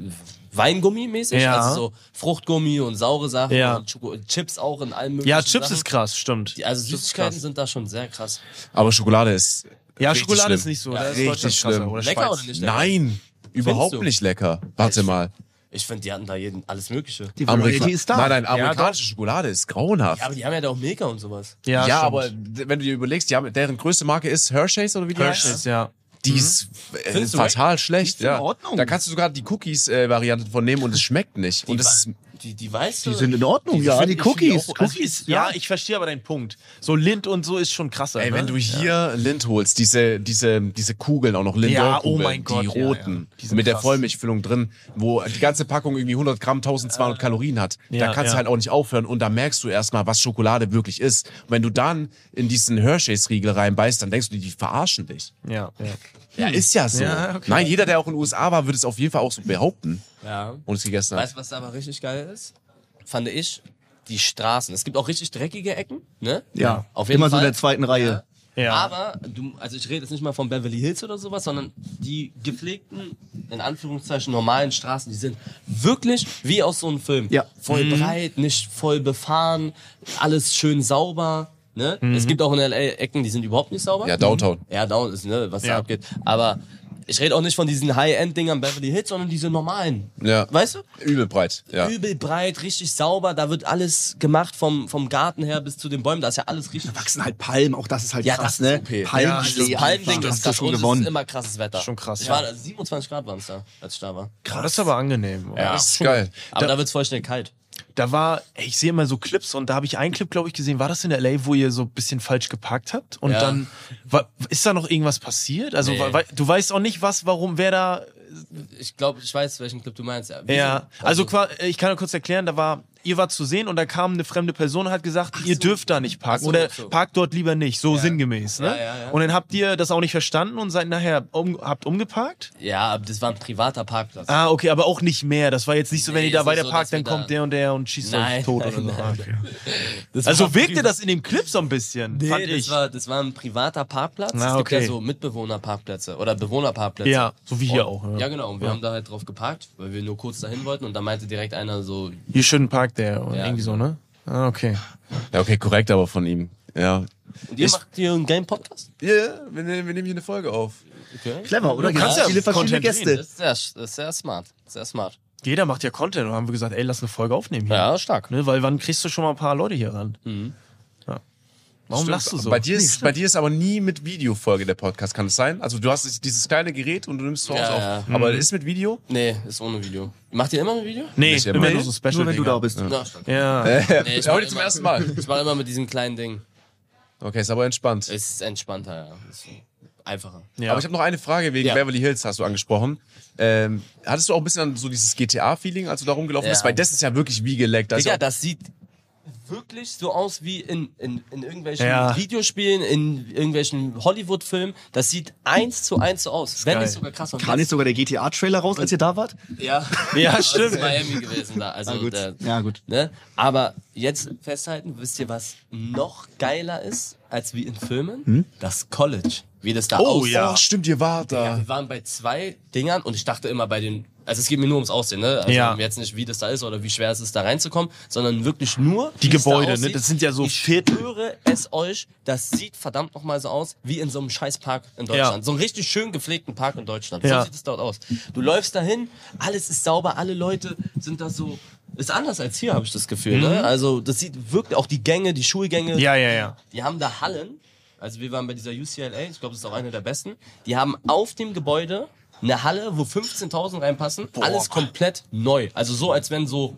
Speaker 7: Weingummi-mäßig.
Speaker 1: Ja.
Speaker 7: Also so Fruchtgummi und saure Sachen
Speaker 1: Ja.
Speaker 7: und Schoko Chips auch in allem möglichen.
Speaker 1: Ja, Chips
Speaker 7: Sachen.
Speaker 1: ist krass, stimmt.
Speaker 7: Die- Also
Speaker 1: Chips ist
Speaker 7: Süßigkeiten
Speaker 1: krass.
Speaker 7: sind da schon sehr krass.
Speaker 3: aber Schokolade ist
Speaker 1: Ja,
Speaker 3: richtig
Speaker 1: Schokolade
Speaker 3: schlimm.
Speaker 1: ist nicht so. da ist
Speaker 3: richtig
Speaker 1: Deutschland
Speaker 3: schlimm.
Speaker 1: Oder
Speaker 7: Lecker
Speaker 1: Schweiz.
Speaker 7: oder nicht lecker?
Speaker 3: Nein, überhaupt
Speaker 7: du?
Speaker 3: nicht lecker. Warte mal.
Speaker 7: Ich finde, die hatten da jeden alles Mögliche.
Speaker 2: Die
Speaker 3: Amerika-
Speaker 2: Variety ist da.
Speaker 3: Nein, nein, amerikanische Schokolade ist grauenhaft.
Speaker 7: Ja, aber die haben ja da auch Milka und sowas.
Speaker 1: Ja,
Speaker 3: Ja,
Speaker 1: stimmt.
Speaker 3: aber d- wenn du dir überlegst, die haben, deren größte Marke ist Hershey's oder wie die
Speaker 1: Hershey's,
Speaker 3: heißt?
Speaker 1: ja. Mhm.
Speaker 3: Die ist äh,
Speaker 7: Findest du
Speaker 3: fatal schlecht.
Speaker 2: in
Speaker 3: Ja.
Speaker 2: Ordnung.
Speaker 3: Da kannst du sogar die Cookies-Variante von nehmen und es schmeckt nicht. Und es ist,
Speaker 7: Die, die weißt
Speaker 2: Die sind in Ordnung, ja. Die Cookies.
Speaker 1: Cookies, ja, ich verstehe aber deinen Punkt. So Lind und so ist schon krasser.
Speaker 3: ey,
Speaker 1: ne?
Speaker 3: wenn du hier Lind holst, diese, diese, diese Kugeln, auch noch
Speaker 1: Ja, oh
Speaker 3: Lindor-Kugeln,
Speaker 1: mein Gott,
Speaker 3: die
Speaker 1: ja,
Speaker 3: roten,
Speaker 1: ja. Die sind
Speaker 3: mit der
Speaker 1: krass.
Speaker 3: Vollmilchfüllung drin, wo die ganze Packung irgendwie 100 Gramm, 1200 Kalorien hat,
Speaker 1: ja,
Speaker 3: da kannst
Speaker 1: ja.
Speaker 3: du halt auch nicht aufhören und da merkst du erstmal, was Schokolade wirklich ist. Und wenn du dann in diesen Hershey's-Riegel reinbeißt, dann denkst du, die verarschen dich.
Speaker 1: Ja, ja.
Speaker 3: Ja, ist Hm. ja so.
Speaker 1: Ja, okay.
Speaker 3: Nein, jeder, der auch in den USA war, würde es auf jeden Fall auch so behaupten
Speaker 7: Ja.
Speaker 3: und es gegessen hat.
Speaker 7: Weißt du, was da aber richtig geil ist? Fand ich die Straßen. Es gibt auch richtig dreckige Ecken, ne?
Speaker 2: Ja.
Speaker 7: Auf jeden
Speaker 2: Immer so
Speaker 7: Fall.
Speaker 2: in der zweiten Reihe.
Speaker 7: Ja.
Speaker 1: Ja.
Speaker 7: Aber, du, also ich rede jetzt nicht mal von Beverly Hills oder sowas, sondern die gepflegten, in Anführungszeichen, normalen Straßen, die sind wirklich wie aus so einem Film.
Speaker 2: Ja.
Speaker 7: Voll breit, nicht voll befahren, alles schön sauber. Ne? Es gibt auch in L.A. Ecken, die sind überhaupt nicht sauber.
Speaker 3: Ja, Downtown.
Speaker 7: Ja, down ist, ne, was
Speaker 1: Ja.
Speaker 7: da abgeht. Aber ich rede auch nicht von diesen High-End-Dingern Beverly Hills, sondern diese normalen.
Speaker 3: Ja.
Speaker 7: Weißt du?
Speaker 3: Übel breit. Ja.
Speaker 7: Übel breit, richtig sauber, da wird alles gemacht vom, vom Garten her bis zu den Bäumen, da ist ja alles richtig.
Speaker 2: Wachsen halt Palmen, auch das ist halt
Speaker 7: Ja,
Speaker 2: krass,
Speaker 7: das ist
Speaker 2: ne?
Speaker 7: okay.
Speaker 2: Palmen,
Speaker 1: Ja,
Speaker 7: Das
Speaker 2: das
Speaker 7: Palmding
Speaker 2: das
Speaker 7: ist
Speaker 2: hast du
Speaker 7: krass
Speaker 2: schon
Speaker 7: und es ist
Speaker 2: gewonnen.
Speaker 7: immer krasses Wetter.
Speaker 1: Schon krass,
Speaker 7: Ich
Speaker 1: ja.
Speaker 7: war 27 Grad waren es da, als ich da war.
Speaker 1: Krass. Das ist aber angenehm.
Speaker 7: Ja.
Speaker 3: Das ist geil.
Speaker 7: Aber da, wird's voll schnell kalt.
Speaker 1: Da war, ey, ich sehe immer so Clips und da habe ich einen Clip, glaube ich, gesehen. War das in LA, wo ihr so ein bisschen falsch geparkt habt? Und
Speaker 7: Ja.
Speaker 1: dann wa- ist da noch irgendwas passiert? Also
Speaker 7: Nee.
Speaker 1: wa- wa- du weißt auch nicht, was, warum, wer da
Speaker 7: Ich glaube, ich weiß, welchen Clip du meinst. Ja,
Speaker 1: Ja, also qua- ich kann nur kurz erklären, da war, ihr wart zu sehen und da kam eine fremde Person und hat gesagt, ihr dürft da nicht parken
Speaker 7: so,
Speaker 1: oder
Speaker 7: ach so.
Speaker 1: parkt dort lieber nicht, so sinngemäß. Ne?
Speaker 7: Ja, ja, ja.
Speaker 1: Und dann habt ihr das auch nicht verstanden und seid nachher um, habt umgeparkt?
Speaker 7: ja, aber das war ein privater Parkplatz.
Speaker 1: Ah, okay, aber auch nicht mehr. Das war jetzt nicht so, wenn
Speaker 7: Nee,
Speaker 1: ihr da
Speaker 7: ist nicht
Speaker 1: weiter
Speaker 7: so,
Speaker 1: parkt,
Speaker 7: dass wir
Speaker 1: dann
Speaker 7: da-
Speaker 1: kommt der und der und schießt
Speaker 7: Nein,
Speaker 1: euch tot oder
Speaker 7: nein,
Speaker 1: so.
Speaker 7: nein.
Speaker 1: Okay.
Speaker 7: Das war
Speaker 1: Also wirkte
Speaker 7: privat-
Speaker 1: das in dem Clip so ein bisschen,
Speaker 7: Nee,
Speaker 1: fand ich.
Speaker 7: das war, das war ein privater Parkplatz.
Speaker 1: Ah,
Speaker 7: es gibt
Speaker 1: okay.
Speaker 7: ja so Mitbewohnerparkplätze oder Bewohnerparkplätze.
Speaker 1: Ja, so wie hier
Speaker 7: Und-
Speaker 1: auch, ja.
Speaker 7: Ja, genau. Und wir haben da halt drauf geparkt, weil wir nur kurz dahin wollten. Und da meinte direkt einer so,
Speaker 1: You shouldn't park there oder
Speaker 7: Ja,
Speaker 1: irgendwie so, ne? Ah, okay.
Speaker 3: Ja, okay, korrekt aber von ihm. Ja.
Speaker 7: und ihr macht hier einen Game-Podcast?
Speaker 3: Ja, yeah, wir, nehmen- wir nehmen hier eine Folge auf.
Speaker 7: Okay.
Speaker 2: Clever, oder?
Speaker 1: kannst
Speaker 2: Ganz
Speaker 1: ja
Speaker 2: viele verschiedene
Speaker 1: Content
Speaker 2: Gäste.
Speaker 7: Das ist, sehr, das ist sehr smart. Sehr smart.
Speaker 1: Jeder macht ja Content und haben wir gesagt, ey, lass eine Folge aufnehmen hier.
Speaker 7: Ja, stark.
Speaker 1: Ne, weil wann kriegst du schon mal ein paar Leute hier ran? Warum lachst du so?
Speaker 3: Bei dir, ist, bei dir ist aber nie mit Videofolge der Podcast, kann es sein? Also du hast dieses kleine Gerät und du nimmst zu Hause
Speaker 7: Ja,
Speaker 3: auf.
Speaker 7: ja.
Speaker 3: Aber ist mit Video?
Speaker 7: Nee, ist ohne Video. Macht ihr immer ein Video?
Speaker 1: nee,
Speaker 3: Nicht
Speaker 1: immer
Speaker 3: immer.
Speaker 1: nur so Special
Speaker 2: Nur wenn du da bist.
Speaker 7: Ja.
Speaker 1: Ja.
Speaker 7: Nee,
Speaker 3: Äh,
Speaker 7: ich
Speaker 3: ja,
Speaker 7: mach
Speaker 3: heute zum
Speaker 7: immer-
Speaker 3: ersten Mal.
Speaker 7: Ich war immer mit diesem kleinen Ding.
Speaker 3: Okay, ist aber entspannt.
Speaker 7: Es ist entspannter, ja. Ist einfacher.
Speaker 1: ja.
Speaker 3: Aber ich habe noch eine Frage wegen
Speaker 7: Ja.
Speaker 3: Beverly Hills, hast du angesprochen. Ähm, hattest du auch ein bisschen an so dieses GTA-Feeling, als du da rumgelaufen
Speaker 7: Ja.
Speaker 3: bist? Weil das ist ja wirklich wie geleckt. Also Da ist
Speaker 7: Digga,
Speaker 3: ja, auch-
Speaker 7: das sieht wirklich so aus wie in, in, in irgendwelchen
Speaker 1: Ja.
Speaker 7: Videospielen, in irgendwelchen Hollywood-Filmen. Das sieht eins zu eins so aus. Wenn
Speaker 1: geil.
Speaker 7: nicht sogar krass.
Speaker 2: Kam nicht sogar der GTA-Trailer raus, als ihr da wart?
Speaker 7: Ja,
Speaker 1: Ja,
Speaker 7: Aber es
Speaker 1: stimmt.
Speaker 7: Ist Miami gewesen da. Also Der,
Speaker 2: Ja, gut.
Speaker 7: Ne? Aber jetzt festhalten, wisst ihr, was noch geiler ist, als wie in Filmen? Das College. Wie das da
Speaker 3: oh
Speaker 7: aussieht.
Speaker 3: ja, stimmt, ihr wart
Speaker 7: Ja,
Speaker 3: da.
Speaker 7: wir waren bei zwei Dingern und ich dachte immer bei den, also es geht mir nur ums Aussehen, ne? Also
Speaker 1: Ja.
Speaker 7: jetzt nicht, wie das da ist oder wie schwer es ist, da reinzukommen, sondern wirklich nur
Speaker 1: Die
Speaker 7: wie es da
Speaker 1: Gebäude, ne?
Speaker 7: aussieht.
Speaker 1: Das sind ja so
Speaker 7: ich
Speaker 1: Viertel.
Speaker 7: schwöre es euch, das sieht verdammt nochmal so aus wie in so einem scheiß Park in Deutschland.
Speaker 1: Ja.
Speaker 7: So einen richtig schön gepflegten Park in Deutschland.
Speaker 1: Ja.
Speaker 7: So sieht es dort aus. Du läufst dahin, alles ist sauber, alle Leute sind da so. Ist anders als hier, habe ich das Gefühl. Ne? Also das sieht wirklich auch die Gänge, die Schulgänge,
Speaker 1: Mhm. ja, ja, ja.
Speaker 7: die haben da Hallen. Also wir waren bei dieser UCLA, ich glaube, das ist auch eine der besten. Die haben auf dem Gebäude eine Halle, wo 15.000 reinpassen. Alles komplett neu. Also so, als wenn so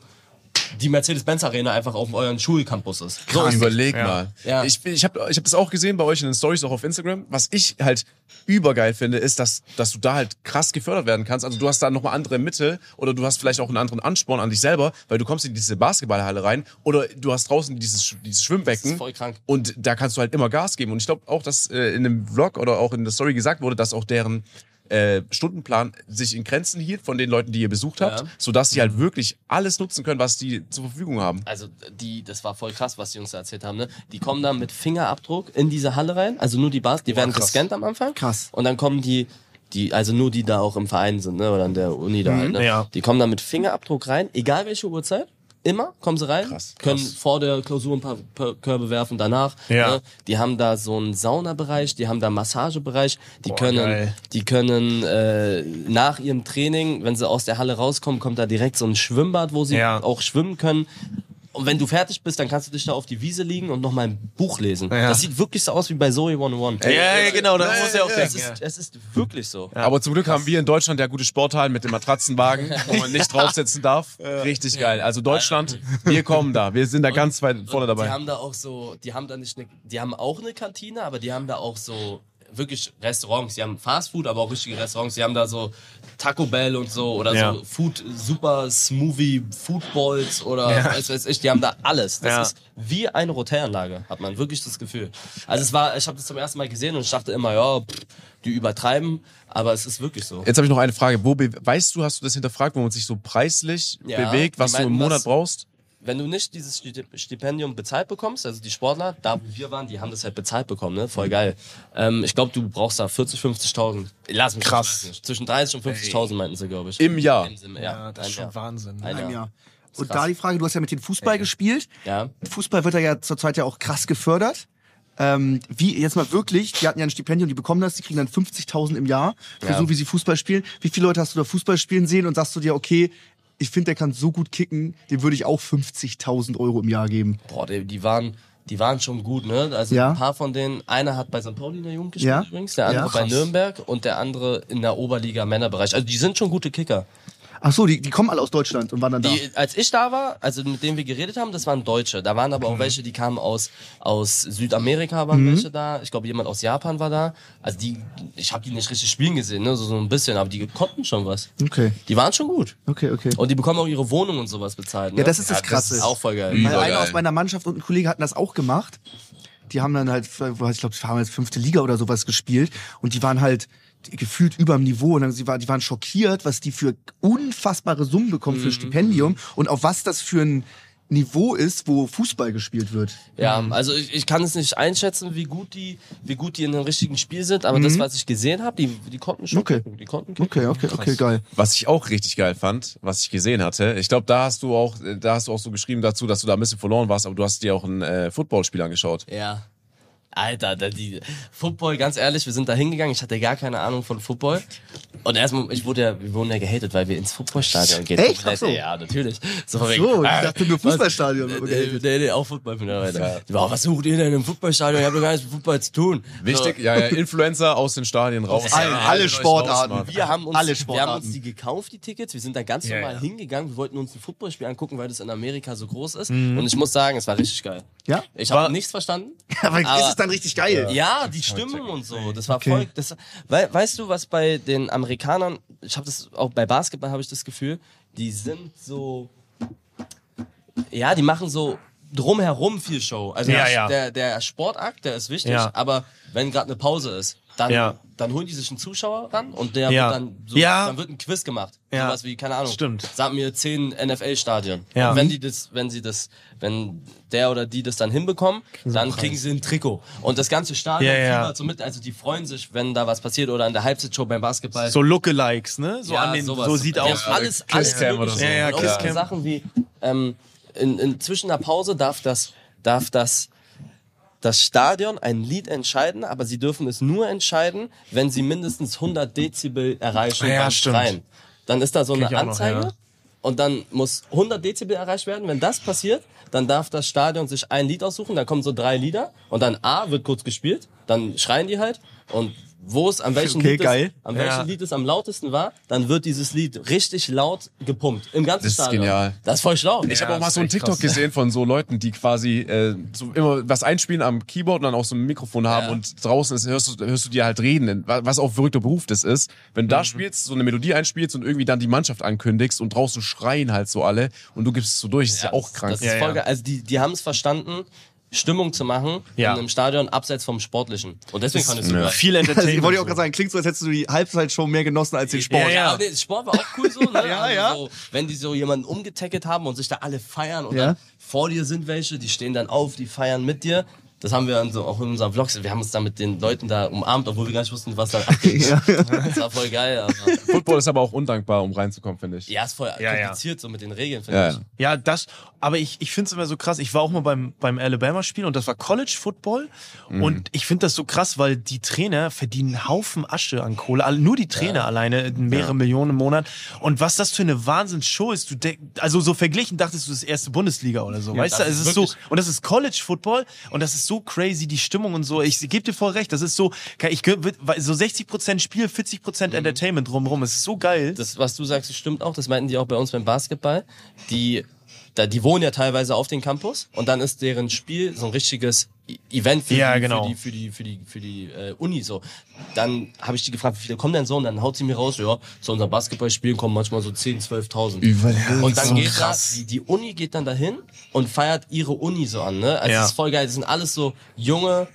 Speaker 7: die Mercedes-Benz Arena einfach auf euren Schulcampus ist. So ist
Speaker 3: Überleg mal.
Speaker 7: Ja.
Speaker 3: Ich, bin- ich habe ich hab das auch gesehen bei euch in den Stories, auch auf Instagram. Was ich halt übergeil finde, ist, dass, dass du da halt krass gefördert werden kannst. Also du hast da nochmal andere Mittel oder du hast vielleicht auch einen anderen Ansporn an dich selber, weil du kommst in diese Basketballhalle rein oder du hast draußen dieses, Sch- dieses Schwimmbecken.
Speaker 7: Das ist voll krank.
Speaker 3: Und da kannst du halt immer Gas geben. Und ich glaube auch, dass äh, in dem Vlog oder auch in der Story gesagt wurde, dass auch deren äh, Stundenplan sich in Grenzen hielt von den Leuten, die ihr besucht habt,
Speaker 7: Ja.
Speaker 3: sodass die halt wirklich alles nutzen können, was die zur Verfügung haben.
Speaker 7: also die, das war voll krass, was die uns da erzählt haben. Ne? Die kommen dann mit Fingerabdruck in diese Halle rein, also nur die Bars, die werden gescannt am Anfang.
Speaker 2: Krass.
Speaker 7: Und dann kommen die, die, also nur die da auch im Verein sind, ne? oder an der Uni da halt, ne?
Speaker 1: Mhm, ja.
Speaker 7: Die kommen dann mit Fingerabdruck rein, egal welche Uhrzeit. Immer kommen sie rein,
Speaker 3: Krass, krass.
Speaker 7: können vor der Klausur ein paar P- Körbe werfen, danach.
Speaker 1: Ja.
Speaker 7: Ne? Die haben da so einen Saunabereich, die haben da einen Massagebereich, die
Speaker 1: Boah,
Speaker 7: können,
Speaker 1: geil.
Speaker 7: die können äh, nach ihrem Training, wenn sie aus der Halle rauskommen, kommt da direkt so ein Schwimmbad, wo sie
Speaker 1: Ja.
Speaker 7: auch schwimmen können. Und wenn du fertig bist, dann kannst du dich da auf die Wiese liegen und noch mal ein Buch lesen.
Speaker 1: Ja.
Speaker 7: Das sieht wirklich so aus wie bei Zoe 101.
Speaker 1: Ja, ja, genau, da muss ja auch
Speaker 7: Es
Speaker 1: denken. ja.
Speaker 7: ist, es ist wirklich so.
Speaker 3: Aber zum Glück haben wir in Deutschland ja gute Sporthallen mit dem Matratzenwagen, wo man nicht draufsetzen darf. Richtig geil. Also Deutschland, wir kommen da. Wir sind da ganz weit vorne
Speaker 7: Die
Speaker 3: dabei.
Speaker 7: haben da auch so, die haben da nicht eine, die haben auch eine Kantine, aber die haben da auch so wirklich Restaurants. Die haben Fastfood, aber auch richtige Restaurants. Die haben da so Taco Bell und so oder
Speaker 1: Ja.
Speaker 7: so Food, Super Smoothie, Food Balls oder was weiß ich. Die haben da alles. Das
Speaker 1: Ja.
Speaker 7: ist wie eine Hotelanlage, hat man wirklich das Gefühl. Also es war, ich habe das zum ersten Mal gesehen und ich dachte immer, ja, pff, die übertreiben, aber es ist wirklich so.
Speaker 3: Jetzt habe ich noch eine Frage. Wo be- weißt du, hast du das hinterfragt, wo man sich so preislich
Speaker 7: Ja,
Speaker 3: bewegt,
Speaker 7: die
Speaker 3: was du im
Speaker 7: meinten,
Speaker 3: Monat
Speaker 7: was-
Speaker 3: brauchst?
Speaker 7: wenn du nicht dieses Sti- Stipendium bezahlt bekommst, also die Sportler, da wo wir waren, die haben das halt bezahlt bekommen, ne? Voll geil. Ähm, ich glaube, du brauchst da 40, 50.000. Lass mich
Speaker 1: Krass.
Speaker 7: nicht wissen. Zwischen 30 und 50.000 meinten sie, glaube ich.
Speaker 3: Im Jahr.
Speaker 7: Im Jahr. Ja,
Speaker 1: Das ist schon Wahnsinn.
Speaker 7: Ein
Speaker 2: Ja.
Speaker 7: Jahr.
Speaker 2: Und da die Frage, du hast ja mit dem Fußball gespielt.
Speaker 7: Ja.
Speaker 2: Fußball wird da ja zurzeit ja auch krass gefördert. Ähm, wie, jetzt mal wirklich, die hatten ja ein Stipendium, die bekommen das, die kriegen dann 50.000 im Jahr, für
Speaker 7: Ja.
Speaker 2: so wie sie Fußball spielen. Wie viele Leute hast du da Fußball spielen sehen und sagst du dir, okay, ich finde, der kann so gut kicken, dem würde ich auch 50.000 Euro im Jahr geben.
Speaker 7: Boah, die, die waren, die waren schon gut, ne? Also
Speaker 2: Ja.
Speaker 7: ein paar von denen, einer hat bei St. Pauli in der Jugend gespielt
Speaker 2: Ja.
Speaker 7: übrigens, der andere
Speaker 2: Ja.
Speaker 7: bei
Speaker 2: Krass.
Speaker 7: Nürnberg und der andere in der Oberliga Männerbereich. Also die sind schon gute Kicker.
Speaker 2: Ach so, die, die kommen alle aus Deutschland und waren dann da.
Speaker 7: Die, als ich da war, also mit denen wir geredet haben, das waren Deutsche. Da waren aber
Speaker 2: Mhm.
Speaker 7: auch welche, die kamen aus, aus Südamerika, waren welche da. Ich glaube, jemand aus Japan war da. Also die, ich habe die nicht richtig spielen gesehen, ne? so, so ein bisschen, aber die konnten schon was.
Speaker 2: Okay.
Speaker 7: Die waren schon gut.
Speaker 2: Okay, okay.
Speaker 7: Und die bekommen auch ihre Wohnung und sowas bezahlt. Ne?
Speaker 2: Ja, das ist das Krasse. Mhm.
Speaker 7: Auch voll geil.
Speaker 2: Weil
Speaker 3: Übergeil.
Speaker 2: einer aus meiner Mannschaft und ein Kollege hatten das auch gemacht. Die haben dann halt, ich glaube, die haben jetzt fünfte Liga oder sowas gespielt und die waren halt gefühlt über dem Niveau und dann, sie war, die waren schockiert, was die für unfassbare Summen bekommen für ein Stipendium und auf was das für ein Niveau ist, wo Fußball gespielt wird.
Speaker 7: Ja, also ich, ich kann es nicht einschätzen, wie gut die, wie gut die in einem richtigen Spiel sind, aber das, was ich gesehen habe, die, die konnten schon.
Speaker 2: Mhm. Okay.
Speaker 7: kicken, Die konnten
Speaker 2: Okay,
Speaker 7: kicken.
Speaker 2: okay, okay, geil.
Speaker 3: Was ich auch richtig geil fand, was ich gesehen hatte, ich glaube, da hast du auch, da hast du auch so geschrieben dazu, dass du da ein bisschen verloren warst, aber du hast dir auch einen äh, Footballspiel angeschaut.
Speaker 7: Ja. Alter, da die Football, ganz ehrlich, wir sind da hingegangen. Ich hatte gar keine Ahnung von Football. Und erstmal, ich wurde ja, wir wurden ja gehatet, weil wir ins Footballstadion gehen.
Speaker 2: Echt? Ach so.
Speaker 7: Ja, natürlich. So, von wegen,
Speaker 2: So, ich
Speaker 7: ah,
Speaker 2: dachte nur Fußballstadion. aber
Speaker 7: Nee,
Speaker 2: gehatet.
Speaker 7: nee, nee, auch Football mittlerweile. Die war, Was sucht ihr denn im Footballstadion? Ich habe doch gar nichts mit Football zu tun.
Speaker 3: Wichtig, ja, ja, Influencer aus den Stadien raus.
Speaker 2: allen- alle
Speaker 3: Leute
Speaker 2: Sportarten.
Speaker 3: rausmachen.
Speaker 7: Wir haben, uns,
Speaker 2: Alle
Speaker 7: wir haben
Speaker 2: Sportarten.
Speaker 7: uns die gekauft, die Tickets. Wir sind da ganz normal hingegangen. Wir wollten uns ein Footballspiel angucken, weil das in Amerika so groß ist. Und ich muss sagen, es war richtig geil.
Speaker 2: Mhm. Ja?
Speaker 7: Ich habe nichts verstanden.
Speaker 2: Aber ist
Speaker 7: Aber-
Speaker 2: es dann richtig geil?
Speaker 7: Ja, die Stimmen und so. Das war voll. Das, wei- weißt du, was bei den Amerikanern, ich habe das auch bei Basketball habe ich das Gefühl, die sind so. Ja, die machen so drumherum viel Show. Also
Speaker 1: Ja,
Speaker 7: der,
Speaker 1: ja.
Speaker 7: Der, der Sportakt, der ist wichtig,
Speaker 1: Ja.
Speaker 7: aber wenn gerade eine Pause ist, dann,
Speaker 1: Ja.
Speaker 7: dann holen die sich einen Zuschauer ran und der
Speaker 1: Ja.
Speaker 7: wird dann so,
Speaker 1: Ja.
Speaker 7: dann wird ein Quiz gemacht.
Speaker 1: Ja.
Speaker 7: Sowas wie, keine Ahnung.
Speaker 1: Stimmt.
Speaker 7: Sag mir zehn NFL-Stadien.
Speaker 1: Ja.
Speaker 7: Und wenn die das, wenn sie das, wenn der oder die das dann hinbekommen, dann kriegen sie ein Trikot. Und das ganze Stadion
Speaker 1: Ja, ja.
Speaker 7: fiebert so mit. Also die freuen sich, wenn da was passiert oder in der Halbzeitshow beim Basketball.
Speaker 1: So Lookalikes, ne? So
Speaker 7: Ja,
Speaker 1: an den,
Speaker 7: sowas.
Speaker 1: so sieht
Speaker 7: Ja,
Speaker 1: aus.
Speaker 7: Alles,
Speaker 3: Kiss
Speaker 7: alles
Speaker 3: Cam oder
Speaker 7: mögliche.
Speaker 3: so.
Speaker 1: Ja, ja,
Speaker 7: Und auch
Speaker 1: Kiss
Speaker 7: so
Speaker 1: Cam.
Speaker 7: Sachen wie ähm, in, in zwischen der Pause darf das, darf das das Stadion ein Lied entscheiden, aber sie dürfen es nur entscheiden, wenn sie mindestens 100 Dezibel erreichen
Speaker 1: Ja,
Speaker 7: beim
Speaker 1: stimmt.
Speaker 7: Schreien. Dann ist da so
Speaker 1: ich
Speaker 7: eine
Speaker 1: auch noch,
Speaker 7: Anzeige
Speaker 1: ja.
Speaker 7: und dann muss 100 Dezibel erreicht werden. Wenn das passiert, dann darf das Stadion sich ein Lied aussuchen. Dann kommen so drei Lieder und dann A wird kurz gespielt, dann schreien die halt und wo es an welchem
Speaker 2: Okay,
Speaker 7: Lied
Speaker 2: geil.
Speaker 7: Es, an welchem
Speaker 1: Ja.
Speaker 7: Lied es am lautesten war, dann wird dieses Lied richtig laut gepumpt im ganzen
Speaker 3: Das ist
Speaker 7: Stadion.
Speaker 3: genial.
Speaker 7: Das ist voll schlau.
Speaker 3: Ich
Speaker 1: Ja,
Speaker 3: habe auch mal
Speaker 1: ist
Speaker 3: so einen
Speaker 1: echt
Speaker 3: TikTok
Speaker 1: krass.
Speaker 3: gesehen von so Leuten, die quasi äh, so immer was einspielen am Keyboard und dann auch so ein Mikrofon haben
Speaker 7: Ja.
Speaker 3: und draußen ist, hörst, du, hörst du dir halt reden, wa- was auch ein verrückter Beruf das ist. Wenn du da spielst, so eine Melodie einspielst und irgendwie dann die Mannschaft ankündigst und draußen schreien halt so alle und du gibst es so durch, das ist ja auch krank.
Speaker 7: Das ist
Speaker 1: Ja,
Speaker 7: voll
Speaker 1: ja.
Speaker 7: geil. Also die, die haben es verstanden, Stimmung zu machen
Speaker 1: Ja.
Speaker 7: in einem Stadion abseits vom Sportlichen. Und deswegen fand ich es so
Speaker 3: nö.
Speaker 7: geil.
Speaker 1: Viel
Speaker 2: Also, ich
Speaker 1: Entertainment.
Speaker 2: wollte ich auch gerade sagen, klingt so, als hättest du die Halbzeitshow mehr genossen als den Sport.
Speaker 1: Ja, ja.
Speaker 7: aber der Sport war auch cool so, ne?
Speaker 2: Ja,
Speaker 7: Also
Speaker 2: ja.
Speaker 7: so, wenn die so jemanden umgetackelt haben und sich da alle feiern und
Speaker 2: Ja.
Speaker 7: dann vor dir sind welche, die stehen dann auf, die feiern mit dir. Das haben wir dann so auch in unseren Vlogs. Wir haben uns da mit den Leuten da umarmt, obwohl wir gar nicht wussten, was da abgeht. Das war voll geil. Aber
Speaker 3: Football ist aber auch undankbar, um reinzukommen, finde ich.
Speaker 7: ja, ist voll
Speaker 1: Ja, ja.
Speaker 7: kompliziert so mit den Regeln, finde
Speaker 3: Ja,
Speaker 7: ich.
Speaker 3: ja.
Speaker 1: Ja, das, aber ich, ich find's immer so krass. Ich war auch mal beim, beim Alabama-Spiel und das war College Football.
Speaker 7: Mhm.
Speaker 1: Und ich find das so krass, weil die Trainer verdienen einen Haufen Asche an Kohle. Alle- Nur die Trainer alleine mehrere Millionen im Monat. Und was das für eine Wahnsinnsshow ist. Du denk, also so verglichen dachtest du das erste Bundesliga oder so. weißt du,
Speaker 7: das
Speaker 1: es
Speaker 7: ist
Speaker 1: ist so,
Speaker 7: wirklich-
Speaker 1: und das ist College Football und das ist so crazy, die Stimmung und so. Ich gebe dir voll recht. Das ist so, ich, geb- so 60% Spiel, 40% Entertainment drumrum. Es ist so geil.
Speaker 7: Mhm. das, was du sagst, das stimmt auch. Das meinten die auch bei uns beim Basketball. Die, da, die wohnen ja teilweise auf dem Campus und dann ist deren Spiel so ein richtiges I- Event für,
Speaker 1: Ja,
Speaker 7: die,
Speaker 1: genau.
Speaker 7: für die für die für die für die äh, Uni so. Dann habe ich die gefragt, wie viele kommen denn so? Und dann haut sie mir raus, ja, zu unserem Basketballspielen kommen manchmal so 10, 12.000. Und dann geht da, die, die Uni geht dann dahin und feiert ihre Uni so an, ne? Also
Speaker 1: Ja.
Speaker 7: das ist voll geil. Das sind alles so junge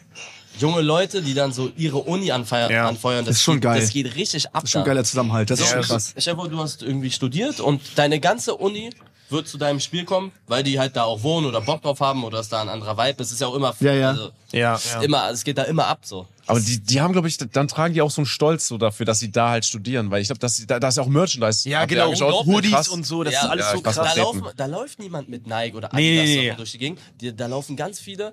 Speaker 7: junge Leute, die dann so ihre Uni anfeiern,
Speaker 1: Ja.
Speaker 7: anfeuern.
Speaker 2: Das ist schon
Speaker 7: geht,
Speaker 2: geil.
Speaker 7: Das geht richtig ab.
Speaker 2: Das ist schon ein
Speaker 7: da.
Speaker 2: geiler Zusammenhalt. Das ist schon krass.
Speaker 7: Ich glaube, du hast irgendwie studiert und deine ganze Uni wird zu deinem Spiel kommen, weil die halt da auch wohnen oder Bock drauf haben oder ist da ein anderer Vibe. Es ist ja auch immer,
Speaker 2: Ja, ja.
Speaker 7: Also,
Speaker 1: Ja,
Speaker 7: es
Speaker 1: ja.
Speaker 7: ist immer, es geht da immer ab so.
Speaker 3: Aber die, die haben, glaube ich, dann tragen die auch so einen Stolz so dafür, dass sie da halt studieren, weil ich glaube, dass sie da, da ist ja auch Merchandise.
Speaker 1: Ja,
Speaker 3: Habt ihr
Speaker 1: genau.
Speaker 3: angeschaut?
Speaker 1: Hoodies
Speaker 3: Krass.
Speaker 1: und so. Das
Speaker 7: Ja,
Speaker 1: ist alles
Speaker 3: ja,
Speaker 1: so
Speaker 3: krass.
Speaker 1: krass.
Speaker 7: Da,
Speaker 3: Athleten.
Speaker 7: laufen, da läuft niemand mit Nike oder Adidas
Speaker 1: Nee, nee, nee.
Speaker 7: Sachen durch die Gegend. Die, da laufen ganz viele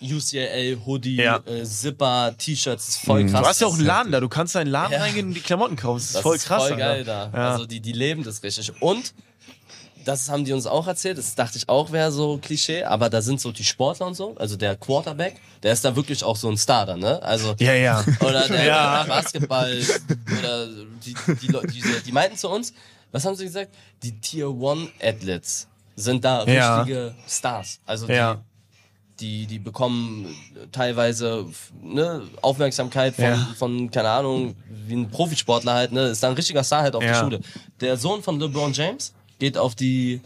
Speaker 7: UCLA, Hoodie,
Speaker 1: Ja. Mhm.
Speaker 7: äh, Zipper, T-Shirts. Ist voll krass.
Speaker 1: Du hast ja auch einen
Speaker 7: Das-
Speaker 1: Laden da. Du kannst da in den Laden reingehen und die Klamotten kaufen. Das ist
Speaker 7: Das
Speaker 1: voll
Speaker 7: ist
Speaker 1: krass.
Speaker 7: voll geil
Speaker 1: Alter.
Speaker 7: da.
Speaker 1: Ja.
Speaker 7: Also die, die leben das richtig. Und das haben die uns auch erzählt, das dachte ich auch wäre so Klischee, aber da sind so die Sportler und so, also der Quarterback, der ist da wirklich auch so ein Starter, ne? Also
Speaker 1: ja, ja.
Speaker 7: oder der
Speaker 1: Ja.
Speaker 7: Basketball oder die, die Leute, die, die meinten zu uns, was haben sie gesagt? Die Tier One Athletes sind da
Speaker 1: Ja.
Speaker 7: richtige Stars. Also die,
Speaker 1: Ja.
Speaker 7: die, die bekommen teilweise f- ne, Aufmerksamkeit von,
Speaker 1: Ja.
Speaker 7: von, keine Ahnung, wie ein Profisportler halt, ne? Ist da ein richtiger Star halt auf der
Speaker 1: Ja.
Speaker 7: Schule. Der Sohn von LeBron James geht auf die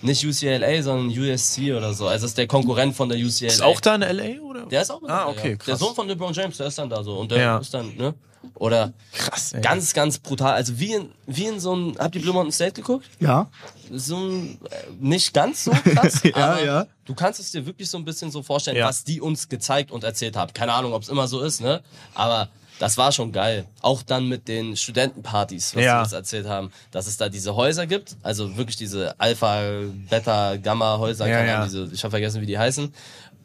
Speaker 7: nicht UCLA, sondern USC oder so. Also ist der Konkurrent von der UCLA.
Speaker 1: Ist auch da in L.A. oder?
Speaker 7: Der ist auch mit
Speaker 1: Ah,
Speaker 7: dabei,
Speaker 1: okay,
Speaker 7: ja.
Speaker 1: krass.
Speaker 7: Der Sohn von LeBron James, der ist dann da so. Und der
Speaker 1: Ja.
Speaker 7: ist dann, ne? Oder
Speaker 1: krass, ey.
Speaker 7: ganz, ganz brutal. Also wie in, wie in so einem, habt ihr Blue Mountain State geguckt?
Speaker 2: Ja.
Speaker 7: So ein, äh, nicht ganz so krass,
Speaker 2: Ja,
Speaker 7: aber
Speaker 2: ja.
Speaker 7: du kannst es dir wirklich so ein bisschen so vorstellen,
Speaker 1: Ja.
Speaker 7: was die uns gezeigt und erzählt haben. Keine Ahnung, ob es immer so ist, ne? Aber das war schon geil. Auch dann mit den Studentenpartys, was
Speaker 1: Ja.
Speaker 7: sie uns erzählt haben, dass es da diese Häuser gibt, also wirklich diese Alpha, Beta, Gamma Häuser,
Speaker 1: Ja,
Speaker 7: keine
Speaker 1: ja.
Speaker 7: Ahnung, diese, ich habe vergessen, wie die heißen.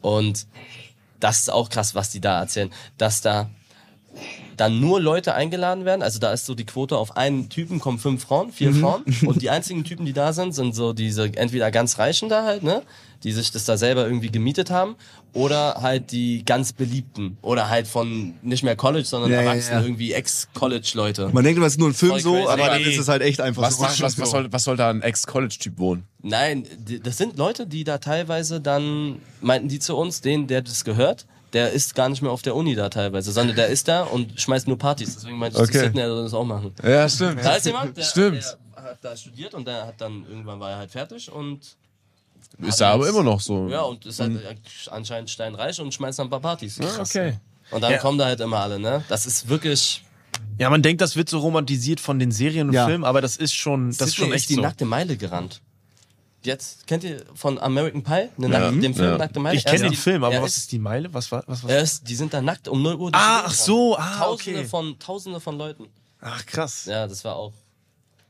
Speaker 7: Und das ist auch krass, was die da erzählen, dass da dann nur Leute eingeladen werden. Also da ist so die Quote auf einen Typen kommen fünf Frauen, vier
Speaker 2: Mhm.
Speaker 7: Frauen. Und die einzigen Typen, die da sind, sind so diese entweder ganz Reichen da halt, ne? Die sich das da selber irgendwie gemietet haben. Oder halt die ganz Beliebten. Oder halt von nicht mehr College, sondern
Speaker 2: Ja, ja,
Speaker 7: Erwachsene,
Speaker 2: ja.
Speaker 7: irgendwie Ex-College-Leute.
Speaker 2: Man denkt immer, es ist nur ein Film
Speaker 7: Voll
Speaker 2: so,
Speaker 7: crazy.
Speaker 2: aber dann
Speaker 7: Nee.
Speaker 2: ist es halt echt einfach
Speaker 3: Was,
Speaker 2: so.
Speaker 3: was, was, was, soll, was soll da ein Ex-College-Typ wohnen?
Speaker 7: Nein, die- das sind Leute, die da teilweise dann, meinten die zu uns, den, der das gehört, der ist gar nicht mehr auf der Uni da teilweise, sondern der ist da und schmeißt nur Partys. Deswegen meinte ich,
Speaker 3: Okay.
Speaker 7: zu Sidney, er soll das auch machen.
Speaker 3: Ja, stimmt.
Speaker 7: Da ist jemand, der,
Speaker 3: Stimmt.
Speaker 7: der hat da studiert und der hat dann irgendwann war er halt fertig und
Speaker 3: Ist da aber immer noch so.
Speaker 7: ja, und ist halt äh, anscheinend steinreich und schmeißt dann ein paar Partys.
Speaker 3: Ah, okay.
Speaker 7: Und dann
Speaker 1: Ja.
Speaker 7: kommen da halt immer alle, ne? Das ist wirklich.
Speaker 1: Ja, man denkt, das wird so romantisiert von den Serien und
Speaker 2: Ja.
Speaker 1: Filmen, aber das ist schon, das ist
Speaker 7: Sydney
Speaker 1: schon echt
Speaker 7: die
Speaker 1: so.
Speaker 7: nackte Meile gerannt. Jetzt, kennt ihr von American Pie? Ne, nackte, den Film
Speaker 3: ja.
Speaker 7: Nackte Meile?
Speaker 1: Ich kenne
Speaker 7: Er
Speaker 1: den
Speaker 7: ist-
Speaker 1: Film, aber
Speaker 7: er
Speaker 1: was ist die Meile? Was war, was war?
Speaker 7: Er ist, die sind da nackt um 0 Uhr. durch die
Speaker 1: Ah,
Speaker 7: Gegend
Speaker 1: ach
Speaker 7: gerannt.
Speaker 1: so, ah,
Speaker 7: Tausende
Speaker 1: okay.
Speaker 7: von, Tausende von Leuten.
Speaker 1: Ach krass.
Speaker 7: Ja, das war auch.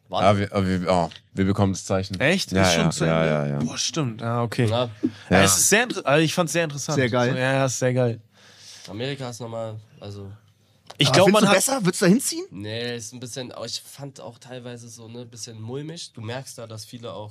Speaker 3: Ah,
Speaker 7: Wahnsinn.
Speaker 3: wir, ah, wir, oh, wir bekommen das Zeichen.
Speaker 1: Echt?
Speaker 3: Ja,
Speaker 1: ist schon
Speaker 3: ja,
Speaker 1: zu
Speaker 3: ja,
Speaker 1: Ende?
Speaker 3: ja, ja.
Speaker 1: Boah, stimmt. Ah, okay. Ja.
Speaker 7: Ja,
Speaker 1: es ist sehr, inter- also ich fand's sehr interessant.
Speaker 2: Sehr geil.
Speaker 1: So, Ja, ja, ist sehr geil.
Speaker 7: Amerika ist nochmal, also,
Speaker 1: Ich glaube, man
Speaker 2: du
Speaker 1: hat.
Speaker 2: besser? Würdest du da hinziehen?
Speaker 7: nee, ist ein bisschen, aber ich fand auch teilweise so, ne, bisschen mulmig. Du merkst da, dass viele auch,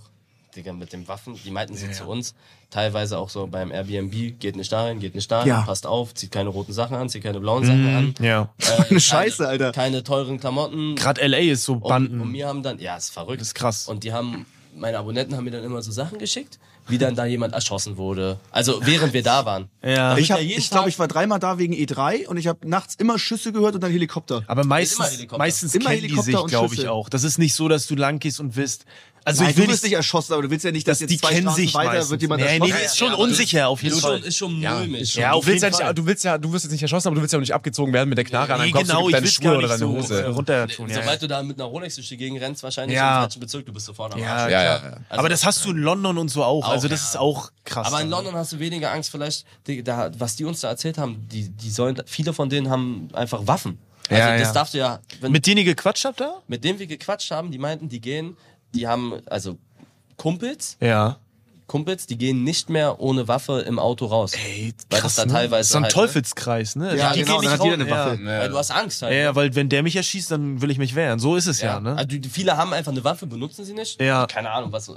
Speaker 7: Digga, mit den Waffen, die meinten sie zu uns, teilweise auch so beim Airbnb, geht nicht dahin, geht nicht dahin,
Speaker 2: Ja.
Speaker 7: passt auf, zieht keine roten Sachen an, zieht keine blauen
Speaker 1: Mhm.
Speaker 7: Sachen an.
Speaker 1: Ja.
Speaker 7: Äh, keine-
Speaker 2: Scheiße, Alter.
Speaker 7: Keine teuren Klamotten,
Speaker 1: Gerade LA ist so
Speaker 7: Und,
Speaker 1: Banden.
Speaker 7: und mir haben dann, ja, ist verrückt.
Speaker 1: Das ist krass.
Speaker 7: Und die haben, meine Abonnenten haben mir dann immer so Sachen geschickt, wie dann da jemand erschossen wurde. Also während wir da waren.
Speaker 1: Ja.
Speaker 7: Da wird
Speaker 2: Ich, hab-
Speaker 7: ja jeden
Speaker 2: ich glaube,
Speaker 7: Tag-
Speaker 2: ich war dreimal da wegen E3 und ich habe nachts immer Schüsse gehört und dann Helikopter.
Speaker 1: aber
Speaker 7: Immer
Speaker 1: meistens,
Speaker 7: Helikopter.
Speaker 1: meistens
Speaker 2: Immer
Speaker 1: kennen die
Speaker 2: Helikopter
Speaker 1: sich,
Speaker 2: und
Speaker 1: glaube ich,
Speaker 2: Schüsse.
Speaker 1: auch. Das ist nicht so, dass du lang gehst und wirst. Also
Speaker 2: Nein,
Speaker 1: ich will
Speaker 2: du wirst nicht erschossen, aber du willst ja nicht, dass,
Speaker 1: dass die
Speaker 2: jetzt zwei
Speaker 1: kennen
Speaker 2: Straßen
Speaker 1: sich
Speaker 2: weiter
Speaker 1: meistens.
Speaker 2: wird jemand
Speaker 1: Nee,
Speaker 2: erschossen.
Speaker 1: nee,
Speaker 7: Ja,
Speaker 1: ist schon
Speaker 7: ja, aber
Speaker 1: unsicher auf jeden
Speaker 7: Ist schon,
Speaker 1: Fall.
Speaker 7: ist schon mulmig.
Speaker 1: schon- Ja, auf
Speaker 3: du willst
Speaker 1: jeden
Speaker 3: ja nicht,
Speaker 1: Fall.
Speaker 3: du willst ja, du wirst jetzt nicht erschossen, aber du willst ja auch nicht abgezogen werden mit der Knarre an deinem
Speaker 1: Nee,
Speaker 3: Kopf,
Speaker 1: genau,
Speaker 3: so
Speaker 1: ich
Speaker 3: deine
Speaker 1: will's
Speaker 3: Schuhe
Speaker 1: gar
Speaker 3: oder
Speaker 1: nicht
Speaker 3: deine
Speaker 1: so äh,
Speaker 3: Hose.
Speaker 1: runter tun. Ja, ja.
Speaker 7: Sobald du da mit einer Rolex durch die Gegend rennst, wahrscheinlich
Speaker 1: Ja.
Speaker 7: im falschen Bezirk, du bist sofort am
Speaker 1: Ja,
Speaker 7: Arsch.
Speaker 3: Ja, ja,
Speaker 1: klar.
Speaker 3: ja.
Speaker 1: Aber das hast du in London und so auch.
Speaker 7: Also Auch,
Speaker 1: also das
Speaker 7: ja.
Speaker 1: ist auch krass.
Speaker 7: Aber in
Speaker 1: dann.
Speaker 7: London hast du weniger Angst vielleicht, die, da, was die uns da erzählt haben, die, die sollen, viele von denen haben einfach Waffen. Also
Speaker 1: Ja,
Speaker 7: das
Speaker 1: ja.
Speaker 7: darfst du ja, wenn,
Speaker 1: Mit denen ihr gequatscht habt da?
Speaker 7: mit denen wir gequatscht haben, die meinten, die gehen, die haben, also Kumpels,
Speaker 1: Ja.
Speaker 7: Kumpels, die gehen nicht mehr ohne Waffe im Auto raus.
Speaker 1: Ey,
Speaker 7: Weil das da
Speaker 1: ne?
Speaker 7: teilweise
Speaker 1: ist so ein
Speaker 7: halt, ne?
Speaker 1: Teufelskreis, ne?
Speaker 2: Ja,
Speaker 1: Die
Speaker 2: genau,
Speaker 1: gehen nicht
Speaker 2: dann hat jeder
Speaker 1: raus-
Speaker 2: eine Waffe.
Speaker 3: Ja.
Speaker 7: Weil du hast Angst halt.
Speaker 1: Ja. ja, weil wenn der mich erschießt, dann will ich mich wehren. So ist es ja, ne?
Speaker 7: Also die- viele haben einfach eine Waffe, benutzen sie nicht.
Speaker 1: Ja.
Speaker 7: Keine Ahnung, was äh,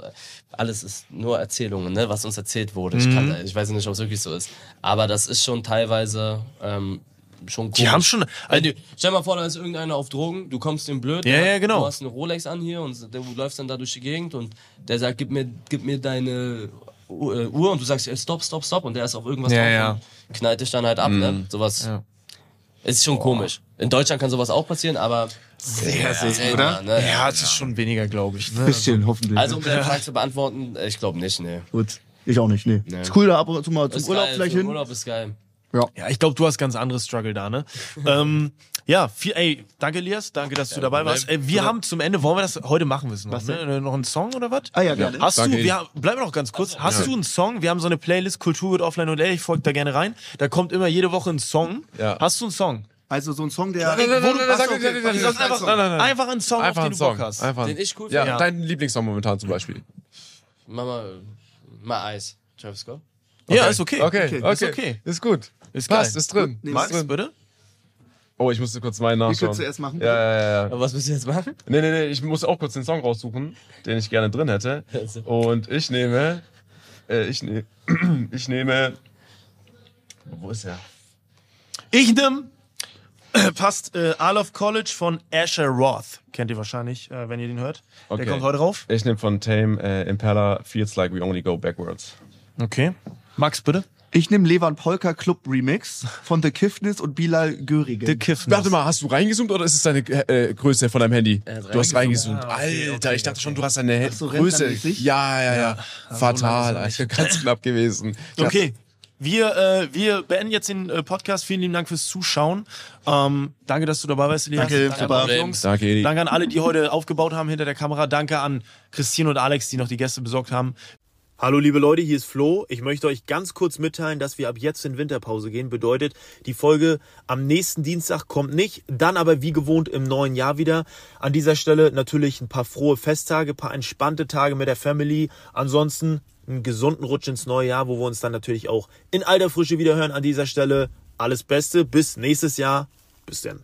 Speaker 7: alles ist nur Erzählungen, ne, was uns erzählt wurde.
Speaker 1: Mhm.
Speaker 7: Ich, kann, ich weiß nicht, ob es wirklich so ist. Aber das ist schon teilweise ähm, schon komisch.
Speaker 1: Die haben schon-
Speaker 7: Wenn du, stell mal vor, da ist irgendeiner auf Drogen, du kommst dem blöd,
Speaker 1: Ja,
Speaker 7: ne?
Speaker 1: ja, genau.
Speaker 7: du hast eine Rolex an hier und du läufst dann da durch die Gegend und der sagt, gib mir, gib mir deine U- äh, Uhr und du sagst, ey, stopp, stopp, stopp und der ist auf irgendwas
Speaker 1: Ja,
Speaker 7: drauf
Speaker 1: ja. Mhm.
Speaker 7: und knallt dich dann halt ab, ne? Sowas
Speaker 1: Ja.
Speaker 7: ist schon komisch. In Deutschland kann sowas auch passieren, aber
Speaker 1: Sehr,
Speaker 7: seltener,
Speaker 1: Ja,
Speaker 7: ne?
Speaker 1: es ist schon weniger, glaube ich. Ne?
Speaker 2: Bisschen, hoffentlich.
Speaker 7: Also, um deine Frage zu beantworten, ich glaube nicht, ne.
Speaker 2: Gut. Ich auch nicht, nee. Ist cool, da ab und zu mal zum
Speaker 7: Ist
Speaker 2: Urlaub
Speaker 7: geil,
Speaker 2: vielleicht
Speaker 7: für
Speaker 2: hin.
Speaker 7: den Urlaub ist geil.
Speaker 1: Ja, ich glaube, du hast ganz anderes Struggle da, ne? ähm, ja, viel, ey, danke, Elias. Danke, dass du dabei warst. Ey, wir haben zum Ende, wollen wir das, heute machen wir es noch, ne? Äh, Noch einen Song oder was?
Speaker 2: Ah ja, gerne.
Speaker 1: Hast
Speaker 3: Danke,
Speaker 1: du,
Speaker 3: Eli.
Speaker 1: wir, haben- bleiben wir noch ganz kurz. Hast du einen Song? Wir haben so eine Playlist Kultur wird offline und ehrlich, folgt da gerne rein. Da kommt immer jede Woche ein Song.
Speaker 3: Ja.
Speaker 1: Hast du einen Song?
Speaker 2: Also so ein Song, der...
Speaker 3: Nein, nein, nein,
Speaker 2: Wo du-
Speaker 3: nein,
Speaker 2: Achso,
Speaker 3: sag-
Speaker 2: okay,
Speaker 3: sag-
Speaker 2: okay,
Speaker 3: sag-
Speaker 2: sag-
Speaker 3: sag-
Speaker 2: sag-
Speaker 3: Nein, nein, nein.
Speaker 1: Einfach einen Song,
Speaker 3: Einfach
Speaker 1: auf
Speaker 3: einen
Speaker 1: den du Bock
Speaker 3: Song.
Speaker 1: hast.
Speaker 3: Einfach.
Speaker 7: Den ich cool
Speaker 3: ja,
Speaker 7: finde.
Speaker 1: Ja.
Speaker 3: dein Lieblingssong momentan zum Beispiel.
Speaker 7: Mach mal, mal Eis. Travis Scott.
Speaker 1: Ja, ist okay.
Speaker 3: Okay, okay.
Speaker 1: Ist okay.
Speaker 3: Ist gut.
Speaker 1: Ist
Speaker 3: Passt,
Speaker 1: geil.
Speaker 3: ist drin.
Speaker 2: Nee,
Speaker 3: ist
Speaker 2: Max,
Speaker 1: Max,
Speaker 3: drin.
Speaker 1: bitte?
Speaker 3: Oh, ich musste kurz meinen
Speaker 2: Ich würde
Speaker 3: nachschauen.
Speaker 2: zuerst machen.
Speaker 3: Ja, ja, ja, ja.
Speaker 7: Aber was willst du jetzt machen?
Speaker 3: Nee, nee, nee, ich muss auch kurz den Song raussuchen, den ich gerne drin hätte.
Speaker 7: Also.
Speaker 3: Und ich nehme. Äh, ich, ne ich nehme. Wo ist er?
Speaker 1: Ich nehm, passt, äh, I Love College von Asher Roth. Kennt ihr wahrscheinlich, äh, wenn ihr den hört.
Speaker 3: Okay.
Speaker 1: Der kommt heute rauf.
Speaker 3: Ich nehme von Tame äh, Impala Feels Like We Only Go Backwards.
Speaker 1: Okay. Max, bitte.
Speaker 2: Ich nehme Levan Polka Club Remix von The Kiffnis und Bilal Göringen.
Speaker 1: The Kiffness.
Speaker 3: Warte mal, hast du reingezoomt oder ist es deine äh, Größe von deinem Handy?
Speaker 7: hat
Speaker 3: Du hast reingezoomt. Ah, Alter, ich dachte schon, du hast deine
Speaker 2: so,
Speaker 3: Größe.
Speaker 2: rentnermäßig?
Speaker 3: Ja, ja, also, ja. Fatal, Alter. Ganz knapp gewesen.
Speaker 1: Okay. Wir, äh, wir beenden jetzt den äh, Podcast. Vielen lieben Dank fürs Zuschauen. Ähm, danke, dass du dabei warst, Elias.
Speaker 2: Danke, super.
Speaker 1: an alle Jungs.
Speaker 3: Danke, Edi.
Speaker 1: Danke an alle, die heute aufgebaut haben hinter der Kamera. Danke an Christine und Alex, die noch die Gäste besorgt haben. Hallo liebe Leute, hier ist Flo. Ich möchte euch ganz kurz mitteilen, dass wir ab jetzt in Winterpause gehen. Bedeutet, die Folge am nächsten Dienstag kommt nicht, dann aber wie gewohnt im neuen Jahr wieder. An dieser Stelle natürlich ein paar frohe Festtage, ein paar entspannte Tage mit der Family. Ansonsten einen gesunden Rutsch ins neue Jahr, wo wir uns dann natürlich auch in alter Frische wiederhören an dieser Stelle. Alles Beste, bis nächstes Jahr. Bis dann.